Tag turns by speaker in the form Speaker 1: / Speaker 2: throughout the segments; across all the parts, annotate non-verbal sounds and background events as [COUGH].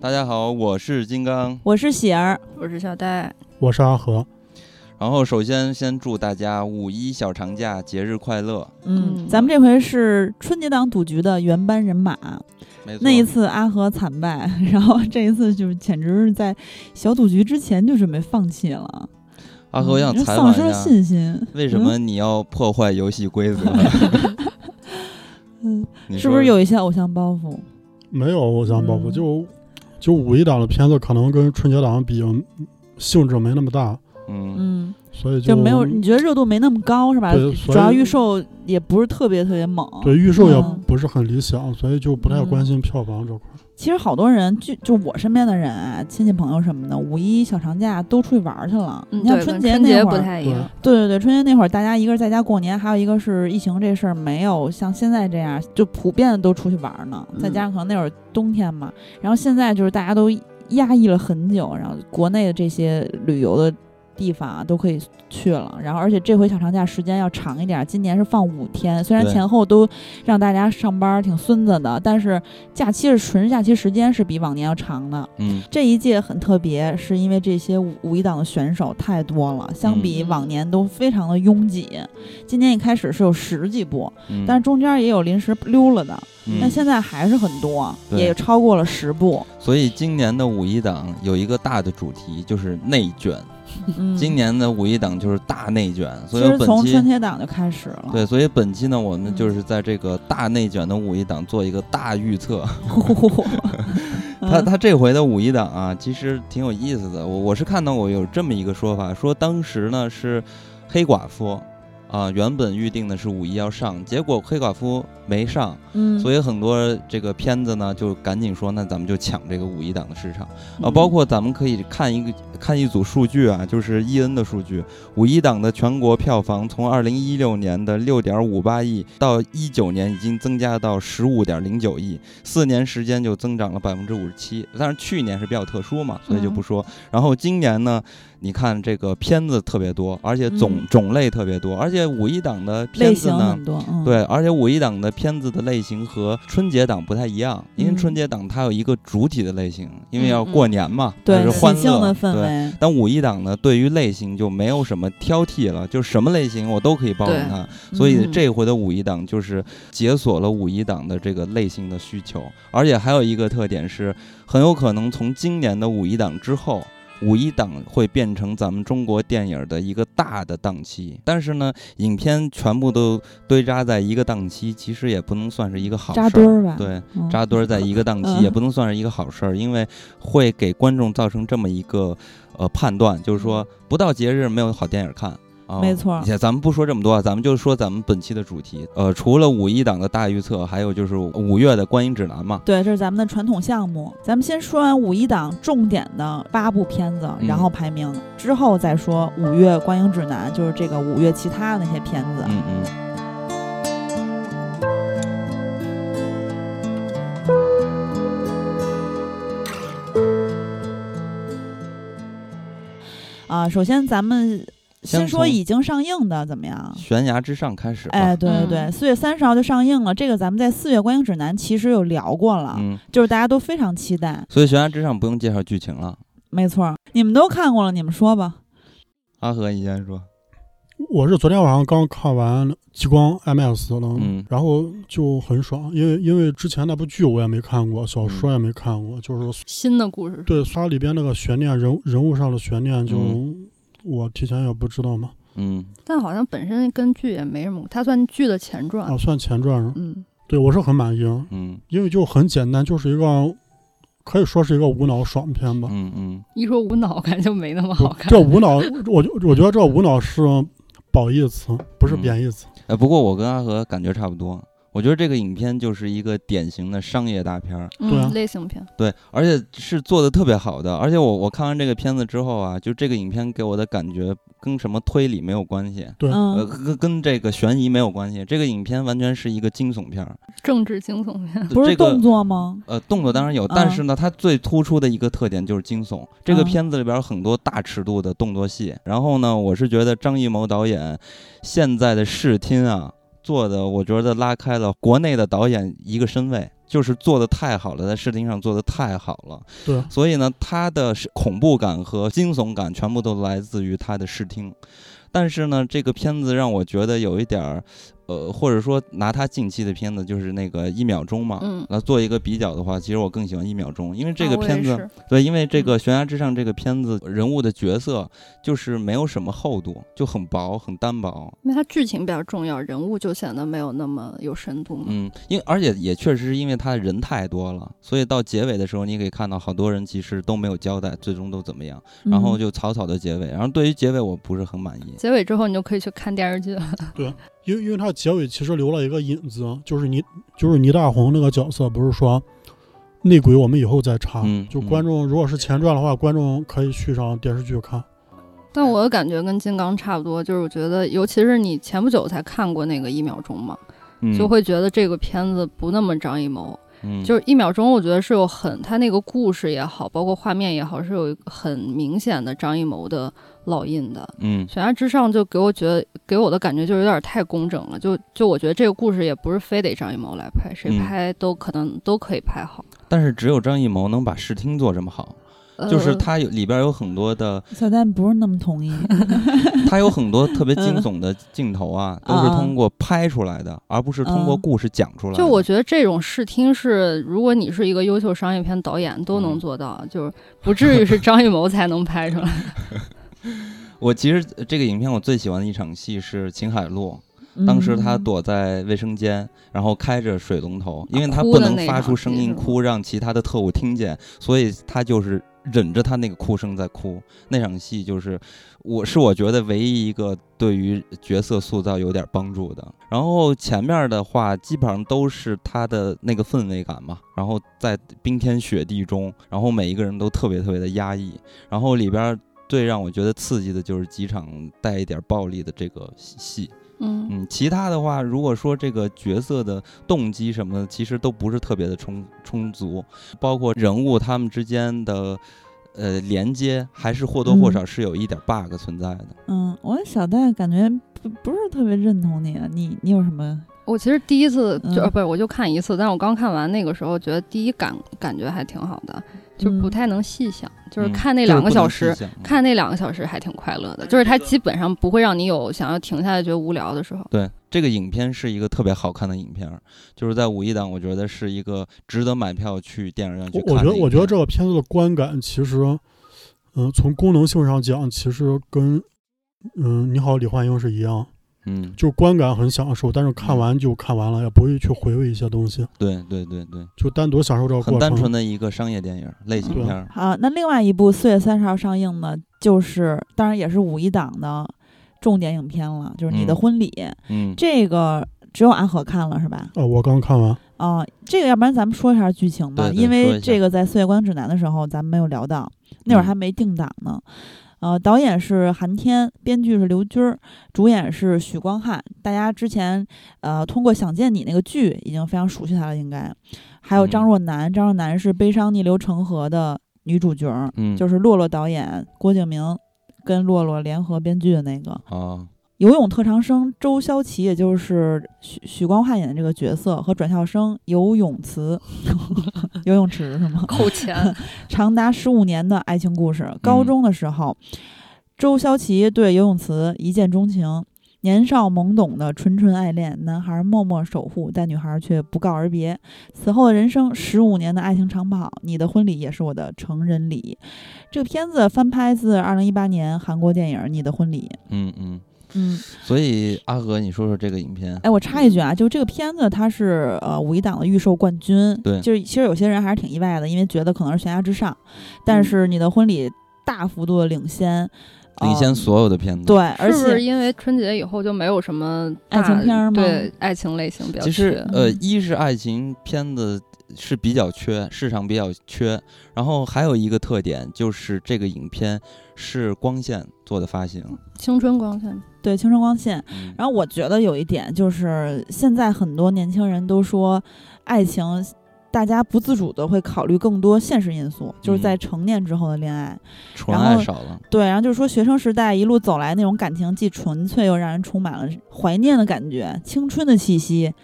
Speaker 1: 大家好，我是金刚。
Speaker 2: 我是喜儿，
Speaker 3: 我是小戴，
Speaker 4: 我是阿和，
Speaker 1: 然后首先先祝大家五一小长假节日快乐。
Speaker 2: 嗯，
Speaker 3: 嗯
Speaker 2: 咱们这回是春节档赌局的原班人马。
Speaker 1: 没错，
Speaker 2: 那一次阿和惨败， [LAUGHS] 然后这一次就是简直是在小赌局之前就准备放弃了。
Speaker 1: 阿和我想
Speaker 2: 嗯就
Speaker 1: 采
Speaker 2: 丧
Speaker 1: 访一
Speaker 2: 失了
Speaker 1: 下，
Speaker 2: 信心。
Speaker 1: 为什么你要破坏游戏规则？
Speaker 2: 嗯？
Speaker 1: [LAUGHS] 你
Speaker 2: 嗯，是
Speaker 1: 说
Speaker 2: 不是有一些偶像包袱？
Speaker 4: 没有偶像包袱，
Speaker 2: 嗯
Speaker 4: 就就五一档的片子可能跟春节档比，嗯性质没那么大，
Speaker 1: 嗯，
Speaker 2: 嗯，
Speaker 4: 所以
Speaker 2: 就没有，你觉得热度没那么高是吧？
Speaker 4: 对
Speaker 2: 主
Speaker 4: 所以
Speaker 2: 要预售也不是特别特别猛。
Speaker 4: 对预售也
Speaker 2: 嗯
Speaker 4: 不是很理想，所以就不太
Speaker 2: 嗯
Speaker 4: 关心票房这块。
Speaker 2: 其实好多人，就就我身边的人啊，亲戚朋友什么的，五一小长假都出去玩去了。
Speaker 3: 嗯，
Speaker 2: 你像
Speaker 3: 对跟
Speaker 2: 节
Speaker 3: 春
Speaker 2: 那会
Speaker 3: 节不
Speaker 2: 儿，
Speaker 3: 太一样，
Speaker 2: 对对对，春节那会儿大家一个是在家过年，还有一个是疫情这事儿没有像现在这样就普遍的都出去玩呢。
Speaker 3: 嗯
Speaker 2: 再加上可能那会儿冬天嘛，然后现在就是大家都压抑了很久，然后国内的这些旅游的地方啊都可以去了。然后而且这回小长假时间要长一点，今年是放五天，虽然
Speaker 1: 对
Speaker 2: 前后都让大家上班儿挺孙子的，但是假期是纯假期时间是比往年要长的。
Speaker 1: 嗯，
Speaker 2: 这一届很特别，是因为这些五五一档的选手太多了，相比
Speaker 3: 嗯
Speaker 2: 往年都非常的拥挤。今年一开始是有十几部，
Speaker 1: 嗯
Speaker 2: 但是中间也有临时溜了的，
Speaker 1: 嗯
Speaker 2: 但现在还是很多，
Speaker 1: 对
Speaker 2: 也超过了十部。
Speaker 1: 所以今年的五一档有一个大的主题就是内卷。
Speaker 2: 嗯，
Speaker 1: 今年的五一档就是大内卷，
Speaker 2: 其
Speaker 1: 所以
Speaker 2: 实
Speaker 1: 本
Speaker 2: 从春
Speaker 1: 期
Speaker 2: 节档就开始了。 [LAUGHS]
Speaker 1: 对，所以本期呢，我们
Speaker 2: 嗯
Speaker 1: 就是在这个大内卷的五一档做一个大预测。
Speaker 2: 嗯，
Speaker 1: 他他这回的五一档啊，其实挺有意思的。我我是看到过有这么一个说法，说当时呢是黑寡妇啊、原本预定的是五一要上，结果黑寡妇没上，
Speaker 2: 嗯，
Speaker 1: 所以很多这个片子呢就赶紧说，那咱们就抢这个五一档的市场啊。
Speaker 2: 嗯
Speaker 1: 包括咱们可以看一个看一组数据啊，就是伊恩的数据，五一档的全国票房从二零一六年的六点五八亿到一九年已经增加到十五点零九亿，四年时间就增长了百分之五十七。但是去年是比较特殊嘛，所以就不说。
Speaker 2: 嗯
Speaker 1: 然后今年呢，你看这个片子特别多，而且种、
Speaker 2: 嗯
Speaker 1: 种类特别多，而且五一档的片
Speaker 2: 类
Speaker 1: 子
Speaker 2: 型
Speaker 1: 呢
Speaker 2: 很。多。嗯，
Speaker 1: 对，而且五一档的片子的类型和春节档不太一样，因为
Speaker 2: 嗯
Speaker 1: 春节档它有一个主体的类型，因为要
Speaker 3: 嗯嗯
Speaker 1: 过年嘛，
Speaker 2: 对，
Speaker 1: 就是
Speaker 2: 喜
Speaker 1: 欢
Speaker 2: 庆
Speaker 1: 乐
Speaker 2: 的氛
Speaker 1: 对
Speaker 2: 围。
Speaker 1: 但五一档呢，对于类型就没有什么挑剔了，就是什么类型我都可以包容它。所以这回的五一档就是解锁了五一档的这个类型的需求，而且还有一个特点是，很有可能从今年的五一档之后。五一档会变成咱们中国电影的一个大的档期，但是呢，影片全部都堆扎在一个档期，其实也不能算是一个好事
Speaker 2: 扎堆儿吧？
Speaker 1: 对，
Speaker 2: 嗯，
Speaker 1: 扎堆儿在一个档期，
Speaker 2: 嗯
Speaker 1: 也不能算是一个好事儿，因为会给观众造成这么一个呃判断，就是说不到节日没有好电影看。啊
Speaker 2: 嗯没错
Speaker 1: 也咱们不说这么多啊，咱们就说咱们本期的主题。呃，除了五一档的大预测，还有就是五月的观影指南嘛。
Speaker 2: 对，这是咱们的传统项目。咱们先说完五一档重点的八部片子，
Speaker 1: 嗯
Speaker 2: 然后排名，之后再说五月观影指南，就是这个五月其他的那些片子。
Speaker 1: 嗯嗯。
Speaker 2: 啊，首先咱们先
Speaker 1: 先
Speaker 2: 说
Speaker 1: 从
Speaker 2: 已经上映的怎么样？
Speaker 1: 悬崖之上开始吧。
Speaker 2: 哎，对对对，
Speaker 3: 嗯
Speaker 2: 四、月三十号就上映了。这个咱们在四月观影指南其实有聊过了，
Speaker 1: 嗯，
Speaker 2: 就是大家都非常期待。
Speaker 1: 所以悬崖之上不用介绍剧情了。
Speaker 2: 没错儿，你们都看过了，你们说吧。
Speaker 1: 阿和你先说。
Speaker 2: 嗯
Speaker 4: 我是昨天晚上刚看完《极光 IMAX》了，
Speaker 1: 嗯
Speaker 4: 然后就很爽，因为因为之前那部剧我也没看过，小
Speaker 1: 嗯
Speaker 4: 说也没看过，就是
Speaker 3: 新的故事，
Speaker 4: 对它里边那个悬念人物人物上的悬念就，
Speaker 1: 嗯
Speaker 4: 我提前也不知道嘛，
Speaker 1: 嗯，
Speaker 3: 但好像本身跟剧也没什么，它算剧的前传
Speaker 4: 啊，，算前传上，
Speaker 3: 嗯，
Speaker 4: 对我是很满意，啊
Speaker 1: 嗯
Speaker 4: 因为就很简单，就是一个可以说是一个无脑爽片吧。
Speaker 1: 嗯嗯
Speaker 3: 一说无脑，感觉就没那么好看，
Speaker 4: 这无脑，我就我觉得这无脑是褒义词，不是
Speaker 1: 嗯
Speaker 4: 贬义词。
Speaker 1: 呃哎，不过我跟阿和感觉差不多。我觉得这个影片就是一个典型的商业大片儿，
Speaker 4: 对啊
Speaker 3: 嗯，类型片，
Speaker 1: 对，而且是做的特别好的。而且我我看完这个片子之后啊，就这个影片给我的感觉跟什么推理没有关系，
Speaker 4: 对
Speaker 1: 呃，
Speaker 2: 嗯，
Speaker 1: 跟跟这个悬疑没有关系，这个影片完全是一个惊悚片儿。
Speaker 3: 政治惊悚片，
Speaker 2: 嗯不是
Speaker 1: 呃这个
Speaker 2: 动作吗？
Speaker 1: 呃，动作当然有，
Speaker 2: 嗯
Speaker 1: 但是呢，它最突出的一个特点就是惊悚。这个
Speaker 2: 嗯
Speaker 1: 片子里边有很多大尺度的动作戏，然后呢，我是觉得张艺谋导演现在的视听啊做的，我觉得拉开了国内的导演一个身位，就是做的太好了，在视听上做的太好了。
Speaker 4: 对啊，
Speaker 1: 所以呢，它的是恐怖感和惊悚感全部都来自于它的视听。但是呢，这个片子让我觉得有一点儿，呃，或者说拿它近期的片子，就是那个《一秒钟》嘛，
Speaker 3: 嗯，
Speaker 1: 来做一个比较的话，其实我更喜欢《一秒钟》，因为这
Speaker 3: 啊
Speaker 1: 个
Speaker 3: 我也
Speaker 1: 片子，
Speaker 3: 是
Speaker 1: 对，因为这个《悬崖之上》这个片子人物的角色就是没有什么厚度，就很薄，很单薄。
Speaker 3: 因为它剧情比较重要，人物就显得没有那么有深度嘛。
Speaker 1: 嗯，因为而且也确实是因为他人太多了，所以到结尾的时候，你可以看到好多人其实都没有交代最终都怎么样。然后
Speaker 2: 嗯
Speaker 1: 就草草的结尾。然后对于结尾我不是很满意，
Speaker 3: 结尾之后你就可以去看电视剧了。 [LAUGHS]
Speaker 4: 因为因为它结尾其实留了一个引子，就是倪就是倪大红那个角色，不是说内鬼我们以后再查，
Speaker 1: 嗯
Speaker 4: 就
Speaker 1: 嗯
Speaker 4: 观众如果是前传的话，观众可以去上电视剧看。
Speaker 3: 但我的感觉跟金刚差不多，就是我觉得，尤其是你前不久才看过那个《一秒钟》嘛，就会觉得这个片子不那么张艺谋。
Speaker 1: 嗯
Speaker 3: 就是《一秒钟》，我觉得是有很他那个故事也好，包括画面也好，是有一个很明显的张艺谋的烙印的。
Speaker 1: 嗯
Speaker 3: 悬崖之上就给我觉得给我的感觉就有点太工整了，就就我觉得这个故事也不是非得张艺谋来拍，谁
Speaker 1: 嗯
Speaker 3: 拍都可能都可以拍好。
Speaker 1: 但是只有张艺谋能把视听做这么好，就是
Speaker 3: 呃
Speaker 1: 他有里边有很多的，
Speaker 2: 小蛋不是那么同意，
Speaker 1: 他有很多特别惊
Speaker 3: 嗯
Speaker 1: 悚的镜头啊，都是通过拍出来的，而不是通过
Speaker 2: 嗯
Speaker 1: 故事讲出来的。
Speaker 3: 就我觉得这种视听是，如果你是一个优秀商业片导演，都
Speaker 1: 嗯
Speaker 3: 能做到，就是不至于是张艺谋才能拍出来。
Speaker 1: 我其实呃这个影片我最喜欢的一场戏是秦海璐， [LAUGHS] 当时她
Speaker 2: 嗯
Speaker 1: 躲在卫生间，然后开着水龙头，因为她
Speaker 3: 哭
Speaker 1: 不
Speaker 3: 的
Speaker 1: 能
Speaker 3: 那
Speaker 1: 发
Speaker 3: 场
Speaker 1: 出声
Speaker 3: 戏
Speaker 1: 音
Speaker 3: 是吗
Speaker 1: 哭，让其他的特务听见，所以她就是忍着她那个哭声在哭。那场戏就是我是我觉得唯一一个对于角色塑造有点帮助的。然后前面的话基本上都是她的那个氛围感嘛，然后在冰天雪地中，然后每一个人都特别特别的压抑，然后里边。最让我觉得刺激的就是几场带一点暴力的这个戏，
Speaker 3: 嗯，
Speaker 1: 嗯，其他的话，如果说这个角色的动机什么的，其实都不是特别的充充足，包括人物他们之间的呃连接，还是或多或
Speaker 3: 嗯
Speaker 1: 少是有一点 bug 存在的。
Speaker 2: 嗯，我小蛋感觉不不是特别认同你啊，你你有什么？
Speaker 3: 我其实第一次就、
Speaker 2: 嗯
Speaker 3: 呃不是我就看一次，但是我刚看完那个时候，觉得第一感感觉还挺好的，就是不
Speaker 2: 嗯
Speaker 3: 太能细想，就是
Speaker 1: 嗯
Speaker 3: 看那两个小
Speaker 1: 就是不
Speaker 3: 时。
Speaker 1: 能细想嗯
Speaker 3: 看那两个小时还挺快乐的，就是它基本上不会让你有想要停下来觉得无聊
Speaker 2: [LAUGHS]
Speaker 3: 的时候。
Speaker 1: 对，这个影片是一个特别好看的影片儿，就是在五一档，我觉得是一个值得买票去电影院去
Speaker 4: 我
Speaker 1: 看
Speaker 4: 我觉
Speaker 1: 的
Speaker 4: 得
Speaker 1: 影
Speaker 4: 我觉得
Speaker 1: 片
Speaker 4: 这个片子的观感其实，嗯、从功能性上讲，其实跟嗯、你好李焕英是一样，
Speaker 1: 嗯，
Speaker 4: 就观感很享受，但是看完就看完了，也不会去回味一些东西，
Speaker 1: 对对对对，
Speaker 4: 就单独享受这个
Speaker 1: 很
Speaker 4: 过
Speaker 1: 单纯
Speaker 4: 程。
Speaker 1: 的一个商业电影儿类型
Speaker 4: 对
Speaker 1: 片儿，
Speaker 2: 好，那另外一部四月三十号上映的，就是当然也是五一档的重点影片了，就是《你的
Speaker 1: 嗯
Speaker 2: 婚礼》
Speaker 1: 嗯，
Speaker 2: 这个。只有阿和看了是吧？
Speaker 4: 啊，我刚看完，
Speaker 2: 啊、这个要不然咱们说一下剧情吧，
Speaker 1: 对对
Speaker 2: 因
Speaker 1: 说
Speaker 2: 为
Speaker 1: 一下
Speaker 2: 这个在《岁月光指南》的时候咱们没有聊到，那会儿
Speaker 1: 嗯
Speaker 2: 还没定档呢。呃，导演是韩天，编剧是刘军儿，主演是许光汉。大家之前呃通过《想见你》那个剧已经非常熟悉他了，应该还有张
Speaker 1: 嗯
Speaker 2: 若楠，张若楠是《悲伤逆流成河》的女主角儿，
Speaker 1: 嗯
Speaker 2: 就是洛洛导演郭敬明跟洛洛联合编剧的那个。
Speaker 1: 啊，
Speaker 2: 游泳特长生周潇齐，也就是许许光汉演的这个角色，和转校生游泳池， [LAUGHS] 游泳池是吗？
Speaker 3: 扣钱，
Speaker 2: 长达十五年的爱情故事。高中的时候，周潇齐对游泳池一见钟情，年少懵懂的纯纯爱恋，男孩默默守护，但女孩却不告而别。此后的人生，十五年的爱情长跑，你的婚礼也是我的成人礼。这个片子翻拍自二零一八年韩国电影《你的婚礼》。
Speaker 1: 嗯嗯，
Speaker 2: 嗯，
Speaker 1: 所以阿和，你说说这个影片，
Speaker 2: 哎，我插一句
Speaker 1: 嗯
Speaker 2: 啊，就这个片子它是呃五一档的预售冠军，
Speaker 1: 对
Speaker 2: 就是其实有些人还是挺意
Speaker 1: 嗯
Speaker 2: 外的，因为觉得可能是悬崖之上，但是你的婚礼大幅度的领先，呃
Speaker 1: 领先所有的片子。
Speaker 2: 对，而
Speaker 3: 是不是
Speaker 2: 且
Speaker 3: 因为春节以后就没有什么
Speaker 2: 爱
Speaker 3: 大
Speaker 2: 情片儿吗
Speaker 3: 对，爱情类型比较
Speaker 1: 其实
Speaker 3: 缺
Speaker 1: 呃，
Speaker 2: 嗯
Speaker 1: 一是爱情片子是比较缺，市场比较缺，然后还有一个特点就是这个影片是光线做的发行，
Speaker 3: 青春光线
Speaker 2: 对青春光线。
Speaker 1: 嗯、
Speaker 2: 然后我觉得有一点就是，现在很多年轻人都说，爱情大家不自主的会考虑更多现实因素，就是在
Speaker 1: 嗯
Speaker 2: 成年之后的恋爱。
Speaker 1: 纯
Speaker 2: 然后
Speaker 1: 爱少了，
Speaker 2: 对，然后就是说学生时代一路走来那种感情，既纯粹又让人充满了怀念的感觉，青春的气息。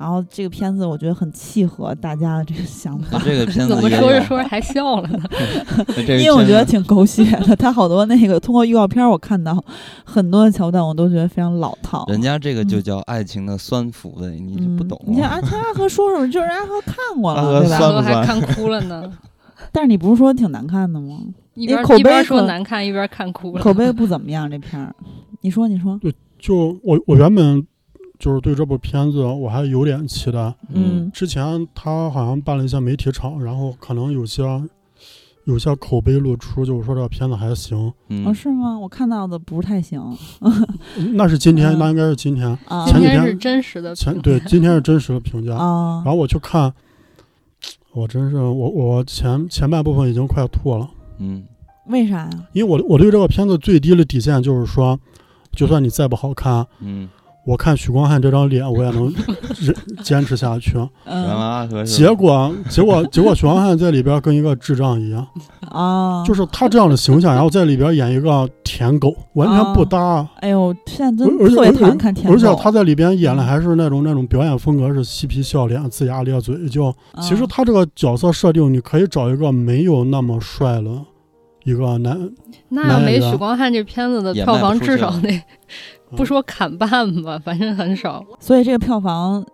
Speaker 2: 然后这个片子我觉得很契合大家的这个想
Speaker 1: [LAUGHS]
Speaker 2: 法， [LAUGHS]
Speaker 1: 这个片子
Speaker 3: 怎么
Speaker 1: 也
Speaker 3: 说着
Speaker 1: 有
Speaker 3: 说着还笑了呢？
Speaker 1: 这个
Speaker 2: 因为我
Speaker 1: 片
Speaker 2: 觉得
Speaker 1: 子
Speaker 2: 挺狗血的。它好多那个通过预告片儿我看到很多的桥段，我都觉得非常老套。
Speaker 1: 人家这个就
Speaker 2: 嗯
Speaker 1: 叫爱情的酸腐的，你就
Speaker 2: 嗯
Speaker 1: 不懂。
Speaker 2: 你看阿天阿和说什么，就是阿和看过
Speaker 1: 阿和
Speaker 2: 了，对
Speaker 1: 算
Speaker 2: 吧？
Speaker 1: 不
Speaker 3: 我还
Speaker 1: 算
Speaker 3: 看哭了
Speaker 2: [LAUGHS]
Speaker 3: 呢，
Speaker 2: 但是你不是说挺难看的吗？
Speaker 3: 一边
Speaker 2: 口
Speaker 3: 一边
Speaker 2: 碑
Speaker 3: 说
Speaker 2: 可
Speaker 3: 难看一边看哭了。
Speaker 2: 口碑不怎么样，这片儿。你说，你说，
Speaker 4: 就我我原本就是对这部片子我还有点期待，
Speaker 2: 嗯
Speaker 4: 之前他好像办了一些媒体场，然后可能有些有些口碑露出，就是说这个片子还行。
Speaker 1: 嗯
Speaker 2: 哦，是吗？我看到的不太行
Speaker 4: 那是今天，
Speaker 2: 嗯
Speaker 4: 那应该是今天
Speaker 2: 啊
Speaker 4: 前
Speaker 3: 今
Speaker 4: 几
Speaker 3: 天
Speaker 4: 天
Speaker 3: 是真实的
Speaker 1: 嗯
Speaker 4: 前
Speaker 3: 评
Speaker 4: 对，今天是真实的评
Speaker 1: [LAUGHS]
Speaker 4: 价。
Speaker 2: 啊
Speaker 4: 然后我去看，我真是我我前前半部分已经快吐了，
Speaker 1: 嗯，
Speaker 2: 为啥呀？
Speaker 4: 因为我我对这个片子最低的底线就是说，就算你再不好看，
Speaker 1: 嗯，
Speaker 4: 我看许光汉这张脸我也能忍 [LAUGHS] 坚持下去。
Speaker 1: 原来
Speaker 2: 嗯
Speaker 1: 阿和是
Speaker 4: 结果结果结果许光汉在里边跟一个智障一样。
Speaker 2: 啊，
Speaker 4: 就是他这样的形象，然后在里边演一个舔狗，完全不搭。
Speaker 2: 哎呦，现在
Speaker 4: 而
Speaker 2: 真特
Speaker 4: 而且
Speaker 2: 别讨厌
Speaker 4: 而
Speaker 2: 看舔
Speaker 4: 而
Speaker 2: 狗嗯
Speaker 4: 且他在里边演的还是那种那种表演风格是嬉皮笑脸、龇牙咧嘴。就
Speaker 2: 嗯
Speaker 4: 其实他这个角色设定，你可以找一个没有那么帅的一个男，
Speaker 3: 那要
Speaker 4: 那
Speaker 3: 没
Speaker 4: 个
Speaker 3: 许光汉这片子的
Speaker 1: 也
Speaker 3: 票
Speaker 1: 卖不
Speaker 3: 房
Speaker 1: 出
Speaker 3: 至
Speaker 1: 去
Speaker 3: 少
Speaker 1: 了
Speaker 3: 得
Speaker 4: 嗯
Speaker 3: 不说砍半吧，反正很少。
Speaker 2: 所以这个票房，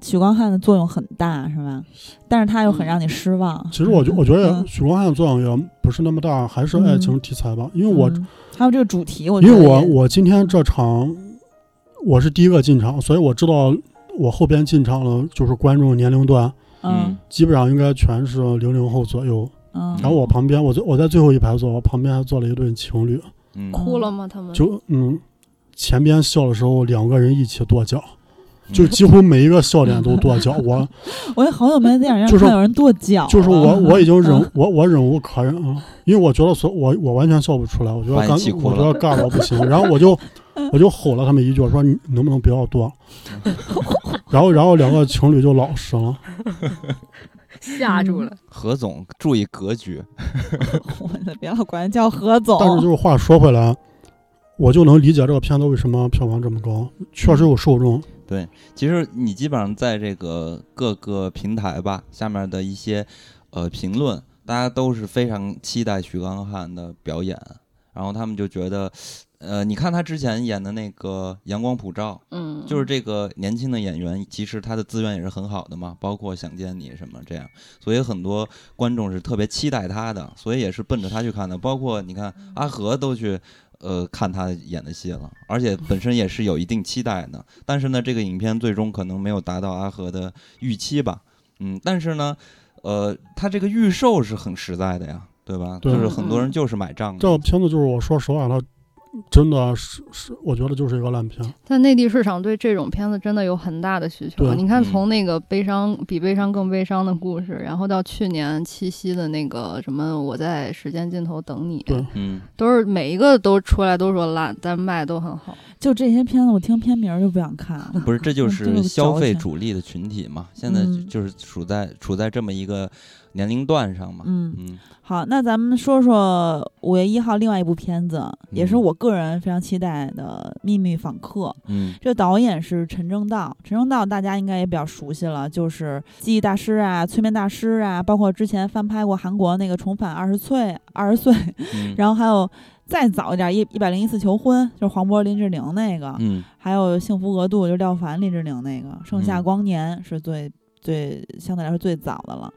Speaker 2: 许光汉的作用很大，是吧？但是他又很
Speaker 3: 嗯
Speaker 2: 让你失望。
Speaker 4: 其实我觉我觉得
Speaker 2: 嗯
Speaker 4: 许光汉的作用也不是那么大，还是爱情题材吧。因为我、
Speaker 2: 嗯还有这个主题，我觉
Speaker 4: 因
Speaker 2: 得
Speaker 4: 为我
Speaker 2: 也
Speaker 4: 我今天这场我是第一个进场，所以我知道我后边进场的就是观众年龄段。
Speaker 2: 嗯
Speaker 1: 嗯
Speaker 4: 基本上应该全是零零后左右，
Speaker 2: 嗯，
Speaker 4: 然后我旁边，我坐我在最后一排坐，我旁边还坐了一对情侣，
Speaker 1: 嗯
Speaker 3: 哭了吗？他们
Speaker 4: 就嗯，前边笑的时候两个人一起跺脚，
Speaker 1: 嗯
Speaker 2: 嗯
Speaker 4: 就几乎每一个笑点都跺
Speaker 2: [LAUGHS]
Speaker 4: 脚，我
Speaker 2: 我也好久没在电影院
Speaker 4: 就是
Speaker 2: 看有人跺脚了， [LAUGHS] 嗯
Speaker 4: 就是我我已经忍我我忍无可忍了，因为我觉得所我我完全笑不出来，我觉得
Speaker 1: 把你
Speaker 4: 尴
Speaker 1: 气哭
Speaker 4: 我觉
Speaker 1: 了
Speaker 4: 得尬到不行，然后我就
Speaker 2: 嗯
Speaker 4: 我就吼了他们一句，我说你能不能不
Speaker 2: [LAUGHS]
Speaker 4: 要跺，然后然后两个情侣就老实了，
Speaker 2: 哦
Speaker 3: 吓住了。
Speaker 1: 何总注意格局，
Speaker 2: 我的别老管人叫何总，
Speaker 4: 但是就是话说回来，我就能理解这个片子为什么票房这么高，确实有受
Speaker 2: 嗯
Speaker 4: 众。
Speaker 1: 其实你基本上在这个各个平台吧下面的一些呃评论，大家都是非常期待许光汉的表演，然后他们就觉得，呃，你看他之前演的那个《阳光普照》，
Speaker 3: 嗯，
Speaker 1: 就是这个年轻的演员，其实他的资源也是很好的嘛，包括《想见你》什么这样，所以很多观众是特别期待他的，所以也是奔着他去看的。包括你看阿和都去，呃，看他演的戏了，而且本身也是有一定期待的。但是呢，这个影片最终可能没有达到阿和的预期吧，嗯，但是呢，呃，他这个预售是很实在的呀，对吧？
Speaker 4: 对
Speaker 1: 就是很多人就是买账
Speaker 4: 这
Speaker 1: 的，
Speaker 4: 个片子就是我说实话，它真的是是，我觉得就是一个烂片。
Speaker 3: 在内地市场对这种片子真的有很大的需求。
Speaker 4: 对
Speaker 3: 你看，
Speaker 1: 嗯
Speaker 3: 从那个悲伤比悲伤更悲伤的故事，然后到去年七夕的那个什么我在时间尽头等你，
Speaker 4: 对
Speaker 1: 嗯，
Speaker 3: 都是每一个都出来都说烂，但卖都很好。
Speaker 2: 就这些片子，我听片名儿就不想看了。
Speaker 1: 不是，这就
Speaker 2: 嗯这
Speaker 1: 是
Speaker 2: 个
Speaker 1: 消
Speaker 2: 矫
Speaker 1: 费
Speaker 2: 情
Speaker 1: 主力的群体嘛，现在就
Speaker 2: 嗯
Speaker 1: 就是处在处在这么一个年龄段上嘛。
Speaker 2: 嗯，
Speaker 1: 嗯
Speaker 2: 好，那咱们说说五月一号另外一部片子，也是
Speaker 1: 嗯
Speaker 2: 我个人非常期待的《秘密访客》。
Speaker 1: 嗯
Speaker 2: 这导演是陈正道，陈正道大家应该也比较熟悉了，就是记忆大师啊、催眠大师啊，包括之前翻拍过韩国那个《重返二十岁》二十岁，
Speaker 1: 嗯，
Speaker 2: 然后还有再早一点一一百零一次求婚，就是黄渤、林志玲那个，
Speaker 1: 嗯
Speaker 2: 还有幸福额度就是廖凡、林志玲那个，盛夏
Speaker 1: 嗯
Speaker 2: 光年是最。最相对来说最早的了，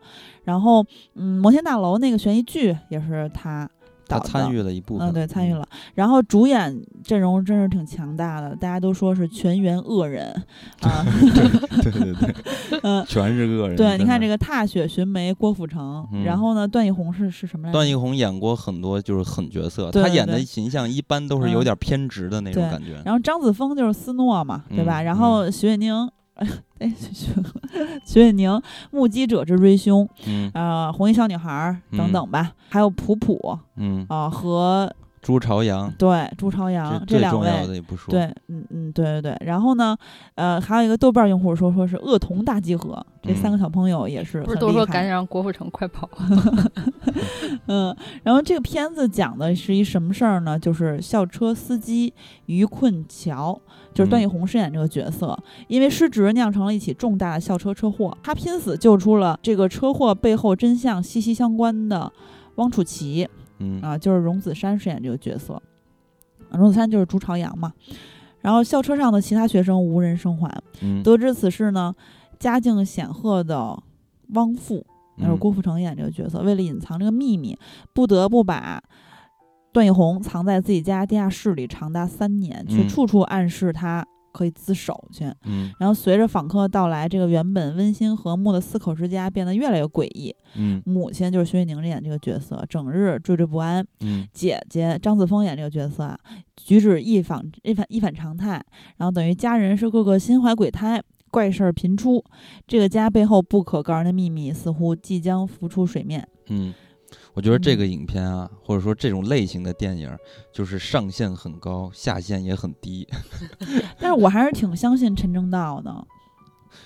Speaker 2: 然后，嗯，《摩天大楼》那个悬疑剧也是他，
Speaker 1: 他
Speaker 2: 导
Speaker 1: 参
Speaker 2: 的。
Speaker 1: 与了一部分，
Speaker 2: 嗯，对，参与了。然后主演阵容真是挺强大的，大家都说是全员恶
Speaker 1: [LAUGHS]
Speaker 2: 人啊，
Speaker 1: 嗯，对对对，
Speaker 2: 嗯，
Speaker 1: 全是恶人。
Speaker 2: 对，你看这
Speaker 1: 个
Speaker 2: 个踏雪寻梅郭富城，
Speaker 1: 嗯
Speaker 2: 然后呢，段奕宏是是什么来着？
Speaker 1: 段奕宏演过很多就是狠角色，
Speaker 2: 对
Speaker 1: 他
Speaker 2: 对
Speaker 1: 演
Speaker 2: 对
Speaker 1: 的形象一般都是有
Speaker 2: 嗯
Speaker 1: 点偏执的那种
Speaker 2: 对
Speaker 1: 感觉。
Speaker 2: 然后张子枫就是斯诺嘛，对吧？
Speaker 1: 嗯
Speaker 2: 然后徐月宁，哎，徐徐徐月宁，目击者之追凶，
Speaker 1: 嗯
Speaker 2: 啊，红衣小女孩儿等等吧，还有普普
Speaker 1: 嗯，
Speaker 2: 啊、和
Speaker 1: 朱朝阳，
Speaker 2: 对朱朝阳
Speaker 1: 最
Speaker 2: 啊两
Speaker 1: 重要
Speaker 2: 位。
Speaker 1: 的也不说。
Speaker 2: 对，嗯嗯，对对对，然后呢，呃，还有一个豆瓣用户说，说是恶童大集合，这
Speaker 1: 嗯
Speaker 2: 三个小朋友也是
Speaker 3: 不是
Speaker 2: 很
Speaker 3: 都
Speaker 2: 厉
Speaker 3: 说
Speaker 2: 害
Speaker 3: 赶紧让郭富城快跑？
Speaker 2: [LAUGHS] 嗯，然后这个片子讲的是一什么事儿呢？就是校车司机于困桥，就是段
Speaker 1: 嗯
Speaker 2: 奕宏饰演这个角色，因为失职酿成了一起重大的校车车祸，他拼死救出了这个车祸背后真相息息相关的汪楚祺
Speaker 1: 嗯
Speaker 2: 啊、就是荣子杉饰演这个角色，啊荣子杉就是朱朝阳嘛。然后校车上的其他学生无人生还，
Speaker 1: 嗯，
Speaker 2: 得知此事呢，家境显赫的汪父那是
Speaker 1: 嗯
Speaker 2: 郭富城演这个角色，为了隐藏这个秘密，不得不把段奕宏藏在自己家地下室里长达三年，却
Speaker 1: 嗯
Speaker 2: 处处暗示他可以自首去。
Speaker 1: 嗯
Speaker 2: 然后随着访客到来，这个原本温馨和睦的四口之家变得越来越诡异。
Speaker 1: 嗯
Speaker 2: 母亲就是徐月宁演这个角色，整日惴惴不安；
Speaker 1: 嗯
Speaker 2: 姐姐张子枫演这个角色啊，举止一反一反一反常态，然后等于家人是个个心怀鬼胎，怪事儿频出。这个家背后不可告人的秘密似乎即将浮出水面。
Speaker 1: 嗯，我觉得这个影片啊，或者说这种类型的电影，就是上限很高，下限也很低， [LAUGHS]
Speaker 2: 但是我还是挺相信陈正道的，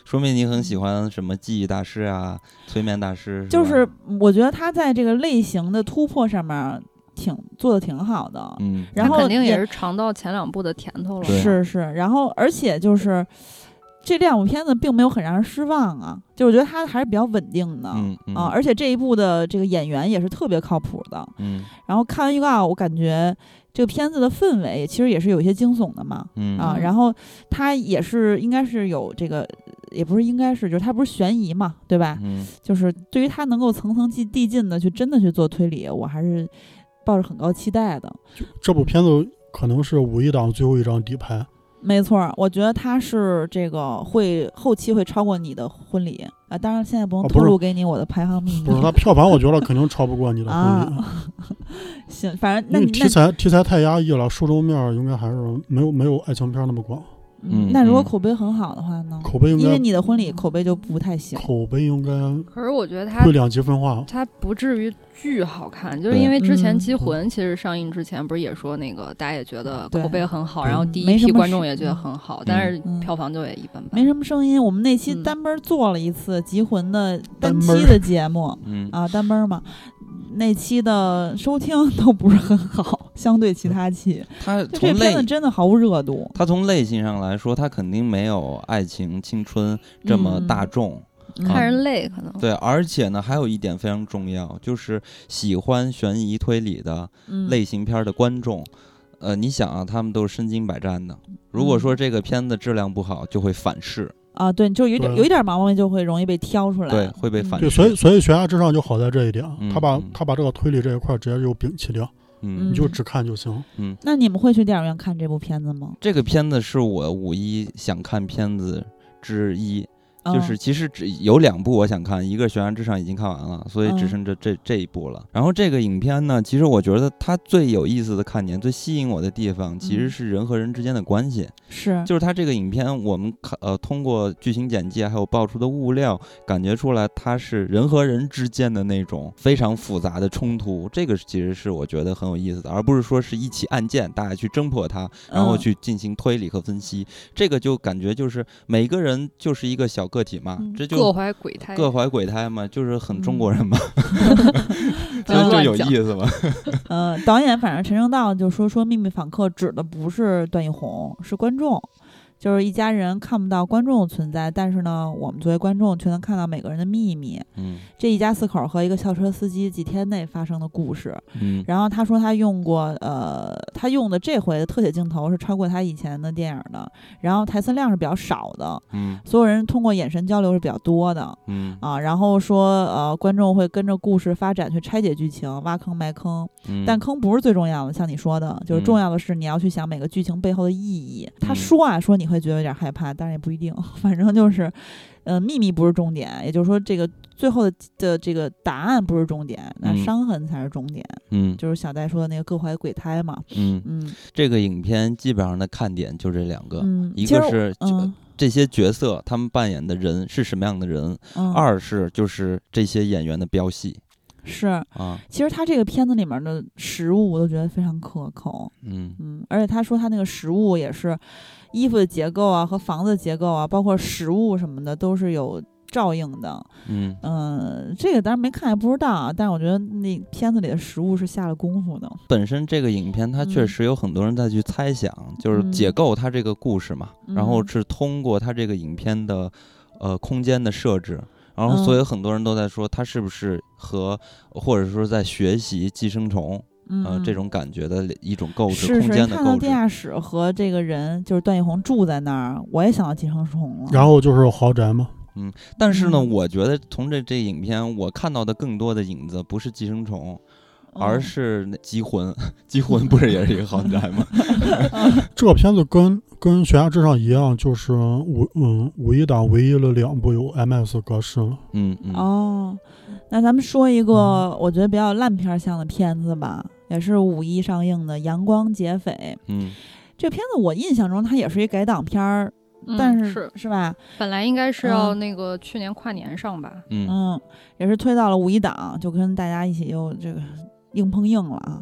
Speaker 1: 说明你很喜欢什么记忆大师啊、催眠大师，
Speaker 2: 就
Speaker 1: 吧
Speaker 2: 是我觉得他在这个类型的突破上面儿挺做的挺好的。
Speaker 1: 嗯，
Speaker 2: 然后
Speaker 3: 他肯定
Speaker 2: 也
Speaker 3: 也是尝到前两部的甜头了。
Speaker 1: 对啊
Speaker 2: 是是，然后而且就是这两部片子并没有很让人失望啊，就我觉得他还是比较稳定的。
Speaker 1: 嗯嗯
Speaker 2: 啊，而且这一部的这个演员也是特别靠谱的。
Speaker 1: 嗯
Speaker 2: 然后看完预告，我感觉这个片子的氛围其实也是有一些惊悚的嘛，
Speaker 1: 嗯
Speaker 2: 啊，
Speaker 3: 嗯
Speaker 2: 然后它也是应该是有这个，也不是应该是，就是它不是悬疑嘛，对吧？
Speaker 1: 嗯
Speaker 2: 就是对于它能够层层递进的去真的去做推理，我还是抱着很高期待的。
Speaker 4: 这部片子可能是五一档最后一张底牌，
Speaker 2: 没错儿，我觉得它是这个会后期会超过你的婚礼啊，当然现在不能
Speaker 4: 啊
Speaker 2: 透
Speaker 4: 不是
Speaker 2: 露给你我的排行秘密
Speaker 4: 不是它票房，我觉得肯定超不过你的婚礼，
Speaker 2: 啊。 [LAUGHS] 行，反正那
Speaker 4: 因为
Speaker 2: 你那
Speaker 4: 嗯题材题材太压抑了，受众面儿应该还是没有没有爱情片那么广，
Speaker 2: 嗯
Speaker 1: 嗯，
Speaker 2: 那如果
Speaker 1: 嗯
Speaker 2: 口碑很好的话呢？
Speaker 4: 口碑应
Speaker 2: 因为
Speaker 4: 该
Speaker 2: 你的婚礼口碑就不太行。
Speaker 4: 口碑应该
Speaker 3: 可是我觉得他
Speaker 4: 会两极分化。
Speaker 3: 它不至于巨好看，就是
Speaker 1: 对
Speaker 3: 因为之前
Speaker 2: 嗯
Speaker 3: 《机魂》其实上映之前不是也说那个大家也觉得
Speaker 2: 对
Speaker 3: 口碑很好，
Speaker 4: 对
Speaker 3: 然后第
Speaker 2: 没
Speaker 3: 一
Speaker 2: 什
Speaker 3: 批
Speaker 2: 么
Speaker 3: 观
Speaker 2: 事
Speaker 3: 众也觉得
Speaker 2: 嗯
Speaker 3: 很好，但是
Speaker 2: 嗯
Speaker 3: 票房就也一般般。
Speaker 2: 没什么声音，我们那期
Speaker 3: 嗯
Speaker 2: 单奔做了一次《集魂》的单
Speaker 4: 单
Speaker 2: 期
Speaker 4: 奔儿
Speaker 2: 的节目
Speaker 1: 嗯
Speaker 2: 啊，单奔嘛，那期的收听都不是很好，相对其他期，
Speaker 1: 他
Speaker 2: 就这
Speaker 1: 嗯从类
Speaker 2: 片子真的毫无热度。
Speaker 1: 他从类型上来说，他肯定没有爱情青春这么
Speaker 2: 嗯
Speaker 1: 大众。
Speaker 2: 嗯
Speaker 3: 看人累可能。
Speaker 1: 对，而且呢，还有一点非常重要，就是喜欢悬疑推理的
Speaker 2: 嗯
Speaker 1: 类型片儿的观众，呃，你想啊，他们都是身经百战的。如果
Speaker 2: 嗯
Speaker 1: 说这个片子质量不好，就会反噬，
Speaker 2: 啊，对，就有点
Speaker 4: 对
Speaker 2: 有一点毛病，就会容易被挑出来，
Speaker 1: 对，会被反
Speaker 2: 嗯
Speaker 4: 对，
Speaker 1: 噬。
Speaker 4: 所以所以悬崖之上就好在这一点，
Speaker 1: 嗯
Speaker 4: 他把
Speaker 1: 嗯
Speaker 4: 他把这个推理这一块儿直接就摒弃掉，
Speaker 1: 嗯
Speaker 4: 你就只看就
Speaker 2: 哦
Speaker 4: 行。
Speaker 2: 那你们会去电影院看这部片子吗？
Speaker 1: 这个片子是我五一想看片子之一，就
Speaker 2: 嗯
Speaker 1: 是其实只有两部我想看，一个《悬崖之上》已经看完了，所以只
Speaker 2: 嗯
Speaker 1: 剩这这这一部了。然后这个影片呢，其实我觉得它最有意思的看点、最吸引我的地方，其实
Speaker 2: 嗯
Speaker 1: 是人和人之间的关系。
Speaker 2: 是
Speaker 1: 就是它这个影片，我们看呃通过剧情简介还有爆出的物料，感觉出来它是人和人之间的那种非常复杂的冲突，这个是其实是我觉得很有意思的，而不是说是一起案件大家去侦破它，然后
Speaker 2: 嗯
Speaker 1: 去进行推理和分析，这个就感觉就是每个人就是一个小个体嘛，
Speaker 2: 嗯
Speaker 1: 这
Speaker 3: 各
Speaker 1: 就。
Speaker 3: 怀鬼胎，
Speaker 1: 各怀鬼胎嘛，就是很中国人嘛，
Speaker 3: 不
Speaker 1: 就
Speaker 3: 要
Speaker 1: 就
Speaker 3: 嗯乱
Speaker 1: 有
Speaker 3: 讲
Speaker 1: 意思嘛。
Speaker 2: 呃，导演反正陈正道就说说《秘密访客》指的不是段奕宏，是观众，就是一家人看不到观众存在，但是呢，我们作为观众却能看到每个人的秘密。
Speaker 1: 嗯
Speaker 2: 这一家四口和一个校车司机几天内发生的故事。
Speaker 1: 嗯
Speaker 2: 然后他说他用过，呃，他用的这回的特写镜头是超过他以前的电影的，然后台词量是比较少的，
Speaker 1: 嗯
Speaker 2: 所有人通过眼神交流是比较多的
Speaker 1: 嗯
Speaker 2: 啊。然后说，呃，观众会跟着故事发展去拆解剧情，挖坑埋坑，
Speaker 1: 嗯，
Speaker 2: 但坑不是最重要的，像你说的，就是
Speaker 1: 嗯
Speaker 2: 重要的是你要去想每个剧情背后的意义。他
Speaker 1: 嗯
Speaker 2: 说啊说你会觉得有点害怕，但是也不一定， [LAUGHS] 反正就是，呃，秘密不是重点，也就是说这个最后的的这个答案不是重点，那
Speaker 1: 嗯
Speaker 2: 伤痕才是重点，
Speaker 1: 嗯
Speaker 2: 就是小戴说的那个各怀鬼胎嘛。
Speaker 1: 嗯，
Speaker 2: 嗯
Speaker 1: 这个影片基本上的看点就这两个，
Speaker 2: 嗯，
Speaker 1: 一
Speaker 2: 其
Speaker 1: 个
Speaker 2: 实
Speaker 1: 是呃
Speaker 2: 我嗯
Speaker 1: 这些角色他们扮演的人是什么样的人，
Speaker 2: 嗯
Speaker 1: 二是就是这些演员的飙戏
Speaker 2: 是，
Speaker 1: 啊，
Speaker 2: 其实他这个片子里面的食物我都觉得非常可口。
Speaker 1: 嗯
Speaker 2: 嗯，而且他说他那个食物也是，衣服的结构啊和房子的结构啊，包括食物什么的都是有照应的。
Speaker 1: 嗯
Speaker 2: 嗯，这个当然没看也不知道啊，但是我觉得那片子里的食物是下了功夫的。
Speaker 1: 本身这个影片它确
Speaker 2: 嗯
Speaker 1: 实有很多人在去猜想，就是解构它这个故事嘛，
Speaker 2: 嗯
Speaker 1: 然后是通过它这个影片的呃空间的设置。然后，
Speaker 2: 嗯
Speaker 1: 所以很多人都在说它是不是和，或者说在学习《寄生虫》
Speaker 2: 嗯，
Speaker 1: 呃这种感觉的一种构置，
Speaker 2: 是是
Speaker 1: 空间的
Speaker 2: 看到
Speaker 1: 构
Speaker 2: 地
Speaker 1: 置。
Speaker 2: 下室和这个人就是段奕宏住在那儿，我也想到寄生虫了。
Speaker 4: 然后就是豪宅嘛，
Speaker 1: 但是呢，
Speaker 2: 嗯
Speaker 1: 我觉得从这这影片我看到的更多的影子不是《寄生虫》，而
Speaker 2: 嗯 [LAUGHS]
Speaker 1: 是那《缉魂》。《缉魂》不是也是一个豪宅吗？ [LAUGHS] 嗯
Speaker 4: 这个片子跟跟《悬崖之上》一样，就是五嗯五一档唯一了两部有 MS 格式了。
Speaker 1: 嗯嗯
Speaker 2: 哦，那咱们说一个
Speaker 4: 嗯
Speaker 2: 我觉得比较烂片儿像的片子吧，也是五一上映的《阳光劫匪》。
Speaker 1: 嗯
Speaker 2: 这片子我印象中它也是一改档片儿，
Speaker 3: 嗯
Speaker 2: 但是
Speaker 3: 是
Speaker 2: 吧？
Speaker 3: 本来应该是要
Speaker 2: 嗯
Speaker 3: 那个去年跨年上吧，
Speaker 1: 嗯
Speaker 2: 嗯，也是推到了五一档，就跟大家一起又这个硬碰硬了啊。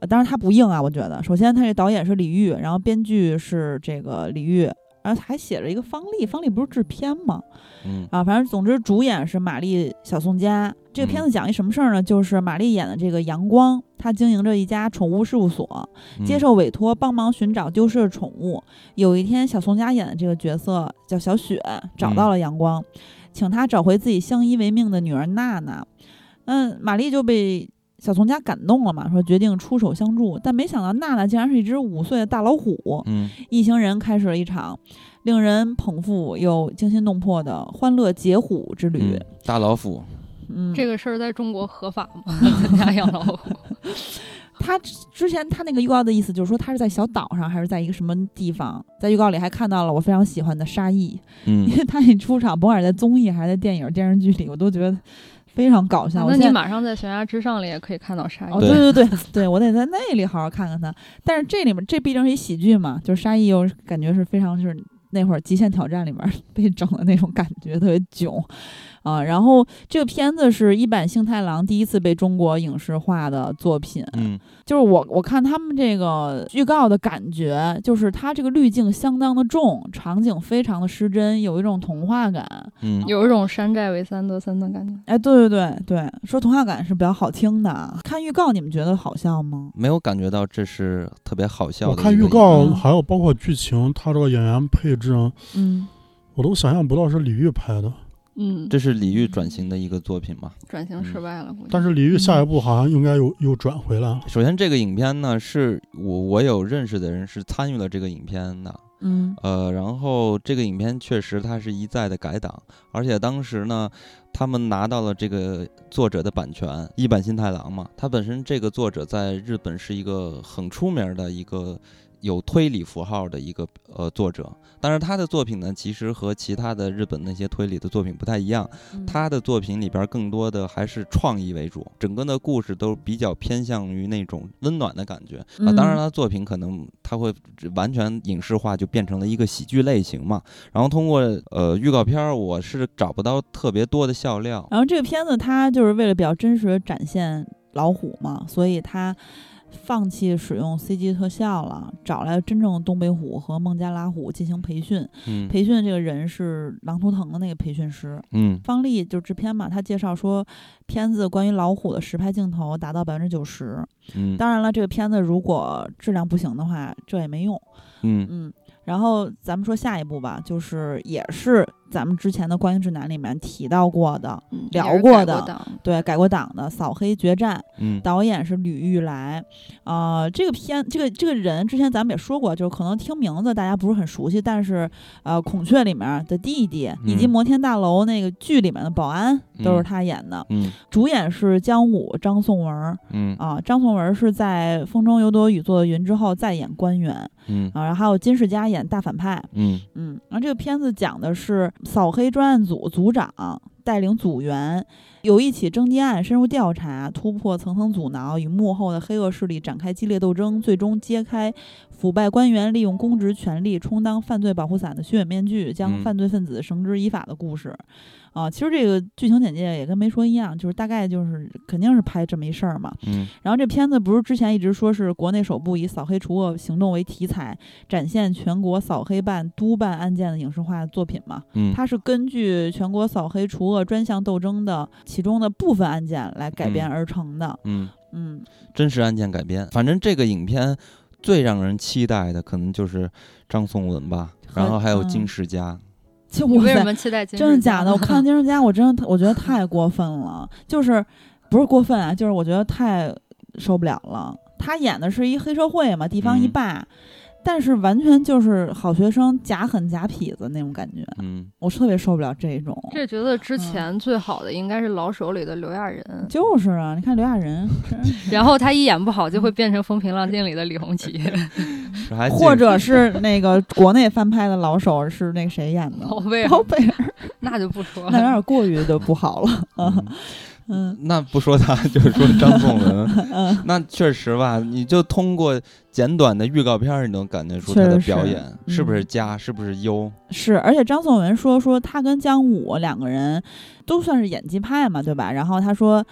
Speaker 2: 呃当然他不硬啊，我觉得。首先，他这导演是李玉，然后编剧是这个李玉，然后还写着一个方丽，方丽不是制片吗？
Speaker 1: 嗯
Speaker 2: 啊，反正总之主演是玛丽小宋佳。这个片子讲一什么事儿呢？就是玛丽演的这个阳光，她经营着一家宠物事务所，
Speaker 1: 嗯，
Speaker 2: 接受委托帮忙寻找丢失的宠物。有一天，小宋佳演的这个角色叫小雪，找到了阳光，请他找回自己相依为命的女儿娜娜。嗯，玛丽就被小宋佳感动了嘛，说决定出手相助。但没想到娜娜竟然是一只五岁的大老虎。
Speaker 1: 嗯
Speaker 2: 一行人开始了一场令人捧腹又惊心动魄的欢乐劫虎之旅
Speaker 1: 嗯。大老虎，
Speaker 2: 嗯，
Speaker 3: 这个事儿在中国合法
Speaker 2: [LAUGHS]
Speaker 3: 吗？咱家养老虎，
Speaker 2: 他之前他那个预告的意思就是说，他是在小岛上，还是在一个什么地方？在预告里还看到了我非常喜欢的沙溢，
Speaker 1: 嗯
Speaker 2: 因为他一出场，甭管是在综艺还是在电影、电视剧里，我都觉得非常搞笑。
Speaker 3: 啊那
Speaker 2: 我
Speaker 3: 你
Speaker 2: 现在
Speaker 3: 马上在悬崖之上里也可以看到鲨
Speaker 2: 哦，
Speaker 3: 鱼。
Speaker 1: 对
Speaker 2: 对对对 [LAUGHS] 对，我得在那里好好看看他。但是这里面这毕竟是一喜剧嘛，就是沙溢又是感觉是非常就是那会儿《极限挑战》里面被整的那种感觉，特别囧啊。然后这个片子是一坂幸太郎第一次被中国影视化的作品，
Speaker 1: 嗯
Speaker 2: 就是我我看他们这个预告的感觉，就是它这个滤镜相当的重，场景非常的失真，有一种童话感。
Speaker 1: 嗯
Speaker 3: 有一种山寨为三得三的感觉，
Speaker 2: 哎，对对对对，说童话感是比较好听的啊。看预告你们觉得好笑吗？
Speaker 1: 没有感觉到这是特别好笑的
Speaker 4: 我
Speaker 1: 一个
Speaker 4: 看
Speaker 1: 影
Speaker 4: 预
Speaker 1: 片。
Speaker 4: 告
Speaker 2: 嗯
Speaker 4: 还有包括剧情，他这个演员配置，
Speaker 2: 嗯，
Speaker 4: 我都想象不到是李玉拍的。
Speaker 3: 嗯，
Speaker 1: 这是李玉转型的一个作品嘛？
Speaker 3: 转型失败了，估计。
Speaker 4: 但是李玉
Speaker 2: 嗯
Speaker 4: 下一步好像应该又又转回来了。
Speaker 1: 首先，这个影片呢，是我我有认识的人是参与了这个影片的，
Speaker 2: 嗯
Speaker 1: 呃，然后这个影片确实它是一再的改档，而且当时呢，他们拿到了这个作者的版权，一坂新太郎嘛，他本身这个作者在日本是一个很出名的一个有推理符号的一个呃作者，但是他的作品呢，其实和其他的日本那些推理的作品不太一样，
Speaker 2: 嗯
Speaker 1: 他的作品里边更多的还是创意为主，整个的故事都比较偏向于那种温暖的感觉啊。当然，
Speaker 2: 嗯
Speaker 1: 他作品可能他会完全影视化，就变成了一个喜剧类型嘛。然后通过呃预告片，儿，我是找不到特别多的笑料。
Speaker 2: 然后这个片子它就是为了比较真实的展现老虎嘛，所以它放弃使用 CG 特效了，找来了真正的东北虎和孟加拉虎进行培训。
Speaker 1: 嗯
Speaker 2: 培训的这个人是狼图腾的那个培训师
Speaker 1: 嗯
Speaker 2: 方丽，就是制片嘛。他介绍说，片子关于老虎的实拍镜头达到百分之九十。
Speaker 1: 嗯
Speaker 2: 当然了，这个片子如果质量不行的话，这也没用。
Speaker 1: 嗯
Speaker 2: 嗯，然后咱们说下一步吧，就是也是咱们之前的《观音指南》里面提到过的，
Speaker 3: 嗯
Speaker 2: 聊
Speaker 3: 也是
Speaker 2: 过
Speaker 3: 改
Speaker 2: 的
Speaker 3: 档
Speaker 2: 对，改过档的《扫黑决战》，
Speaker 1: 嗯
Speaker 2: 导演是吕玉来，啊、这个片这个这个人之前咱们也说过，就是可能听名字大家不是很熟悉，但是呃，《孔雀》里面的弟弟，以及
Speaker 1: 嗯
Speaker 2: 《摩天大楼》那个剧里面的保安都是
Speaker 1: 嗯
Speaker 2: 他演的，
Speaker 1: 嗯
Speaker 2: 主演是姜武、张颂文儿
Speaker 1: 嗯
Speaker 2: 啊、张颂文儿是在《风中有朵雨做的云》之后再演官员
Speaker 1: 嗯
Speaker 2: 啊，然后还有金世佳演大反派，
Speaker 1: 嗯
Speaker 2: 嗯，然后这个片子讲的是扫黑专案组组长带领组员，有一起征地案深入调查，突破层层阻挠，与幕后的黑恶势力展开激烈斗争，最终揭开腐败官员利用公职权力充当犯罪保护伞的虚伪面具，将
Speaker 1: 嗯
Speaker 2: 犯罪分子绳之以法的故事。啊，其实这个剧情简介也跟没说一样，就是大概就是肯定是拍这么一事儿嘛。
Speaker 1: 嗯
Speaker 2: 然后这片子不是之前一直说是国内首部以扫黑除恶行动为题材，展现全国扫黑办督办案件的影视化作品吗？
Speaker 1: 嗯，
Speaker 2: 它是根据全国扫黑除恶专项斗争的其中的部分案件来改编
Speaker 1: 嗯
Speaker 2: 而成的。
Speaker 1: 嗯
Speaker 2: 嗯，
Speaker 1: 真实案件改编。反正这个影片最让人期待的，可能就是张颂文吧，然后还有金世佳。
Speaker 2: 就
Speaker 3: 你
Speaker 2: 我
Speaker 3: 为什
Speaker 2: 在 [LAUGHS]
Speaker 3: 么期待金？
Speaker 2: 真的假的？我
Speaker 3: [LAUGHS]
Speaker 2: 看《金世佳》，我真的我觉得太过分了，就是不是过分啊，就是我觉得太受不了了。他演的是一黑社会嘛，地方一
Speaker 1: 嗯
Speaker 2: 霸。但是完全就是好学生假狠假痞子那种感觉，
Speaker 1: 嗯
Speaker 2: 我特别受不了这种。
Speaker 3: 这觉得之
Speaker 2: 嗯
Speaker 3: 前最好的应该是老手里的刘亚仁，
Speaker 2: 就是啊，你看刘亚仁，
Speaker 3: 然后他一演不好就会
Speaker 2: 嗯
Speaker 3: 变成《风平浪静》里的李
Speaker 2: [LAUGHS]
Speaker 3: 红旗，
Speaker 1: 是还
Speaker 2: 或者是那个国内翻拍的老手是那个谁演的？
Speaker 3: 宝贝，
Speaker 2: 包贝尔，
Speaker 3: 那就不说
Speaker 2: 那有
Speaker 3: 了。
Speaker 2: 点过于的不好了。
Speaker 1: [LAUGHS] 嗯
Speaker 2: 嗯
Speaker 1: 那不说他，就是说张颂
Speaker 2: [LAUGHS]
Speaker 1: 文，那确实吧，你就通过简短的预告片儿，你能感觉出他的
Speaker 2: 确实
Speaker 1: 表
Speaker 2: 是
Speaker 1: 演是不是
Speaker 2: 嗯
Speaker 1: 佳，是不是优？
Speaker 2: 是，而且张颂文说说他跟姜武两个人都算是演技派嘛，对吧？然后他说。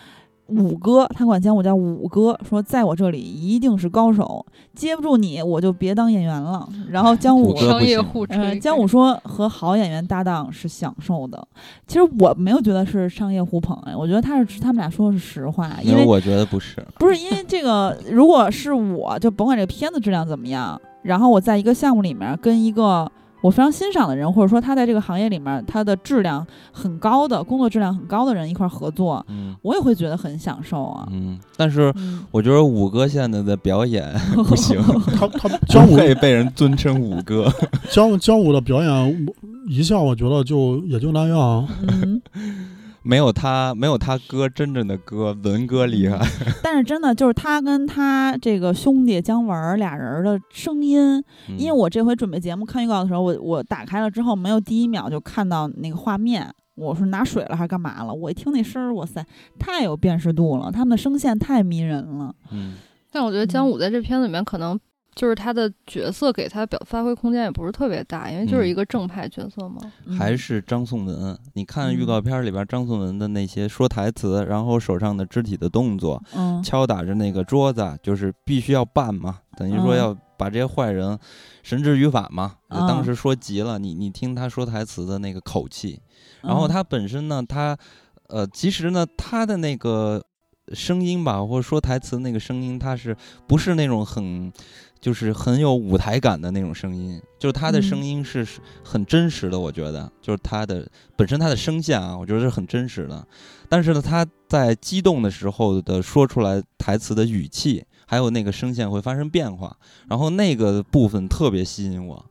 Speaker 2: 五哥，他管姜武叫五哥，说在我这里一定是高手，接不住你我就别当演员了。然后姜
Speaker 1: 五
Speaker 2: 武
Speaker 1: 哥
Speaker 3: 商业互
Speaker 2: 呃，
Speaker 3: 吹，
Speaker 2: 姜武说和好演员搭档是享受的。其实我没有觉得是商业互捧，哎，我觉得他是他们俩说的是实话，因
Speaker 1: 因为
Speaker 2: 为
Speaker 1: 我觉得不
Speaker 2: [LAUGHS]
Speaker 1: 是，
Speaker 2: 不是因为这个，如果是我就甭管这个片子质量怎么样，然后我在一个项目里面跟一个。我非常欣赏的人，或者说他在这个行业里面他的质量很高的工作质量很高的人一块儿合作，
Speaker 1: 嗯
Speaker 2: 我也会觉得很享受啊。
Speaker 1: 嗯，但是
Speaker 2: 嗯，
Speaker 1: 我觉得五哥现在的表
Speaker 2: [LAUGHS]
Speaker 1: 演不行，
Speaker 4: 他他姜
Speaker 1: 不
Speaker 4: 武
Speaker 1: 会被人尊称五哥。
Speaker 4: 姜姜武的表演，我一向我觉得就也就那样。
Speaker 2: 嗯，
Speaker 1: 没有他，没有他哥真正的哥文哥厉害。
Speaker 2: 但是真的就是他跟他这个兄弟姜文儿俩人儿的声音，嗯因为
Speaker 1: 我
Speaker 2: 我这回准备节目看预告的时候，我我打开了之后，没有第一秒就看到那个画面，我说拿水了还是干嘛了？我一听那声儿，哇塞，太有辨识度了，他们的声线太迷人了。
Speaker 1: 嗯
Speaker 3: 但我觉得姜武在这片子里面可能就是他的角色给他表发挥空间也不是特别大，因为就是一个正派角色嘛。
Speaker 2: 嗯
Speaker 1: 还是张颂文，你看
Speaker 2: 嗯
Speaker 1: 预告片里边张颂文的那些说台词，然后手上的肢体的动作，
Speaker 2: 嗯，
Speaker 1: 敲打着那个桌子，就是必须要办嘛，等于说
Speaker 2: 嗯
Speaker 1: 要把这些坏人绳之于法嘛。就
Speaker 2: 嗯
Speaker 1: 当时说急了，你你听他说台词的那个口气，然后
Speaker 2: 嗯
Speaker 1: 他本身呢，他呃，其实呢，他的那个声音吧，或者说台词那个声音，他是不是那种很就是很有舞台感的那种声音？就是他的声
Speaker 2: 嗯
Speaker 1: 音是是很真实的，我觉得，就是他的本身他的声线啊，我觉得是很真实的。但是呢，他在激动的时候的说出来台词的语气，还有那个声线会发生变化，然后那个部分特别吸引我，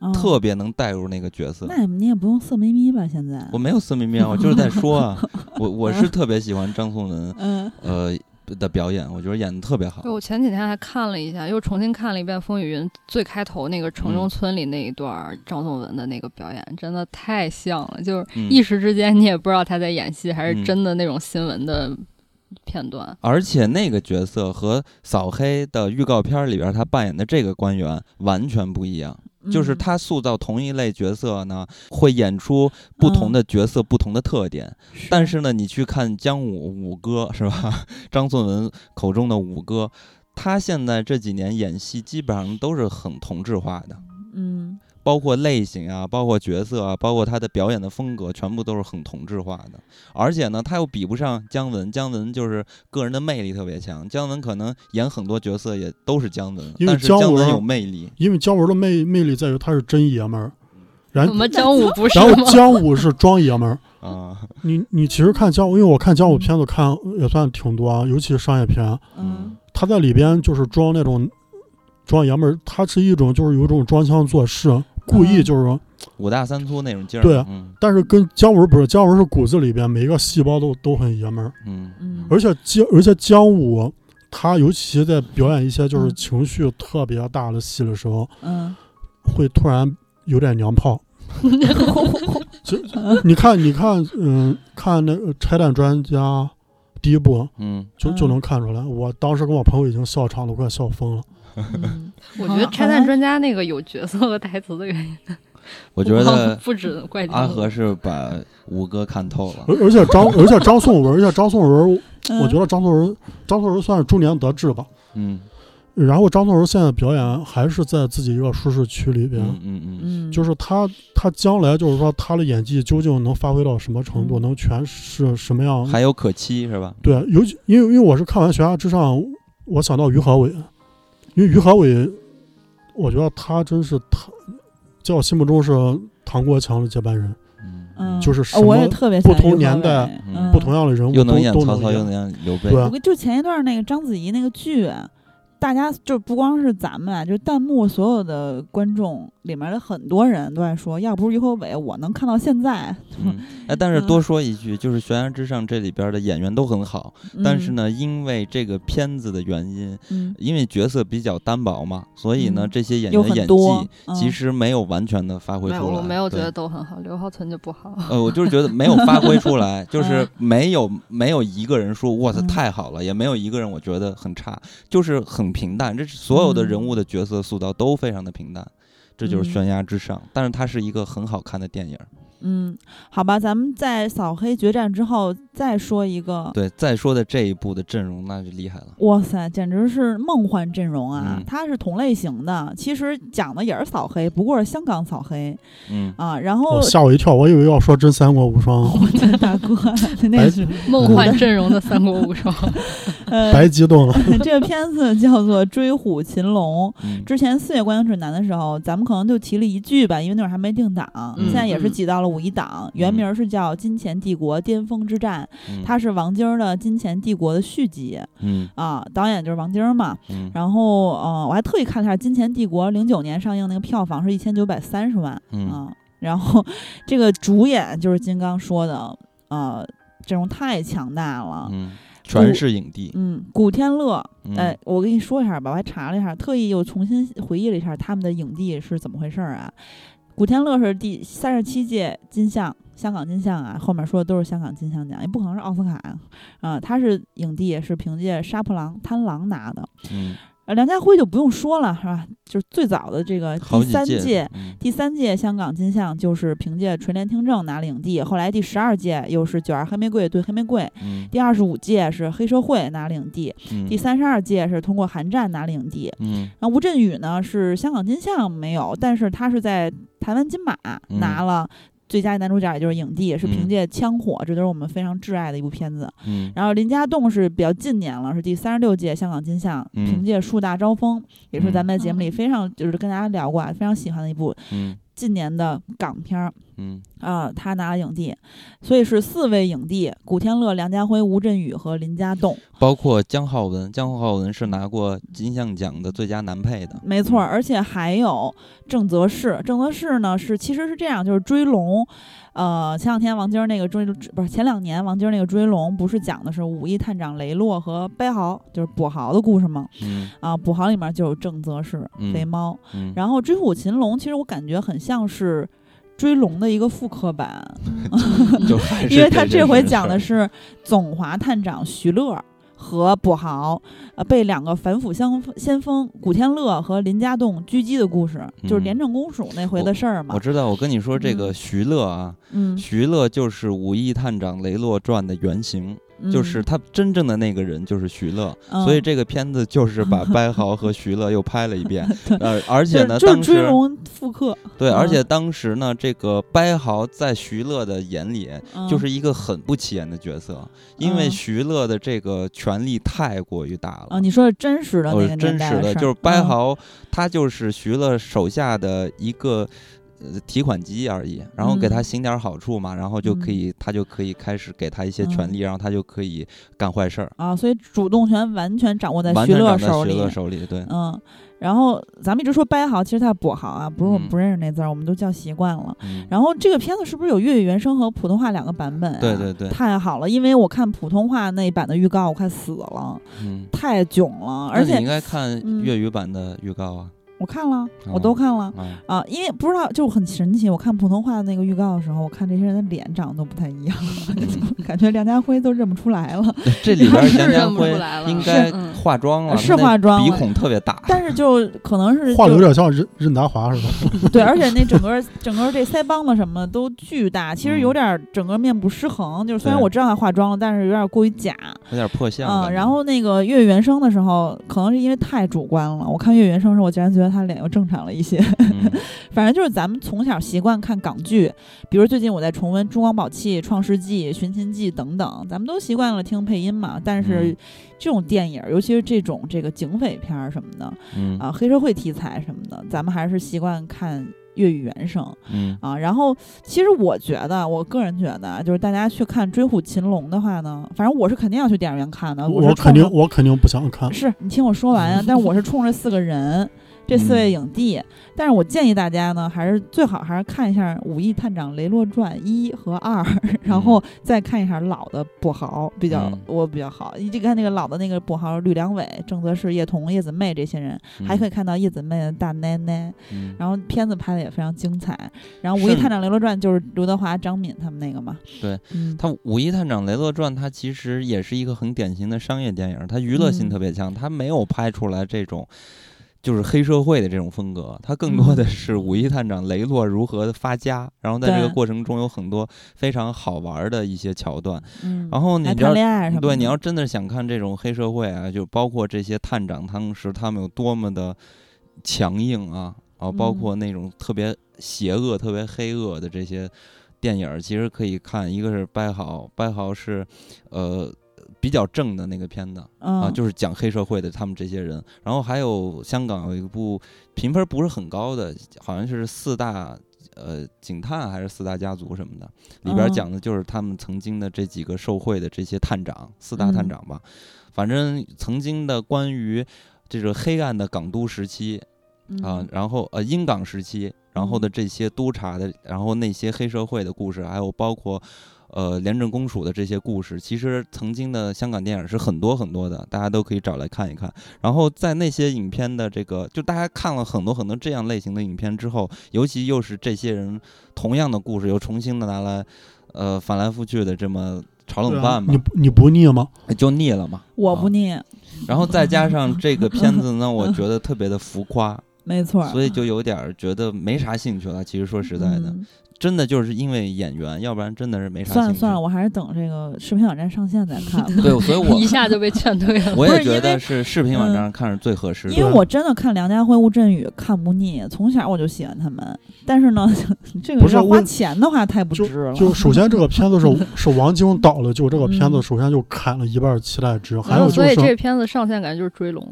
Speaker 2: 嗯
Speaker 1: 特别能带入那个角色。
Speaker 2: 那也你也不用色眯眯吧？现在
Speaker 1: 我没有色眯眯啊，我就是在说啊，我我是特别喜欢张颂文
Speaker 2: 嗯
Speaker 1: 呃的表演，我觉得演的特别好
Speaker 3: 对，。我前几天还看了一下，又重新看了一遍《风雨云》最开头那个城
Speaker 2: 嗯
Speaker 3: 中村里那一段儿张颂文的那个表演，真的太像了，就是
Speaker 1: 嗯
Speaker 3: 一时之间你也不知道他在演戏还
Speaker 1: 嗯
Speaker 3: 是真的那种新闻的片段。
Speaker 1: 而且那个角色和扫黑的预告片里边他扮演的这个官员完全不一样，就是
Speaker 2: 嗯
Speaker 1: 他塑造同一类角色呢，会演出不同的角色、不同的特点。但是呢，你去看姜武五哥是吧？ [LAUGHS] 张颂文口中的五哥，他现在这几年演戏基本上都是很同质化的。
Speaker 2: 嗯，
Speaker 1: 包括类型啊，包括角色啊，包括他的表演的风格，全部都是很同质化的。而且呢，他又比不上姜文，姜文就是个人的魅力特别强。姜文可能演很多角色也都是姜文，
Speaker 4: 因为
Speaker 1: 但是
Speaker 4: 姜
Speaker 1: 姜文
Speaker 4: 文
Speaker 1: 有魅力。
Speaker 4: 因为姜文的魅魅力在于他是真爷们儿，然
Speaker 3: 怎么姜武不是
Speaker 4: 然后 [LAUGHS]
Speaker 3: 吗？
Speaker 4: 姜武是装爷们儿。
Speaker 1: 啊，
Speaker 4: 你你其实看姜武，因为我看姜武片子看也算挺多啊，尤其是商业片，
Speaker 2: 嗯
Speaker 4: 他在里边就是装那种装爷们儿，他是一种就是有一种装腔作势，故意就是说，
Speaker 1: 五大三粗那种劲儿。
Speaker 4: 对啊
Speaker 1: 嗯
Speaker 4: 但是跟姜文不是，姜文是骨子里边每一个细胞都都很爷们儿，
Speaker 1: 嗯
Speaker 2: 嗯，
Speaker 4: 而且姜而且姜武。他尤其在表演一些就是
Speaker 2: 嗯
Speaker 4: 情绪特别大的戏的时候，
Speaker 2: 嗯，
Speaker 4: 会突然有点娘炮。 [LAUGHS]
Speaker 2: [LAUGHS]
Speaker 4: 你看，你看，嗯，看那个《拆弹专家》第一部，
Speaker 1: 嗯，
Speaker 4: 就
Speaker 2: 嗯
Speaker 4: 就能看出来，我当时跟我朋友已经笑场了，快笑疯了。
Speaker 2: 嗯
Speaker 3: [LAUGHS] 我觉得拆弹专家那个有角色和台词的原因，
Speaker 1: 我觉得
Speaker 3: [LAUGHS] 不止怪
Speaker 1: 阿
Speaker 3: 姜
Speaker 1: 和
Speaker 3: 文。
Speaker 1: 是把五哥看透了。
Speaker 4: 而而且张，而且张颂文，而且张颂文，
Speaker 2: 嗯
Speaker 4: 我觉得张颂文，张颂文算是中年得志吧。
Speaker 1: 嗯
Speaker 4: 然后张颂文现在表演还是在自己一个舒适区里边，
Speaker 1: 嗯嗯嗯
Speaker 2: 嗯
Speaker 4: 就是他他将来就是说他的演技究竟能发挥到什么程度，
Speaker 2: 嗯
Speaker 4: 能诠释什么样
Speaker 1: 嗯，？还有可期是吧？
Speaker 4: 对，啊尤其因为因为我是看完《悬崖之上》，我想到于和伟，因为于和伟，我觉得他真是他，在我心目中是唐国强的接班人，
Speaker 2: 嗯
Speaker 4: 就是什
Speaker 2: 哦我也
Speaker 4: 么
Speaker 2: 特别
Speaker 4: 不
Speaker 2: 喜欢
Speaker 4: 同
Speaker 2: 于和
Speaker 4: 年
Speaker 2: 伟
Speaker 4: 代
Speaker 1: 嗯
Speaker 4: 不同。样的人物
Speaker 1: 又
Speaker 4: 都
Speaker 1: 能演
Speaker 4: 都
Speaker 1: 曹
Speaker 4: 能
Speaker 1: 操，又能
Speaker 4: 演。
Speaker 1: 演刘备。
Speaker 4: 对啊
Speaker 2: 我跟就前一段那个章子怡那个剧，大家就不光是咱们啊，就弹幕所有的观众里面的很多人都在说，要不是于和伟，我能看到现在。
Speaker 1: 嗯， [LAUGHS] 哎，但是
Speaker 2: 嗯
Speaker 1: 多说一句，就是《悬崖之上》这里边的演员都很好，但是
Speaker 2: 嗯，
Speaker 1: 呢，因为这个片子的原因，
Speaker 2: 嗯，
Speaker 1: 因为角色比较单薄嘛，所以呢，
Speaker 2: 嗯
Speaker 1: 这些演
Speaker 2: 有
Speaker 1: 员的
Speaker 2: 很
Speaker 1: 演
Speaker 2: 多嗯
Speaker 1: 技，其实没有完全的发挥
Speaker 3: 没有，
Speaker 1: 出来。
Speaker 3: 我没有觉
Speaker 1: 对
Speaker 3: 得。都很好，刘浩存就不好。
Speaker 1: 呃，我就是觉得没有发挥出来，
Speaker 2: [LAUGHS]
Speaker 1: 就是没有没有一个人说哇塞
Speaker 2: 嗯
Speaker 1: 太好了，也没有一个人我觉得很差，就是很平淡。这是所有的人
Speaker 2: 嗯
Speaker 1: 物的角色塑造都非常的平淡，这就是
Speaker 2: 嗯
Speaker 1: 悬崖之上。但是它是一个很好看的电影。
Speaker 2: 嗯，好吧，咱们在扫黑决战之后再说一个。
Speaker 1: 对，再说的这一部的阵容那就厉害了。
Speaker 2: 哇塞，简直是梦幻阵容啊！
Speaker 1: 嗯
Speaker 2: 它是同类型的，其实讲的也是扫黑，不过是香港扫黑
Speaker 1: 嗯，
Speaker 2: 啊。然后
Speaker 4: 我、吓我一跳，我以为要说真三国无双，
Speaker 2: [LAUGHS] 我的大哥，那
Speaker 1: 哎
Speaker 4: 白
Speaker 2: 是
Speaker 3: [LAUGHS] 梦幻阵容的三国无双，
Speaker 2: 呃，
Speaker 4: 白
Speaker 2: [LAUGHS]
Speaker 4: 激动了。
Speaker 2: 这个片子叫做《追虎擒龙》。
Speaker 1: 嗯
Speaker 2: 之前四月观影指南的时候，咱们可能就提了一句吧，因为那会儿还没定档，
Speaker 1: 嗯
Speaker 2: 现在也是挤到了五一档。原名是叫《金钱帝国巅峰之战》，
Speaker 1: 嗯
Speaker 2: 它是王晶儿的《金钱帝国》的续集
Speaker 1: 嗯
Speaker 2: 啊，导演就是王晶儿嘛。
Speaker 1: 嗯
Speaker 2: 然后，呃，我还特意看了一下《金钱帝国》零九年上映那个票房是一千九百三十万，
Speaker 1: 嗯
Speaker 2: 啊，然后这个主演就是金刚说的，呃，阵容太强大了，
Speaker 1: 嗯，全是影帝。
Speaker 2: 嗯，古天乐，
Speaker 1: 嗯
Speaker 2: 哎，我跟你说一下吧，我还查了一下，特意又重新回忆了一下他们的影帝是怎么回事儿啊。古天乐是第三十七届金像香港金像啊，后面说的都是香港金像奖，也不可能是奥斯卡呀、啊。他是影帝，是凭借《杀破狼》《贪狼》拿的。
Speaker 1: 嗯，
Speaker 2: 呃，梁家辉就不用说了，是吧？就是最早的这个
Speaker 1: 好
Speaker 2: 第
Speaker 1: 几
Speaker 2: 三
Speaker 1: 届
Speaker 2: 届
Speaker 1: 的，嗯
Speaker 2: 第三届香港金像就是凭借《垂帘听政》拿了影帝，后来第十二届又是《九二黑玫瑰》对黑玫瑰，
Speaker 1: 嗯
Speaker 2: 第二十五届是黑社会拿了影帝，
Speaker 1: 嗯
Speaker 2: 第三十二届是通过寒战拿了影帝。
Speaker 1: 嗯
Speaker 2: 那吴镇宇呢是香港金像没有，但是他是在台湾金马
Speaker 1: 嗯
Speaker 2: 拿了最佳男主角，也就是影帝，是
Speaker 1: 嗯
Speaker 2: 凭借《枪火》，这都是我们非常挚爱的一部片子。
Speaker 1: 嗯
Speaker 2: 然后林家栋是比较近年了，是第三十六届香港金像，
Speaker 1: 嗯
Speaker 2: 凭借《树大招风》，也是咱们在节目里
Speaker 3: 嗯
Speaker 2: 非常就是跟大家聊过啊，非常喜欢的一部
Speaker 1: 嗯
Speaker 2: 近年的港片儿。
Speaker 1: 嗯
Speaker 2: 啊、他拿了影帝，所以是四位影帝：古天乐、梁家辉、吴镇宇和林家栋。
Speaker 1: 包括姜浩文，姜浩文是拿过金像奖的最佳男配的。
Speaker 2: 没错，而且还有郑则仕。郑则仕呢是其实是这样，就是追龙，呃，前两天王晶儿那个追不是前两年王晶儿那个追龙，不是讲的是五一探长雷洛和跛豪，就是跛豪的故事吗？
Speaker 1: 嗯
Speaker 2: 啊，跛豪里面就有郑则仕、
Speaker 1: 嗯
Speaker 2: 肥猫，
Speaker 1: 嗯，
Speaker 2: 然后《追虎擒龙》其实我感觉很像是追龙的一个复刻版，
Speaker 1: 就还是
Speaker 2: 因为他
Speaker 1: 这
Speaker 2: 这回讲
Speaker 1: 件
Speaker 2: 的
Speaker 1: 事
Speaker 2: 是总华探长徐乐和跛豪，呃，被两个反腐相先锋古天乐和林家栋狙击的故事，就是
Speaker 1: 嗯
Speaker 2: 廉政公署那回
Speaker 1: 我
Speaker 2: 的事儿
Speaker 1: 儿。我
Speaker 2: 嘛。
Speaker 1: 知道，我跟你说，这个
Speaker 2: 嗯
Speaker 1: 徐乐啊，
Speaker 2: 嗯
Speaker 1: 徐乐就是《武义探长雷洛传》的原型，就是他真正的那个人就是徐乐，
Speaker 2: 嗯
Speaker 1: 所以这个片子就是
Speaker 2: [LAUGHS]
Speaker 1: 把白豪和徐乐又拍了一遍，呃，而且呢，
Speaker 2: 就是
Speaker 1: 当
Speaker 2: 追
Speaker 1: 时
Speaker 2: 龙复刻，
Speaker 1: 对，而
Speaker 2: 嗯
Speaker 1: 且当时呢，这个白豪在徐乐的眼里
Speaker 2: 嗯
Speaker 1: 就是一个很不起眼的角色，因为
Speaker 2: 嗯
Speaker 1: 徐乐的这个权力太过于大了。
Speaker 2: 啊，你说的真实的
Speaker 1: 哦
Speaker 2: 那个
Speaker 1: 真
Speaker 2: 年代
Speaker 1: 实的，
Speaker 2: 事儿
Speaker 1: 就是白，
Speaker 2: 嗯
Speaker 1: 豪，他就是徐乐手下的一个。呃，提款机而已，然后给他
Speaker 2: 嗯
Speaker 1: 行点好处嘛，然后就可以，他就可以开始给他一些权利，
Speaker 2: 嗯
Speaker 1: 然后他就可以干坏事儿，
Speaker 2: 啊，所以主动权完全掌握在
Speaker 1: 完
Speaker 2: 徐
Speaker 1: 全
Speaker 2: 乐
Speaker 1: 掌在
Speaker 2: 手
Speaker 1: 徐
Speaker 2: 里，
Speaker 1: 乐手里。对，
Speaker 2: 嗯，然后咱们一直说掰好，其实它跛豪啊，不是我
Speaker 1: 嗯
Speaker 2: 们不认识那字儿，我们都叫习惯了。
Speaker 1: 嗯
Speaker 2: 然后这个片子是不是有粤语原声和普通话两个版本、啊？
Speaker 1: 对对对
Speaker 2: 太好了，因为我看普通话那版的预告，我快死了，
Speaker 1: 嗯，
Speaker 2: 太囧了，
Speaker 1: 那
Speaker 2: 而
Speaker 1: 你
Speaker 2: 且
Speaker 1: 应该看
Speaker 2: 嗯
Speaker 1: 粤语版的预告啊，
Speaker 2: 我看了，我都看了。 [LAUGHS]
Speaker 1: 啊，
Speaker 2: 啊，因为不知道，就很神奇。我看普通话的那个预告的时候，我看这些人的脸长得都不太一样， [LAUGHS] 感觉梁家辉都认不出来
Speaker 1: [LAUGHS]
Speaker 2: 了。
Speaker 1: 嗯这里边
Speaker 3: 是
Speaker 1: 杨家
Speaker 3: 认不出
Speaker 1: 辉
Speaker 3: 来了
Speaker 1: 应该
Speaker 3: 是嗯
Speaker 1: 化妆了，
Speaker 2: 是
Speaker 1: 那
Speaker 2: 化妆
Speaker 1: 鼻
Speaker 2: 了
Speaker 1: 孔特别大，
Speaker 2: 但是就可能是
Speaker 4: 画的
Speaker 2: 就
Speaker 4: 有点像任任达华似的，
Speaker 2: 对，而且那整个 [LAUGHS] 整个这腮帮子什么的都巨大，其实有点儿整个面部失衡。就是虽然
Speaker 1: 嗯对
Speaker 2: 我知道她化妆了，但是有点儿过于假。
Speaker 1: 有点破相感
Speaker 2: 嗯，
Speaker 1: 觉。
Speaker 2: 然后那个粤语原声的时候，可能是因为太主观了。我看粤语原声的时候，我竟然觉得她脸又正常了一些。 [LAUGHS]
Speaker 1: 嗯，
Speaker 2: 反正就是咱们从小习惯看港剧，比如最近我在重温《珠光宝气》《创世纪》《寻秦记》等等，咱们都习惯了听配音嘛。但是
Speaker 1: 嗯
Speaker 2: 这种电影儿，尤其是这种这个警匪片儿什么的 [LAUGHS]
Speaker 1: 嗯
Speaker 2: 啊，黑社会题材什么的，咱们还是习惯看粤语原声。
Speaker 1: 嗯
Speaker 2: 啊，然后其实我觉得，我个人觉得啊，就是大家去看《追虎擒龙》的话呢，反正我是肯定要去电影院看的。
Speaker 4: 我
Speaker 2: 啊是
Speaker 4: 肯
Speaker 2: 冲
Speaker 4: 定
Speaker 2: 着
Speaker 4: 我肯定不想
Speaker 1: 啊
Speaker 4: 看。
Speaker 2: 是你听我说完
Speaker 1: [LAUGHS]
Speaker 2: 啊，但是我是冲着四个人，这
Speaker 1: 嗯
Speaker 2: 四位影帝，但是我建议大家呢，还是最好还是看一下《武义探长雷洛传》一和二， [LAUGHS] 然后再看一下老的跛豪比较、
Speaker 1: 嗯
Speaker 2: 我比较好，你就看那个老的那个跛豪吕良伟、郑则仕、叶童、叶子妹这些人，还可以看到叶子妹的大奶奶。
Speaker 1: 嗯，
Speaker 2: 然后片子拍的也非常精彩。然后《无意
Speaker 1: 甚
Speaker 2: 探长雷洛传》就是刘德华、张敏他们那个嘛。
Speaker 1: 对，
Speaker 2: 嗯，
Speaker 1: 他《五一探长雷洛传》，它其实也是一个很典型的商业电影，它娱乐性
Speaker 2: 嗯
Speaker 1: 特别强，它没有拍出来这种就是黑社会的这种风格，它更多的
Speaker 2: 嗯
Speaker 1: 是五一探长雷洛如何发家，然后在这个
Speaker 2: 对
Speaker 1: 过程中有很多非常好玩的一些桥段。
Speaker 2: 嗯
Speaker 1: 然后你
Speaker 2: 还
Speaker 1: 知道
Speaker 2: 谈恋爱什么的？
Speaker 1: 对，你要真的想看这种黑社会啊，就包括这些探长当时他们有多么的强硬啊，啊，包
Speaker 2: 嗯
Speaker 1: 括那种特别邪恶、特别黑恶的这些电影儿，其实可以看。一个是《掰好》，《掰好》是呃比较正的那个片子
Speaker 2: 嗯
Speaker 1: 啊，就是讲黑社会的他们这些人。然后还有香港有一部评分不是很高的，好像是四大。呃，警探还是四大家族什么的，里边
Speaker 2: 嗯
Speaker 1: 讲的就是他们曾经的这几个受贿的这些探长，四大探
Speaker 2: 嗯
Speaker 1: 长吧，反正曾经的关于这个黑暗的港都时期啊、
Speaker 2: 嗯
Speaker 1: 然后呃英港时期，然后的
Speaker 2: 嗯
Speaker 1: 这些督察的，然后那些黑社会的故事，还有包括呃廉政公署的这些故事，其实曾经的香港电影是很多很多的，大家都可以找来看一看。然后在那些影片的这个，就大家看了很多很多这样类型的影片之后，尤其又是这些人同样的故事，又重新的拿来呃翻来覆去的这么炒冷
Speaker 4: 对啊
Speaker 1: 饭嘛
Speaker 4: 你，不你不腻吗？
Speaker 1: 就腻了嘛。
Speaker 2: 我不腻，
Speaker 1: 然后再加上这个片子呢，我觉得特别的浮夸，
Speaker 2: 没错儿。啊
Speaker 1: 所以就有点儿觉得没啥兴趣了。其实说实在的，
Speaker 2: 嗯
Speaker 1: 真的就是因为演员，要不然真的是没啥
Speaker 2: 算
Speaker 1: 兴
Speaker 2: 了
Speaker 1: 趣。
Speaker 2: 算了，我还是等这个视频网站上线再
Speaker 1: [LAUGHS]
Speaker 2: 看吧。
Speaker 1: 对，所以
Speaker 3: [LAUGHS]
Speaker 1: [LAUGHS] 我
Speaker 3: 一下就被劝退了。
Speaker 1: 我
Speaker 2: 不
Speaker 1: 也
Speaker 2: 是因
Speaker 1: 觉
Speaker 2: 为
Speaker 1: 得是视频网站上看是最合适
Speaker 2: 因
Speaker 1: 的。
Speaker 2: 为我真的看梁家辉、吴镇宇看不腻，从小我就喜欢他们。但是呢，这个
Speaker 4: 不是
Speaker 2: 要花
Speaker 4: 我
Speaker 2: 钱的话太不值
Speaker 4: 就
Speaker 2: 了。
Speaker 4: 就首先这个片
Speaker 2: [LAUGHS]
Speaker 4: 子是是王晶导的，就这个片子
Speaker 2: 嗯
Speaker 4: 首先就砍了一半期待值，还
Speaker 3: 然
Speaker 4: 有
Speaker 3: 后，嗯
Speaker 4: 就
Speaker 3: 所以这
Speaker 4: 是
Speaker 3: 片子上线感觉就是追龙，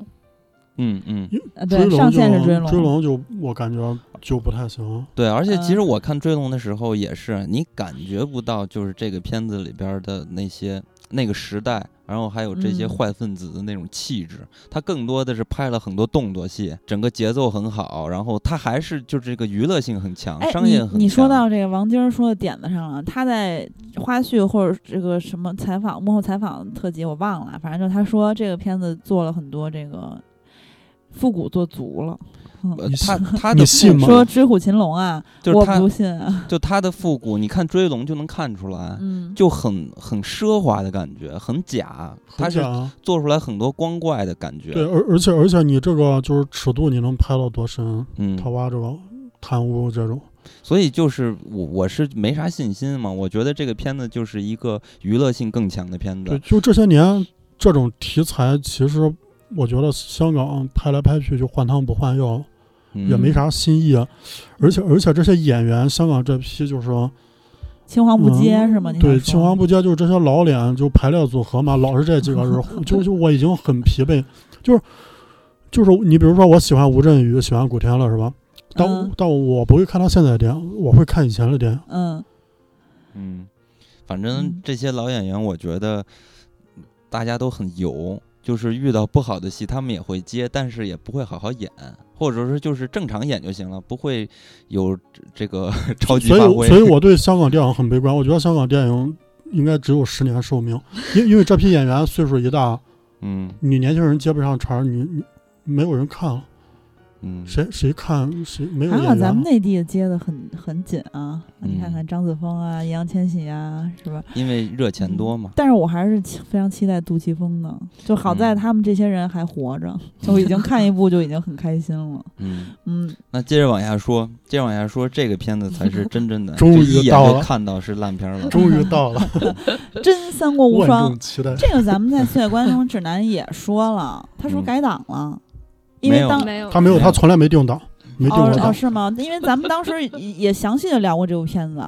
Speaker 1: 嗯嗯，
Speaker 2: 呃
Speaker 4: 追
Speaker 2: 对，
Speaker 4: 龙
Speaker 2: 上
Speaker 4: 就
Speaker 2: 线是
Speaker 4: 追
Speaker 2: 龙，
Speaker 4: 龙啊就我感觉就不太行。
Speaker 1: 对。而且其实
Speaker 2: 嗯
Speaker 1: 我看《追龙》的时候也是，你感觉不到就是这个片子里边儿的那些那个时代，然后还有这些
Speaker 2: 嗯
Speaker 1: 坏分子的那种气质。他更多的是拍了很多动作戏，整个节奏很好，然后他还是就这个娱乐性很强，
Speaker 2: 哎，
Speaker 1: 商业
Speaker 2: 你
Speaker 1: 很强。
Speaker 2: 你说到这个王晶儿说的点子上了，他在花絮或者这个什么采访幕后采访特辑我忘了，反正就是他说这个片子做了很多这个复古做足了，
Speaker 1: 呃
Speaker 4: 你
Speaker 1: 他他
Speaker 4: 你
Speaker 1: 的
Speaker 4: 信
Speaker 1: 复
Speaker 4: 吗
Speaker 2: 说《追虎擒龙》啊，
Speaker 1: 就是
Speaker 2: 我
Speaker 1: 他
Speaker 2: 不信啊，
Speaker 1: 就他的复古，你看《追龙》就能看出来，
Speaker 2: 嗯，
Speaker 1: 啊就很很奢华的感觉，很假，他
Speaker 4: 很假
Speaker 1: 是
Speaker 4: 啊，
Speaker 1: 做出来很多光怪的感觉。
Speaker 4: 对，而而且而且你这个就是尺度，你能拍到多深？
Speaker 1: 嗯，
Speaker 4: 他挖这个贪污这种，
Speaker 1: 所以就是我我是没啥信心嘛，我觉得这个片子就是一个娱乐性更强的片
Speaker 4: 对，
Speaker 1: 子。
Speaker 4: 就这些年这种题材，其实我觉得香港拍来拍去就换汤不换药，也
Speaker 1: 嗯，
Speaker 4: 没啥新意。啊而且而且这些演员，香港这批就是说
Speaker 2: 青黄不接是吗？你
Speaker 4: 对
Speaker 2: 想说
Speaker 4: 青黄不接，就是这些老脸，就排列组合嘛，老是这几个人，就就我已经很疲惫，就是就是你比如说我喜欢吴镇宇，喜欢古天乐是吧？但、
Speaker 2: 嗯
Speaker 4: 但我不会看他现在的电影，我会看以前的电影。
Speaker 2: 嗯，
Speaker 1: 嗯，反
Speaker 2: 嗯
Speaker 1: 正这些老演员，我觉得大家都很油，就是遇到不好的戏，他们也会接，但是也不会好好演，或者说就是正常演就行了，不会有这这个 [LAUGHS] 超级
Speaker 4: 所以
Speaker 1: 发
Speaker 4: 我，
Speaker 1: 挥。
Speaker 4: 所以我对香港电影很悲观。我觉得香港电影应该只有十年寿命，因因为这批演员岁数一大，
Speaker 1: 嗯
Speaker 4: 你年轻人接不上茬儿，你你没有人看了，
Speaker 1: 嗯，
Speaker 4: 谁谁看谁没有
Speaker 2: 还
Speaker 4: 演
Speaker 2: 好
Speaker 4: 员啊
Speaker 2: 咱们
Speaker 4: 了。
Speaker 2: 内地接的很很紧啊，你看
Speaker 1: 嗯
Speaker 2: 看张子枫啊、易烊千玺啊，是吧？
Speaker 1: 因为热钱多嘛。
Speaker 2: 但是我还是期非常期待杜琪峰的，就好在
Speaker 1: 嗯
Speaker 2: 他们这些人还活着，就已经看一部就已经很开心了。
Speaker 1: 嗯，
Speaker 2: 嗯，
Speaker 1: 那接着往下说，接着往下说，这个片子才是真正的，
Speaker 4: 终于
Speaker 1: 就一眼
Speaker 4: 到
Speaker 1: 就
Speaker 4: 了
Speaker 1: 看到是烂片
Speaker 4: [LAUGHS]
Speaker 1: 了。
Speaker 4: 终于
Speaker 2: [LAUGHS]
Speaker 4: 到了，
Speaker 2: 真三国无
Speaker 4: 万
Speaker 2: 双
Speaker 4: 众，期待。
Speaker 2: 这个咱们在《岁月观中指南》也说了，他说
Speaker 1: 嗯
Speaker 2: 改档了，
Speaker 1: 没
Speaker 2: 因为
Speaker 1: 有
Speaker 2: 当
Speaker 3: 啊没有
Speaker 4: 他没 [LAUGHS] 有，
Speaker 1: 没有
Speaker 4: 他从来没定档，没定过
Speaker 2: 哦哦
Speaker 4: 档。
Speaker 2: 是吗？因为咱们当时也也详细的聊过这部片子，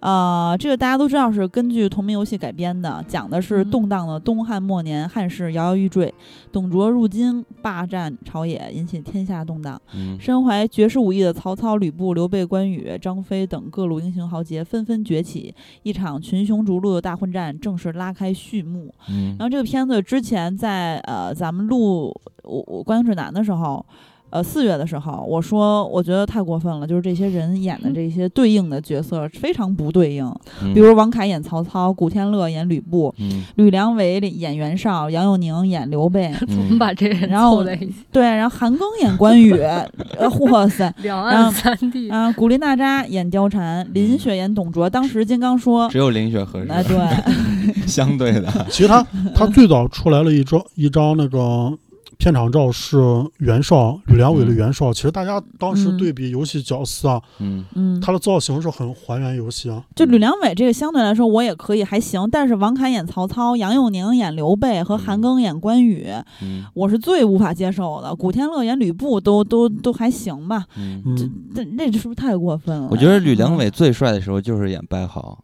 Speaker 2: 呃，这个大家都知道是根据同名游戏改编的，讲的是
Speaker 3: 嗯
Speaker 2: 动荡的东汉末年，汉室摇摇欲坠，董卓入京霸占朝野，引起天下动荡。
Speaker 1: 嗯
Speaker 2: 身怀绝世武艺的曹操、吕布、刘备、关羽、张飞等各路英雄豪杰纷纷崛起，一场群雄逐鹿的大混战正式拉开序幕。
Speaker 1: 嗯
Speaker 2: 然后这个片子之前在呃咱们录我我观影指南的时候，呃四月的时候，我说我觉得太过分了，就是这些人演的这些对应的角色非常不对应，
Speaker 1: 嗯
Speaker 2: 比如王凯演曹操，古天乐演吕布，
Speaker 1: 嗯
Speaker 2: 吕良伟演袁绍，杨佑宁演刘
Speaker 1: [LAUGHS]
Speaker 2: 备，
Speaker 3: 怎么
Speaker 1: 嗯
Speaker 3: 把这人
Speaker 2: 然后
Speaker 3: 凑
Speaker 2: [LAUGHS]
Speaker 3: 在一起？
Speaker 2: 对，然后韩庚演关羽， [LAUGHS] 呃，哇塞。
Speaker 3: 两
Speaker 2: 然后
Speaker 3: 岸三地，
Speaker 2: 啊，古力娜扎演貂
Speaker 1: 嗯
Speaker 2: 蝉，林雪演董卓。当时金刚说
Speaker 1: 只有林雪
Speaker 2: [LAUGHS]
Speaker 1: 合：“
Speaker 2: 啊，
Speaker 1: 适，
Speaker 2: 对，
Speaker 1: [LAUGHS] 相对的。
Speaker 4: 其实他他最早出来了一张一张那个片场照是袁绍吕良伟的袁绍，其实大家当时
Speaker 2: 嗯
Speaker 4: 对比游戏角色啊，
Speaker 1: 嗯
Speaker 2: 嗯，
Speaker 4: 他的造型是很还原游戏啊。
Speaker 2: 就吕良伟这个相对来说我也可以还行，但是王凯演曹操，杨佑宁演刘备和韩庚演关羽，
Speaker 1: 嗯
Speaker 2: 我是最无法接受的。古天乐演吕布都都都还行吧，
Speaker 1: 嗯，
Speaker 4: 嗯，
Speaker 2: 但那是不是太过分了？
Speaker 1: 我觉得吕良伟最帅的时候就是演白豪，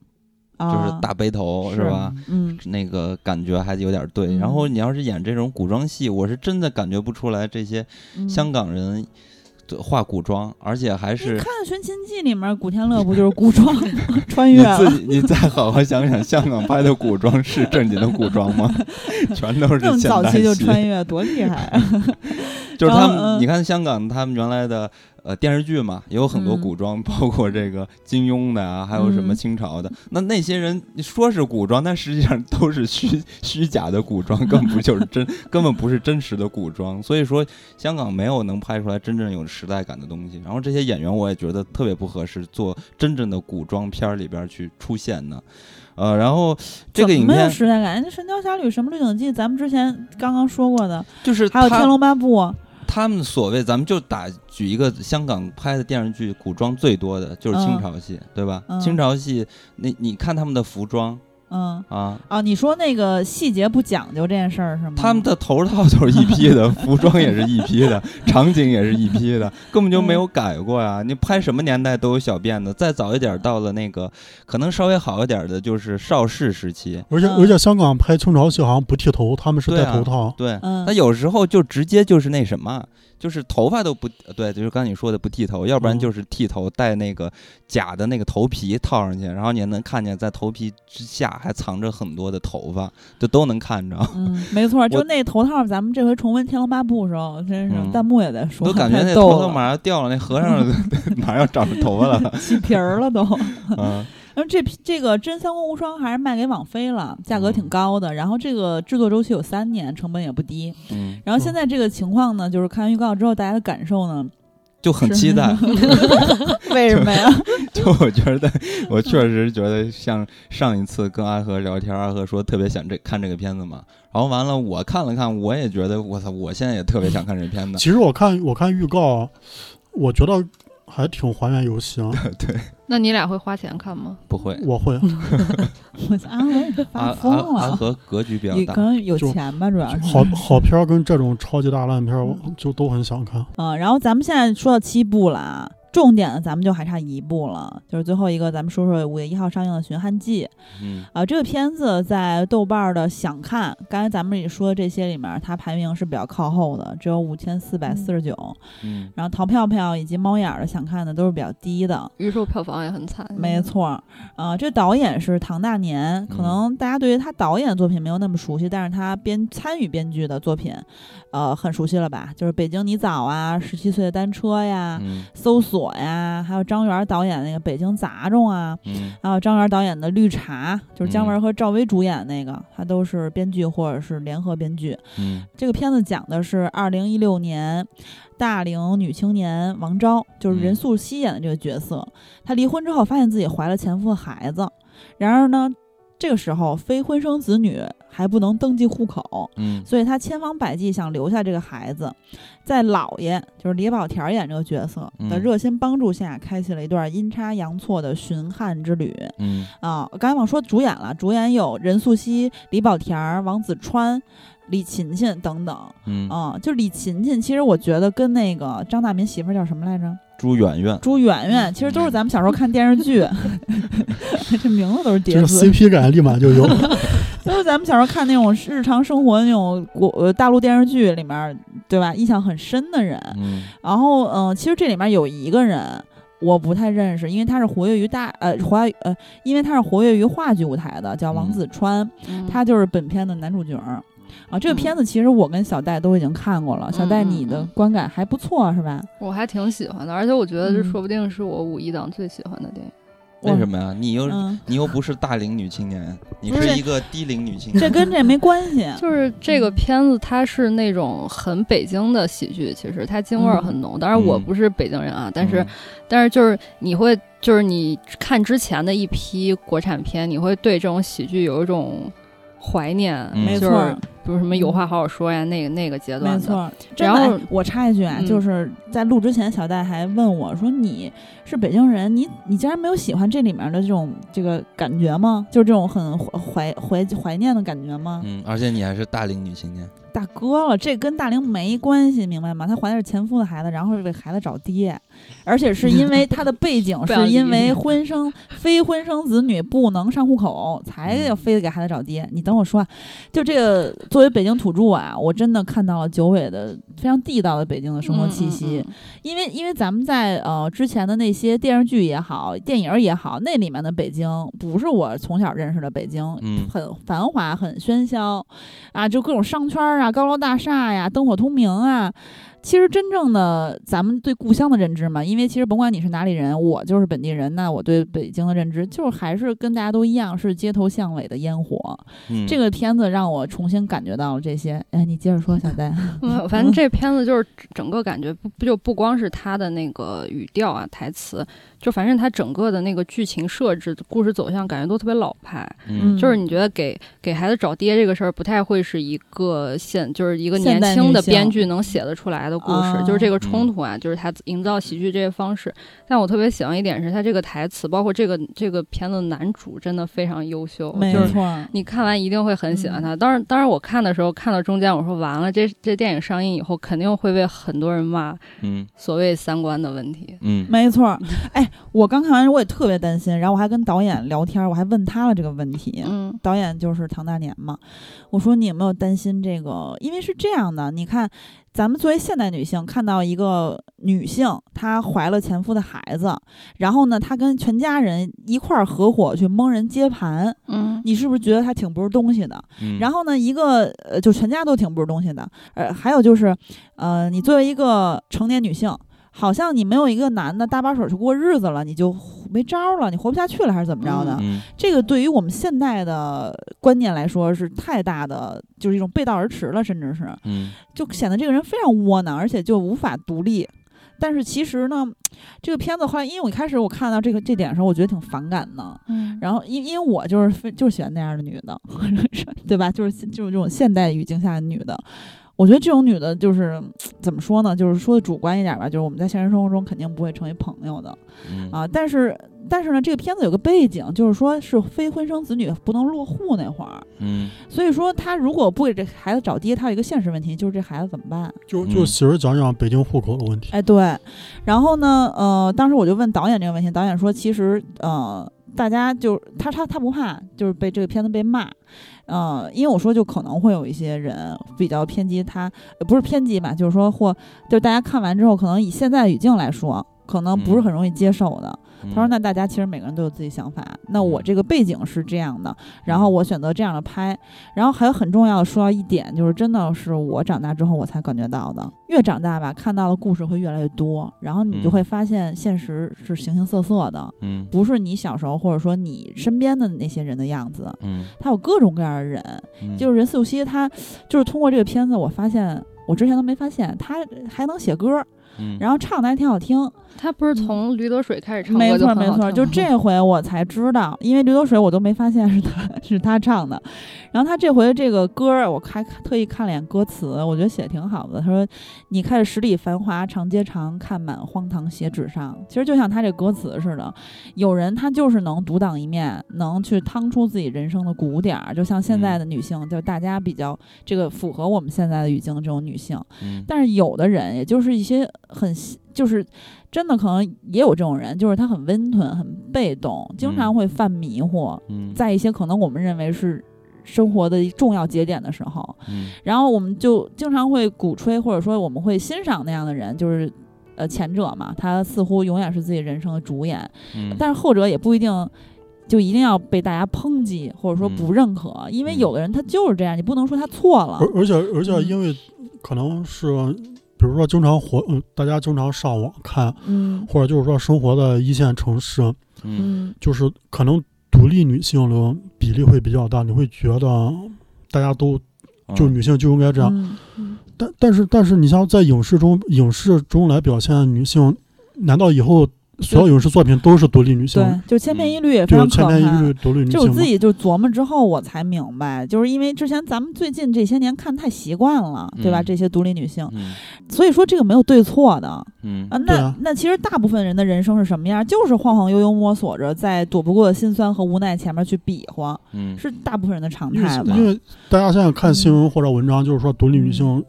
Speaker 2: 就
Speaker 1: 就是大背头
Speaker 2: 嗯啊、
Speaker 1: 是吧？？
Speaker 2: 嗯，
Speaker 1: 那个感觉还有点对。
Speaker 2: 嗯
Speaker 1: 然后你要是演这种古装戏，我是真的感觉不出来这些
Speaker 2: 嗯
Speaker 1: 香。港人画古装，而且还
Speaker 2: 你
Speaker 1: 是
Speaker 2: 看《寻秦记》里面，古天乐不就是
Speaker 1: [LAUGHS]
Speaker 2: 古装穿
Speaker 1: 你
Speaker 2: 越了？
Speaker 1: 自己，你再好好想想，香港拍的古装是正经的古装
Speaker 2: [LAUGHS]
Speaker 1: 吗？全都
Speaker 2: 这
Speaker 1: 是
Speaker 2: 么
Speaker 1: 现
Speaker 2: 早
Speaker 1: 代
Speaker 2: 期就
Speaker 1: 戏
Speaker 2: 穿越，多厉害啊！
Speaker 1: 就是他们，
Speaker 2: 然后嗯
Speaker 1: 你看香港他们原来的呃电视剧嘛，也有很多
Speaker 2: 嗯
Speaker 1: 古装，包括这个金庸的啊，还有什么
Speaker 2: 嗯
Speaker 1: 清朝的。那那些人说是古装，但实际上都是虚虚假的古装，根本不就是真，根本不是真实的古装。所以说，香港没有能拍出来真正有时代感的东西。然后这些演员，我也觉得特别不合适做真正的古装片儿里边儿去出现的。呃，然后 [LAUGHS] 这个
Speaker 2: 怎么
Speaker 1: 影
Speaker 2: 没有
Speaker 1: 片
Speaker 2: 时代感，那《神雕侠侣》什么《鹿鼎记》，咱们之前刚刚说过的，
Speaker 1: 就是
Speaker 2: 还有《
Speaker 1: 它
Speaker 2: 天龙八部》，
Speaker 1: 他们所谓，咱们就打举一个香港拍的电视剧，古装最多的就是清朝戏，对吧？
Speaker 2: 嗯
Speaker 1: 清朝戏，那你看他们的服装
Speaker 2: 嗯，
Speaker 1: 啊，
Speaker 2: 啊，你说那个细节不讲究这件事儿是吗？
Speaker 1: 他们的头套都是一批的， [LAUGHS] 服装也是一批的，场景也是一批的，根本就没有改过呀、你拍什么年代都有小辫子，再早一点到了那个可能稍微好一点的，就是邵氏时期，
Speaker 4: 而且
Speaker 2: 嗯
Speaker 4: 而且香港拍清朝戏好像不剃头，他们是戴
Speaker 1: 对啊
Speaker 4: 头套。
Speaker 1: 对。
Speaker 2: 嗯
Speaker 1: 他，有时候就直接就是那什么，就是头发都不呃对，就是刚你说的不剃头，要不然
Speaker 4: 嗯
Speaker 1: 就是剃头戴那个假的那个头皮套上去，然后你也能看见在头皮之下还藏着很多的头发，就都能看
Speaker 2: [LAUGHS]
Speaker 1: 着，
Speaker 2: 嗯，没错，就
Speaker 1: 我
Speaker 2: 那头套，咱们这回重温《天龙八部》的时候，真是
Speaker 1: 嗯
Speaker 2: 弹幕也在说，
Speaker 1: 都感觉那
Speaker 2: 太
Speaker 1: 头
Speaker 2: 逗啊
Speaker 1: 发
Speaker 2: 了，
Speaker 1: 马上掉了，那和
Speaker 2: [LAUGHS]
Speaker 1: 尚马上要长出头发来了，
Speaker 2: 起皮儿了都。
Speaker 1: 嗯
Speaker 2: 然后这批这个《真三国无双》还是卖给网飞了，价格挺
Speaker 1: 嗯
Speaker 2: 高的，然后这个制作周期有三年，成本也不低。
Speaker 1: 嗯，
Speaker 2: 然后现在这个情况呢，就是看完预告之后大家的感受呢，
Speaker 1: 就很期
Speaker 2: [LAUGHS]
Speaker 1: 待。
Speaker 2: 为什么呀？
Speaker 1: [LAUGHS] 就我觉得，我确实觉得像上一次跟阿和聊天，阿和说特别想这看这个片子嘛，然后完了我看了看，我也觉得我操，我现在也特别想看这片子。
Speaker 4: 其实我看我看预告，我觉得还挺还原游戏啊。
Speaker 1: 对，
Speaker 3: 那你俩会花钱看吗？
Speaker 1: 不会，
Speaker 4: 我会，
Speaker 2: 我操，安文也
Speaker 1: 阿阿
Speaker 2: 发疯
Speaker 1: 阿
Speaker 2: 了。
Speaker 1: 啊和格局比较
Speaker 2: 你可
Speaker 1: 大，
Speaker 2: 能有
Speaker 4: 就
Speaker 2: 钱吧，主要是
Speaker 4: 好好片儿跟这种超级大烂片儿，我就都很想看。
Speaker 2: 嗯，然后咱们现在说到七部了啊，重点的咱们就还差一部了，就是最后一个，咱们说说五月一号上映的《寻汉记》
Speaker 1: 嗯
Speaker 2: 啊、这个片子在豆瓣儿的想看，刚才咱们也说这些里面，它排名是比较靠后的，只有五千四百四十九，
Speaker 1: 嗯，
Speaker 2: 然后淘票票以及猫眼儿的想看的都是比较低的。
Speaker 3: 预售票房也很惨，
Speaker 2: 没错儿，啊，这导演是唐大年，可能大家对于他导演的作品没有那么熟悉，但是他编参与编剧的作品，呃，很熟悉了吧？就是《北京你早》啊，《十七岁的单车》呀，
Speaker 1: 嗯
Speaker 2: 搜索》呀，还有张元导演那个《北京杂种》啊，
Speaker 1: 嗯
Speaker 2: 还有张元导演的《绿茶》，就是姜文
Speaker 1: 嗯
Speaker 2: 和赵薇主演那个，他都是编剧或者是联合编剧。
Speaker 1: 嗯
Speaker 2: 这个片子讲的是二零一六年大龄女青年王昭，就是任
Speaker 1: 嗯
Speaker 2: 素汐演的这个角色，她离婚之后发现自己怀了前夫的孩子，然而呢，这个时候非婚生子女还不能登记户口。
Speaker 1: 嗯
Speaker 2: 所以她千方百计想留下这个孩子，在姥爷就是李保田演这个角色的
Speaker 1: 嗯
Speaker 2: 热心帮助下，开启了一段阴差阳错的寻汉之旅。
Speaker 1: 嗯
Speaker 2: 啊，我刚才忘说主演了，主演有任素汐、李保田儿、王子川、李勤勤等等。
Speaker 1: 嗯，
Speaker 2: 啊，就李勤勤，其实我觉得跟那个张大民媳妇儿叫什么来着？
Speaker 1: 朱媛媛，
Speaker 2: 朱媛媛，其实都是咱们小时候看电视剧， [LAUGHS] 这名字都是
Speaker 4: 这
Speaker 2: 叠
Speaker 4: 个
Speaker 2: 字，
Speaker 4: CP 感立马就有，
Speaker 2: 都是咱们小时候看那种日常生活那种国呃大陆电视剧里面儿，对吧？印象很深的人。
Speaker 1: 嗯
Speaker 2: 然后，嗯、其实这里面有一个人我不太认识，因为他是活跃于大呃华呃，因为他是活跃于话剧舞台的，叫王
Speaker 1: 嗯
Speaker 2: 子川，
Speaker 3: 嗯，
Speaker 2: 他就是本片的男主角儿。啊，这个
Speaker 3: 嗯
Speaker 2: 片子其实我跟小戴都已经看过了，小戴
Speaker 3: 嗯嗯
Speaker 2: 你的
Speaker 3: 嗯
Speaker 2: 观感还不错是吧？
Speaker 3: 我还挺喜欢的，而且我觉得这
Speaker 2: 嗯
Speaker 3: 说不定是我五一档最喜欢的电影。
Speaker 1: 为什么呀？你又
Speaker 2: 嗯，
Speaker 1: 你又不是大龄女青年，你
Speaker 2: 不是
Speaker 1: 是一个低龄女青
Speaker 2: 这
Speaker 1: 年。嗯
Speaker 2: 跟这没关系。
Speaker 3: [LAUGHS] 就是这个
Speaker 2: 嗯
Speaker 3: 片子，它是那种很北京的喜剧，其实它京味儿很浓。当然，我
Speaker 1: 嗯
Speaker 3: 不是北京人啊，但是但是就是你会，就是你看之前的一批国产片，你会对这种喜剧有一种怀念，
Speaker 1: 嗯
Speaker 2: 没
Speaker 3: 就
Speaker 2: 错
Speaker 3: 是
Speaker 2: 儿，
Speaker 3: 比如什么有话好好说呀，那个那个阶段
Speaker 2: 没
Speaker 3: 的，
Speaker 2: 错儿。
Speaker 3: 然
Speaker 2: 真的
Speaker 3: 后
Speaker 2: 哎我插一句啊，
Speaker 3: 嗯
Speaker 2: 就是在录之前，小戴还问我说：“你是北京人，你你竟然没有喜欢这里面的这种这个感觉吗？就是这种很怀怀怀怀念的感觉吗？”
Speaker 1: 嗯，而且你还是大龄女青年。
Speaker 2: 大哥了，这跟大龄没关系，明白吗？他怀的是前夫的孩子，然后为孩子找爹，而且是因为他的背景
Speaker 3: [LAUGHS] 不要
Speaker 2: 是
Speaker 3: 理
Speaker 2: 因为婚生非婚生子女不能上户口，才要非得给孩子找爹。你等我说啊，就这个作为北京土著啊，我真的看到了九尾的非常地道的北京的生活气息。
Speaker 3: 嗯，嗯嗯
Speaker 2: 因为因为咱们在呃之前的那些电视剧也好，电影儿也好，那里面的北京不是我从小认识的北京，
Speaker 1: 嗯
Speaker 2: 很繁华，很喧嚣，啊，就各种商圈儿啊、高楼大厦呀、灯火通明啊。其实真正的咱们对故乡的认知嘛，因为其实甭管你是哪里人，我就是本地人，那我对北京的认知就是还是跟大家都一样，是街头巷尾的烟火。
Speaker 1: 嗯，
Speaker 2: 这个片子让我重新感觉到了这些。哎，你接着说，小戴。
Speaker 3: 嗯反正这片子就是整个感觉不不就不光是它的那个语调啊、台词，就反正它整个的那个剧情设置、故事走向，感觉都特别老派。
Speaker 1: 嗯
Speaker 3: 就是你觉得给给孩子找爹这个事儿，不太会是一个现，就是一个
Speaker 2: 现
Speaker 3: 年
Speaker 2: 代
Speaker 3: 轻
Speaker 2: 女
Speaker 3: 的
Speaker 2: 性
Speaker 3: 编剧能写得出来的故
Speaker 2: 啊
Speaker 3: 事，就是这个冲突啊，就是他营造喜剧这些方式。但我特别喜欢一点是他这个台词，包括这个这个片子男主真的非常优秀，
Speaker 2: 没
Speaker 3: 就是。
Speaker 2: 错儿，嗯
Speaker 3: 你看完一定会很喜欢他。当然，当然，我看的时候看到中间，我说完了，这这电影上映以后肯定会被很多人骂
Speaker 1: 嗯
Speaker 3: 所谓三观的问题。
Speaker 1: 嗯
Speaker 2: 没错儿，哎，我刚看完我也特别担心，然后我还跟导演聊天儿，我还问他了这个问题。
Speaker 3: 嗯
Speaker 2: 导演就是唐大年嘛，我说你有没有担心这个？因为是这样的，你看，咱们作为现代女性，看到一个女性她怀了前夫的孩子，然后呢，她跟全家人一块儿合伙去蒙人接盘，
Speaker 3: 嗯
Speaker 2: 你是不是觉得她挺不是东西的？
Speaker 1: 嗯，
Speaker 2: 然后呢，一个呃，就全家都挺不是东西的。呃，还有就是，呃，你作为一个成年女性，好像你没有一个男的搭把手去过日子了，你就没招儿了，你活不下去了，还是怎么着的？
Speaker 1: 嗯
Speaker 2: 这个对于我们现代的观念来说是太大的，就是一种背道而驰了，甚至是
Speaker 1: 嗯
Speaker 2: 就显得这个人非常窝囊，而且就无法独立。但是其实呢，这个片子后来，因为我一开始我看到这个这点的时候，我觉得挺反感的，
Speaker 3: 嗯
Speaker 2: 然后因因为我 [LAUGHS] 就是非就是喜欢那样的女的，对吧？就是现就是这种现代语境下的女的，我觉得这种女的，就是怎么说呢？就是说的主观一点吧，就是我们在现实生活中肯定不会成为朋友的
Speaker 1: 嗯
Speaker 2: 啊。但是，但是呢，这个片子有个背景，就是说是非婚生子女不能落户那会儿，
Speaker 1: 嗯
Speaker 2: 所以说他如果不给这孩子找爹，他有一个现实问题，就是这孩子怎么办？
Speaker 4: 就
Speaker 1: 嗯
Speaker 4: 就媳妇讲讲北京户口的问题，
Speaker 2: 哎，对。然后呢，呃，当时我就问导演这个问题，导演说，其实呃，大家就他他他不怕，就是被这个片子被骂。呃，因为我说就可能会有一些人比较偏激他，呃不是偏激吧，就是说或就是大家看完之后，可能以现在语境来说，可能不是
Speaker 1: 嗯
Speaker 2: 很容易接受的。
Speaker 1: 嗯
Speaker 2: 他说：“那大家其实每个人都有自己想法，那我这个背景是这样的，
Speaker 1: 嗯
Speaker 2: 然后我选择这样的拍，然后还有很重要的说到一点，就是真的是我长大之后我才感觉到的，越长大吧，看到的故事会越来越多，然后你
Speaker 1: 嗯
Speaker 2: 就会发现现实是形形色色的，
Speaker 1: 嗯
Speaker 2: 不是你小时候或者说你身边的那些人的样子，
Speaker 1: 嗯
Speaker 2: 他有各种各样的人，
Speaker 1: 嗯
Speaker 2: 就是任素汐，她就是通过这个片子，我发现我之前都没发现，她还能写歌，
Speaker 1: 嗯
Speaker 2: 然后唱的还挺好听。”
Speaker 3: 他不是从《驴得水》开始唱
Speaker 2: 嗯没
Speaker 3: 歌就
Speaker 2: 错
Speaker 3: 很
Speaker 2: 没
Speaker 3: 好
Speaker 2: 错，
Speaker 3: 听
Speaker 2: 就
Speaker 3: 吗
Speaker 2: 这回我才知道，因为《驴得水》我都没发现是他是他唱的。然后他这回这个歌儿，我还特意看了眼歌词，我觉得写得挺好的。他说：“你看十里繁华长街长，看满荒唐写纸上。”其实就像他这歌词似的，有人他就是能独当一面，能去趟出自己人生的鼓点儿。就像现在的女性，就大家比较这个符合我们现在的语境的这种女性，
Speaker 1: 嗯
Speaker 2: 但是有的人，也就是一些很细就是真的可能也有这种人，就是他很温吞、很被动，经常
Speaker 1: 嗯
Speaker 2: 会犯迷糊，
Speaker 1: 嗯
Speaker 2: 在一些可能我们认为是。生活的重要节点的时候，
Speaker 1: 嗯
Speaker 2: 然后我们就经常会鼓吹，或者说我们会欣赏那样的人，就是呃前者嘛，他似乎永远是自己人生的主演，
Speaker 1: 嗯
Speaker 2: 但是后者也不一定就一定要被大家抨击，或者说
Speaker 1: 嗯
Speaker 2: 不认可，因为有的人他就是这样，你不能说他错了
Speaker 4: 而。而且而且
Speaker 2: 嗯
Speaker 4: 因为可能是，比如说经常活，嗯大家经常上网看，
Speaker 2: 嗯
Speaker 4: 或者就是说生活在一线城市，
Speaker 1: 嗯
Speaker 2: 嗯
Speaker 4: 就是可能独立女性的比例会比较大，你会觉得大家都
Speaker 1: 嗯
Speaker 4: 就女性就应该这样，
Speaker 2: 嗯
Speaker 4: 但但是但是你像在影视中影视中来表现女性，难道以后所有影视作品都是独立女性？
Speaker 2: 对，就千篇
Speaker 1: 嗯
Speaker 2: 一律也非
Speaker 4: 就
Speaker 2: 常可
Speaker 4: 是千
Speaker 2: 怕。
Speaker 4: 篇一律独立女
Speaker 2: 就我
Speaker 4: 性
Speaker 2: 自
Speaker 4: 吗？
Speaker 2: 己就琢磨之后，我才明白，就是因为之前咱们最近这些年看太习惯了，对吧？
Speaker 1: 嗯
Speaker 2: 这些独立女性，
Speaker 1: 嗯
Speaker 2: 所以说这个没有对错的啊。
Speaker 1: 嗯
Speaker 2: 那、
Speaker 4: 对啊
Speaker 2: 那其实大部分人的人生是什么样？就是晃晃悠悠摸索着，在躲不过的辛酸和无奈前面去比划，
Speaker 1: 嗯
Speaker 2: 是大部分人的常
Speaker 4: 因为
Speaker 2: 态吧？
Speaker 4: 因为大家现在看新
Speaker 2: 嗯
Speaker 4: 闻或者文章，就是说独立女性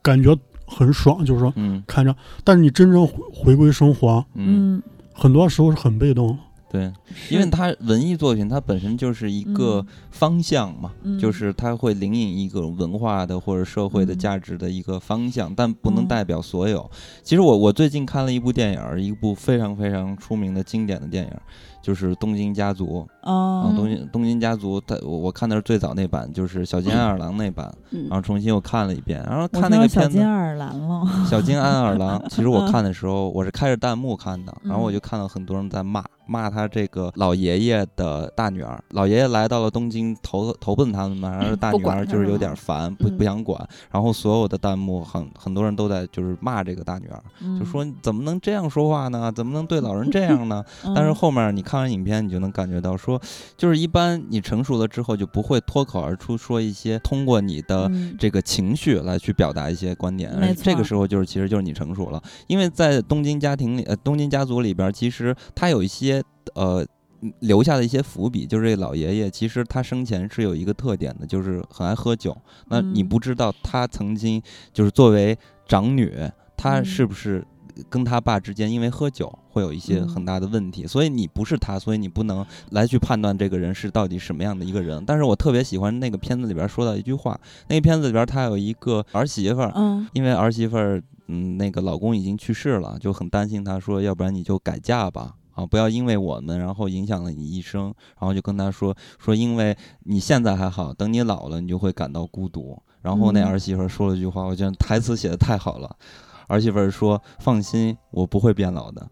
Speaker 4: 感觉很爽，就是说
Speaker 1: 嗯
Speaker 4: 看着，但是你真正回回归生活，啊
Speaker 1: 嗯，
Speaker 2: 嗯，
Speaker 4: 很多时候是很被动。
Speaker 1: 对，
Speaker 2: 是
Speaker 1: 因为它文艺作品它本身就是一个方向嘛，
Speaker 2: 嗯
Speaker 1: 就是它会领引一个文化的或者社会的
Speaker 2: 嗯
Speaker 1: 价值的一个方向，但不能
Speaker 2: 嗯
Speaker 1: 代表所有。其实我我最近看了一部电影儿，一部非常非常出名的经典的电影儿，就是《东京家族》啊，《东
Speaker 2: 嗯，
Speaker 1: 京东京家族》它我我看的是最早那版，就是小金安二郎那版，然后
Speaker 3: 嗯，
Speaker 1: 重新又看了一遍，然后
Speaker 2: 我
Speaker 1: 看
Speaker 2: 听
Speaker 1: 那
Speaker 2: 到
Speaker 1: 个
Speaker 2: 小
Speaker 1: 片
Speaker 2: 金
Speaker 1: 子。
Speaker 2: 二郎了，
Speaker 1: 小金安二
Speaker 2: [LAUGHS]
Speaker 1: 郎，其实我
Speaker 2: 嗯
Speaker 1: 看的时候，我是开着弹幕看的，然后我
Speaker 2: 嗯
Speaker 1: 就看到很多人在骂骂他这个老爷爷的大女儿，老爷爷来到了东京投投奔他们嘛，然后
Speaker 3: 嗯
Speaker 1: 大
Speaker 3: 不
Speaker 1: 女
Speaker 3: 管
Speaker 1: 儿
Speaker 3: 他
Speaker 1: 就是
Speaker 3: 是
Speaker 1: 有
Speaker 3: 吗
Speaker 1: 点烦，不不
Speaker 3: 嗯
Speaker 1: 想管，然后所有的弹幕很很多人都在就是骂这个大女儿， [LAUGHS] 就
Speaker 2: 嗯
Speaker 1: 说你怎么能这样说话呢？怎么能对老人这样呢？
Speaker 2: [LAUGHS] 嗯
Speaker 1: 但是后面你看完影片，你就能感觉到说，就是一般你成熟了之后就不会脱口而出说一些通过你的
Speaker 2: 嗯
Speaker 1: 这个情绪来去表达一些观点，
Speaker 2: 没
Speaker 1: 而这个
Speaker 2: 错
Speaker 1: 时候就是其实就是你成熟了，因为在东京家庭里，呃，东京家族里边儿，其实他有一些呃。留下的一些伏笔，就是这老爷爷，其实他生前是有一个特点的，就是很爱喝酒。那你
Speaker 2: 嗯
Speaker 1: 不知道他曾经就是作为长女，她
Speaker 2: 嗯
Speaker 1: 是不是跟她爸之间因为喝酒会有一些
Speaker 2: 嗯
Speaker 1: 很大的问题？所以你不是她，所以你不能来去判断这个人是到底什么样的一个人。但是我特别喜欢那个片子里边说到一句话，那个片子里边他有一个儿媳妇儿，
Speaker 2: 嗯
Speaker 1: 因为儿媳妇儿，嗯，那个老公已经去世了，就很担心她说，要不然你就改嫁吧，啊，不要因为我们，然后影响了你一生。然后就跟她说，说因为你现在还好，等你老了，你就会感到孤独。然后那
Speaker 2: 嗯
Speaker 1: 儿媳妇儿说了句话，我觉得台词写的太好了。儿媳妇儿说：“放心，我不会变老的。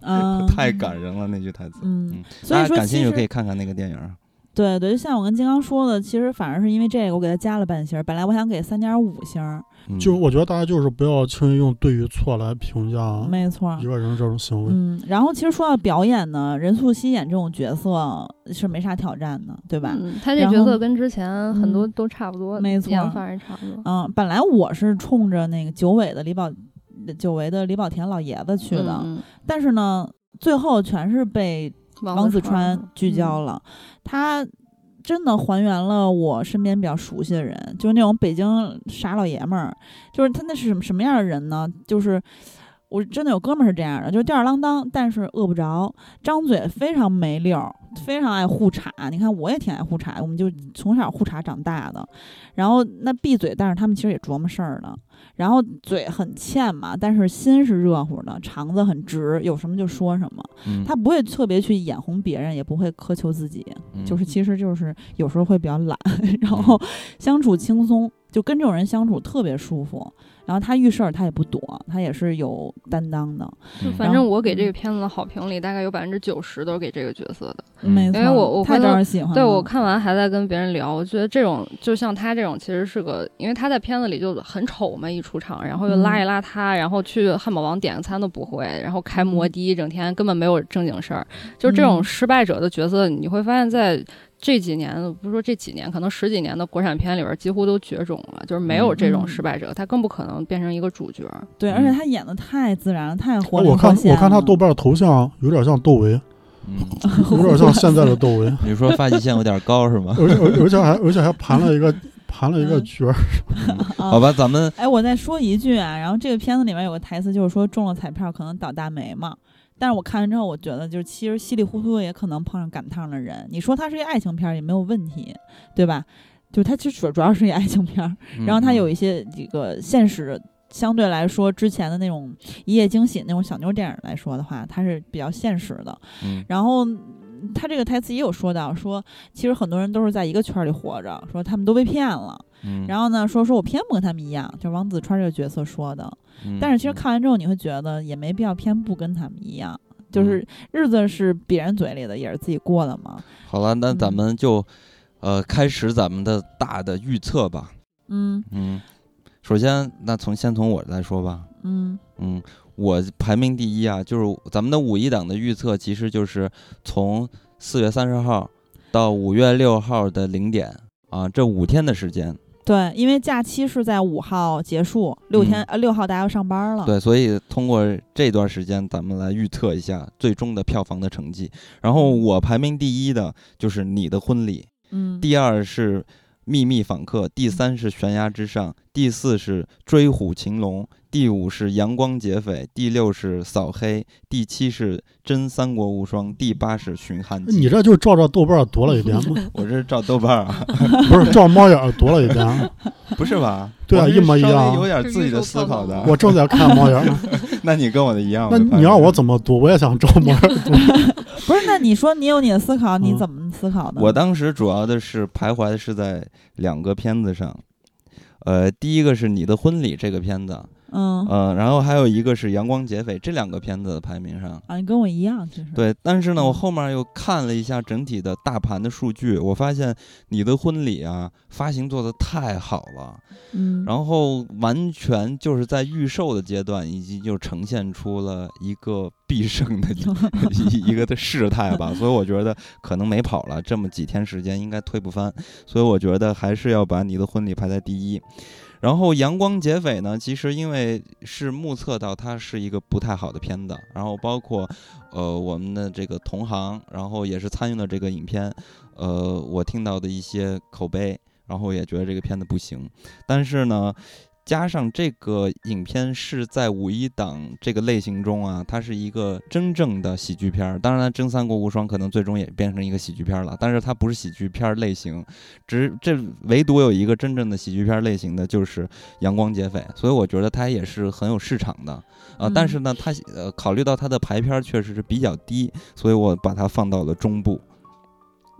Speaker 2: 嗯
Speaker 1: [LAUGHS] 太感人了那句台词。
Speaker 2: 嗯，所
Speaker 1: 大
Speaker 2: 以
Speaker 1: 家
Speaker 2: 说
Speaker 1: 感
Speaker 2: 其
Speaker 1: 兴趣
Speaker 2: 实
Speaker 1: 可以看看那个电影儿。
Speaker 2: 对对，就像我跟金刚说的，其实反而是因为这个，我给他加了半星儿。本来我想给三点五星儿，
Speaker 1: 嗯
Speaker 4: 就我觉得大家就是不要轻易用对与错来评价
Speaker 2: 没错儿
Speaker 4: 一。个人这种行为。
Speaker 2: 嗯，然后其实说到表演呢，任素汐演这种角色是没啥挑战的，对吧？
Speaker 3: 嗯，他这
Speaker 2: 然
Speaker 3: 角
Speaker 2: 后
Speaker 3: 色跟之前很多
Speaker 2: 嗯
Speaker 3: 都差不多，
Speaker 2: 没错
Speaker 3: 演法也差不多。
Speaker 2: 嗯，本来我是冲着那个九尾的李宝，久违的李保田老爷子去的，
Speaker 3: 嗯，嗯
Speaker 2: 但是呢，最后全是被王
Speaker 3: 子
Speaker 2: 子川聚焦
Speaker 3: 嗯
Speaker 2: 了，他真的还原了我身边比较熟悉的人，就是那种北京傻老爷们儿，就是他那是什么什么样的人呢？就是我真的有哥们儿是这样的，就是吊儿郎当，但是饿不着，张嘴非常没溜儿，非常爱互查。你看我也挺爱互查，我们就从小互查长大的。然后那闭嘴，但是他们其实也琢磨事儿呢。然后嘴很欠嘛，但是心是热乎的，肠子很直，有什么就说什么。
Speaker 1: 嗯
Speaker 2: 他不会特别去眼红别人，也不会苛求自己，
Speaker 1: 嗯
Speaker 2: 就是其实就是有时候会比较懒，然
Speaker 4: 嗯
Speaker 2: 后相处轻松，就跟这种人相处特别舒服。然后他遇事儿他也不躲，他也是有担当的，
Speaker 3: 就
Speaker 1: 嗯
Speaker 3: 反
Speaker 2: 然
Speaker 3: 正
Speaker 2: 后
Speaker 3: 我给这个片子的好评里，大概有百分之九十都是给这个角色的。
Speaker 1: 嗯
Speaker 2: 没错，
Speaker 3: 因为哎我我
Speaker 2: 太
Speaker 3: 回头
Speaker 2: 招人喜欢了。
Speaker 3: 对我看完还在跟别人聊，我觉得这种就像他这种其实是个，因为他在片子里就很丑嘛，一出场，然后又
Speaker 2: 嗯
Speaker 3: 邋里邋遢，然后去汉堡王点个餐都不会，然后开摩的，整天根本没有正经事儿，就是这
Speaker 2: 嗯
Speaker 3: 种失败者的角色，你会发现在。这几年不是说这几年，可能十几年的国产片里边几乎都绝种了，就是没有这种
Speaker 2: 嗯
Speaker 3: 失败者，他更不可能变成一个主角。
Speaker 2: 对，而且他演的太自然了，太活灵
Speaker 4: 哦我看
Speaker 2: 活现啊
Speaker 4: 我看他
Speaker 2: 了
Speaker 4: 豆瓣头像有点像窦
Speaker 2: [LAUGHS]
Speaker 4: 唯，
Speaker 1: 嗯，
Speaker 4: 有点像现在的窦唯
Speaker 1: 你说发际线有点高是
Speaker 2: [LAUGHS]
Speaker 1: 吗？
Speaker 4: 而且而且还而且还盘了一个盘了一个
Speaker 2: 嗯
Speaker 4: 角儿，
Speaker 1: 好吧，咱们
Speaker 2: 哎，我再说一句啊，然后这个片子里面有个台词，就是说中了彩票可能倒大霉嘛。但是我看完之后，我觉得就是其实稀里糊涂也可能碰上赶趟的人。你说它是一爱情片儿也没有问题，对吧？就它其实主主要是一爱情片儿，
Speaker 1: 嗯
Speaker 2: 然后它有一些这个现实相对来说之前的那种一夜惊喜那种小妞电影来说的话，它是比较现实的。
Speaker 1: 嗯
Speaker 2: 然后嗯他这个台词也有说到，说其实很多人都是在一个圈儿里活着，说他们都被骗了。
Speaker 1: 嗯，
Speaker 2: 然后呢，说说我偏不跟他们一样，就是王子川这个角色说的。
Speaker 1: 嗯
Speaker 2: 但是其实看完之后，你会觉得也没必要偏不跟他们一样，
Speaker 1: 嗯
Speaker 2: 就是日子是别人嘴里的，也是自己过的嘛。
Speaker 1: 好了，那咱
Speaker 2: 嗯
Speaker 1: 们就呃开始咱们的大的预测吧。
Speaker 2: 嗯
Speaker 1: 嗯，首先那从先从我来说吧。
Speaker 2: 嗯
Speaker 1: 嗯，我排名第一啊，就是咱们的五一档的预测，其实就是从四月三十号到五月六号的零点啊，这五天的时间。
Speaker 2: 对，因为假期是在五号结束，六天
Speaker 1: 嗯
Speaker 2: 呃六号大家要上班了。
Speaker 1: 对，所以通过这段时间，咱们来预测一下最终的票房的成绩。然后我排名第一的就是《你的婚礼》，
Speaker 2: 嗯，
Speaker 1: 第二是《秘密访客》，第三是《悬崖之上》，第四是《追虎擒龙》，第五是《阳光劫匪》，第六是《扫黑》，第七是《真三国无双》，第八是《寻汉记》。
Speaker 4: 你这就照着豆瓣读了一遍吗？
Speaker 1: 我这是照豆瓣儿啊，
Speaker 4: 不是照猫眼儿读了一啊遍，
Speaker 1: [LAUGHS] 不是吧？
Speaker 4: [LAUGHS] 对啊
Speaker 1: 我这
Speaker 4: 一模一
Speaker 1: 稍微
Speaker 4: 样啊
Speaker 1: 有点
Speaker 3: 是
Speaker 1: 自己
Speaker 3: 预
Speaker 1: 的
Speaker 3: 售
Speaker 1: 思
Speaker 3: 票
Speaker 1: 考
Speaker 3: 房
Speaker 1: 的啊。
Speaker 4: 我正在看猫眼儿。
Speaker 1: [LAUGHS]
Speaker 4: 啊
Speaker 1: 那你跟我的一样。
Speaker 4: 那
Speaker 1: 的排
Speaker 4: 你让
Speaker 1: 名
Speaker 4: 我怎么读？我也想照猫眼儿读。
Speaker 2: 不是，那你说你有你的思考，你
Speaker 4: 嗯
Speaker 2: 怎么思考的？
Speaker 1: 我当时主要的是徘徊的是在两个片子上，呃，第一个是你的婚礼这个片子，
Speaker 2: 嗯
Speaker 1: 呃，然后还有一个是阳光劫匪这两个片子的排名上。
Speaker 2: 啊，你跟我一样，其实
Speaker 1: 对，但是呢，
Speaker 2: 嗯
Speaker 1: 我后面又看了一下整体的大盘的数据，我发现你的婚礼啊，发行做得太好了，
Speaker 2: 嗯，
Speaker 1: 然后完全就是在预售的阶段，已经就呈现出了一个必胜的一 [LAUGHS] 一个的事态吧。所以我觉得可能没跑了，这么几天时间应该推不翻。所以我觉得还是要把你的婚礼排在第一。然后《阳光劫匪》呢，其实因为是目测到它是一个不太好的片子，然后包括呃我们的这个同行，然后也是参与了这个影片，呃我听到的一些口碑，然后也觉得这个片子不行，但是呢。加上这个影片是在五一档这个类型中啊，它是一个真正的喜剧片儿。当然，《真三国无双》可能最终也变成一个喜剧片儿了，但是它不是喜剧片儿类型，只这唯独有一个真正的喜剧片类型的就是《阳光劫匪》，所以我觉得它也是很有市场的啊、呃
Speaker 2: 嗯
Speaker 1: 但是呢，它呃考虑到它的排片儿确实是比较低，所以我把它放到了中部。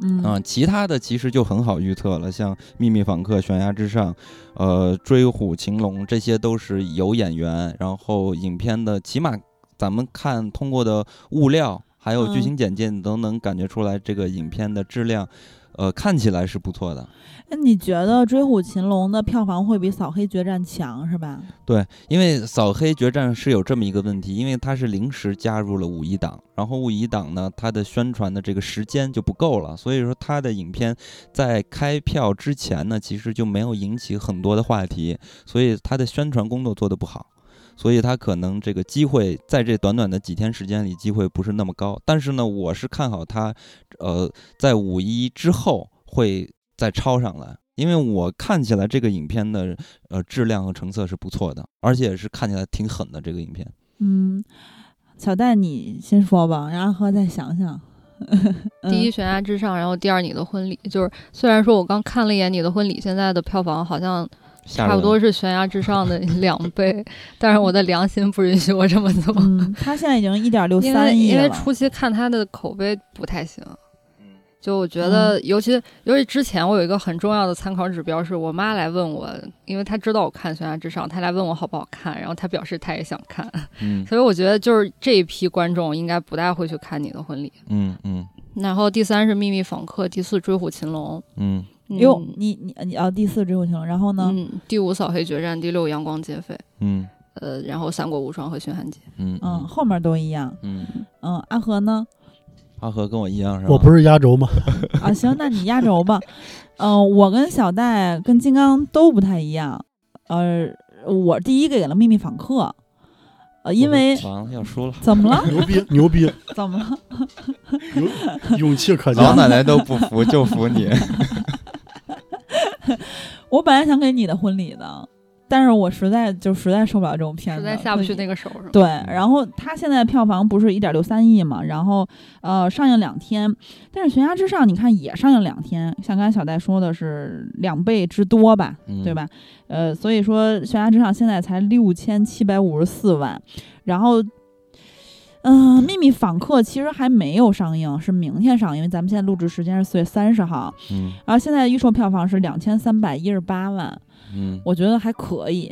Speaker 2: 嗯
Speaker 1: 嗯，其他的其实就很好预测了，像《秘密访客》《悬崖之上》，呃，《追虎擒龙》，这些都是有演员，然后影片的起码咱们看通过的物料，还有剧
Speaker 2: 嗯
Speaker 1: 情简介，你都能感觉出来这个影片的质量。呃，看起来是不错的。
Speaker 2: 那你觉得《追虎擒龙》的票房会比《扫黑决战》强是吧？
Speaker 1: 对，因为《扫黑决战》是有这么一个问题，因为它是临时加入了五一档，然后五一档呢，它的宣传的这个时间就不够了，所以说它的影片在开票之前呢，其实就没有引起很多的话题，所以它的宣传工作做得不好。所以他可能这个机会在这短短的几天时间里，机会不是那么高。但是呢，我是看好他，呃，在五一之后会再超上来，因为我看起来这个影片的呃质量和成色是不错的，而且是看起来挺狠的这个影片。
Speaker 2: 嗯，小戴你先说吧，让阿和再想想。 [LAUGHS] 嗯
Speaker 3: 第一悬崖之上，然后第二你的婚礼，就是虽然说我刚看了一眼你的婚礼，现在的票房好像。差不多是悬崖
Speaker 2: [LAUGHS]
Speaker 3: 之上的两倍，但是我的良心不允许我这么做。
Speaker 2: 嗯，他现在已经一点六
Speaker 3: 因
Speaker 2: 三
Speaker 3: 为
Speaker 2: 亿
Speaker 3: 因为
Speaker 2: 了
Speaker 3: 初期看他的口碑不太行，就我觉
Speaker 2: 嗯
Speaker 3: 得，尤其尤其之前我有一个很重要的参考指标，是我妈来问我，因为她知道我看《悬崖之上》，她来问我好不好看，然后她表示她也想看， [LAUGHS]
Speaker 1: 嗯
Speaker 3: 所以我觉得就是这一批观众应该不大会去看你的婚礼。
Speaker 1: 嗯嗯
Speaker 3: 然后第三是《秘密访客》，第四《追虎擒龙
Speaker 1: 嗯，》，
Speaker 2: 哟
Speaker 3: 嗯，
Speaker 2: 你你你啊，第四只有情，然后呢？
Speaker 3: 嗯，第五《扫黑决战》，第六《阳光劫匪》。
Speaker 1: 嗯
Speaker 3: 呃，然后《三国无双》和《寻汉记》。
Speaker 1: 嗯
Speaker 2: 嗯，后面都一样。
Speaker 1: 嗯，
Speaker 2: 嗯，阿和呢？
Speaker 1: 阿和跟我一样是吧？
Speaker 4: 我不是压轴吗？
Speaker 2: 啊，行，那你压轴
Speaker 3: [LAUGHS]
Speaker 2: 吧。嗯、我跟小戴跟金刚都不太一样。呃，我第一个给了《秘密访客》，呃，因为
Speaker 1: 完了要输了，
Speaker 2: 怎么
Speaker 3: [LAUGHS]
Speaker 2: 了？
Speaker 4: 牛逼牛逼，
Speaker 2: [LAUGHS] 怎么了？
Speaker 4: 勇勇气可
Speaker 1: [LAUGHS] 老
Speaker 4: 嘉。
Speaker 1: 奶奶都不服，就服你。
Speaker 2: 我本来想给你的婚礼的，但是我实在就实在受不了这种片
Speaker 3: 实
Speaker 2: 子，
Speaker 3: 在下不
Speaker 2: 所
Speaker 3: 去
Speaker 2: 以
Speaker 3: 那个手是吧？
Speaker 2: 对，然后它现在票房不是一点六三亿嘛，然后呃上映两天，但是《悬崖之上》你看也上映两天，像刚才小戴说的是两倍之多吧，
Speaker 1: [LAUGHS] 嗯
Speaker 2: 对吧？呃，所以说《悬崖之上》现在才六千七百五十四万，然后。嗯、秘密访客》其实还没有上映，是明天上映，因为咱们现在录制时间是四月三十号，
Speaker 1: 嗯
Speaker 2: 然后现在预售票房是两千三百一十八万，
Speaker 1: 嗯
Speaker 2: 我觉得还可以。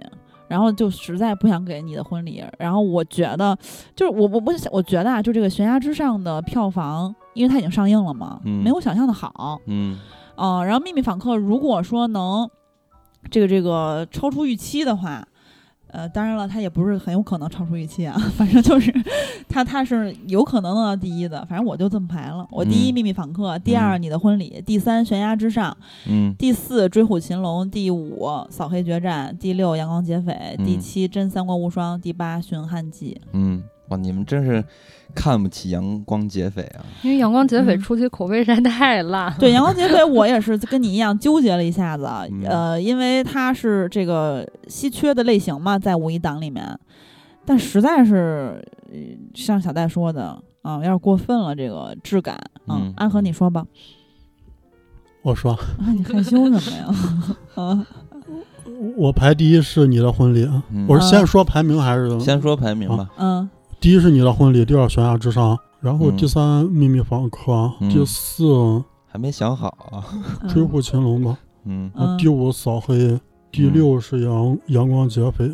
Speaker 2: 然后就实在不想给你的婚礼。然后我觉得，就是我我我我觉得啊，就这个《悬崖之上》的票房，因为它已经上映了嘛，
Speaker 1: 嗯
Speaker 2: 没有想象的好。
Speaker 1: 嗯
Speaker 2: 嗯、然后《秘密访客》如果说能这个这个超出预期的话。呃，当然了，它也不是很有可能超出预期啊， [LAUGHS] 反正就是它它是有可能弄到第一的，反正我就这么排了，我第一《
Speaker 1: 嗯
Speaker 2: 秘密访客》，第二《你的婚礼》，第三《悬崖之上》，
Speaker 1: 嗯
Speaker 2: 第四《追虎擒龙》，第五《扫黑决战》，第六《阳光劫匪》，
Speaker 1: 嗯
Speaker 2: 第七《真三国无双》，第八《寻
Speaker 1: [LAUGHS]
Speaker 2: 汉记
Speaker 1: 嗯，哇，你们真是看不起阳光劫匪啊！
Speaker 3: 因为《阳光劫匪
Speaker 2: 嗯》
Speaker 3: 初期口碑实在太烂了》。。
Speaker 2: 对，《阳光劫匪》我也是跟你一样纠结了一下子，
Speaker 1: 嗯
Speaker 2: 呃，因为它是这个稀缺的类型嘛，在五一档里面，但实在是呃像小戴说的啊、有点过分了，这个质感啊。
Speaker 1: 嗯
Speaker 2: 安和，你说吧，
Speaker 4: 我说，
Speaker 2: 啊，你害羞什么呀？ [LAUGHS] 啊，
Speaker 4: 我排第一是你的婚礼，啊
Speaker 1: 嗯
Speaker 4: 我是先说排名还是？
Speaker 1: 先说排名吧。 [LAUGHS]
Speaker 2: 嗯
Speaker 4: 第一是你的婚礼，第二悬崖之上，然后
Speaker 1: 嗯
Speaker 4: 第三秘密访客，
Speaker 1: 嗯
Speaker 4: 第四
Speaker 1: 还没想好啊。
Speaker 2: 嗯
Speaker 4: 追虎擒龙吧，
Speaker 1: [LAUGHS] 嗯，
Speaker 2: 嗯
Speaker 4: 第五扫黑，第六是阳阳光劫匪，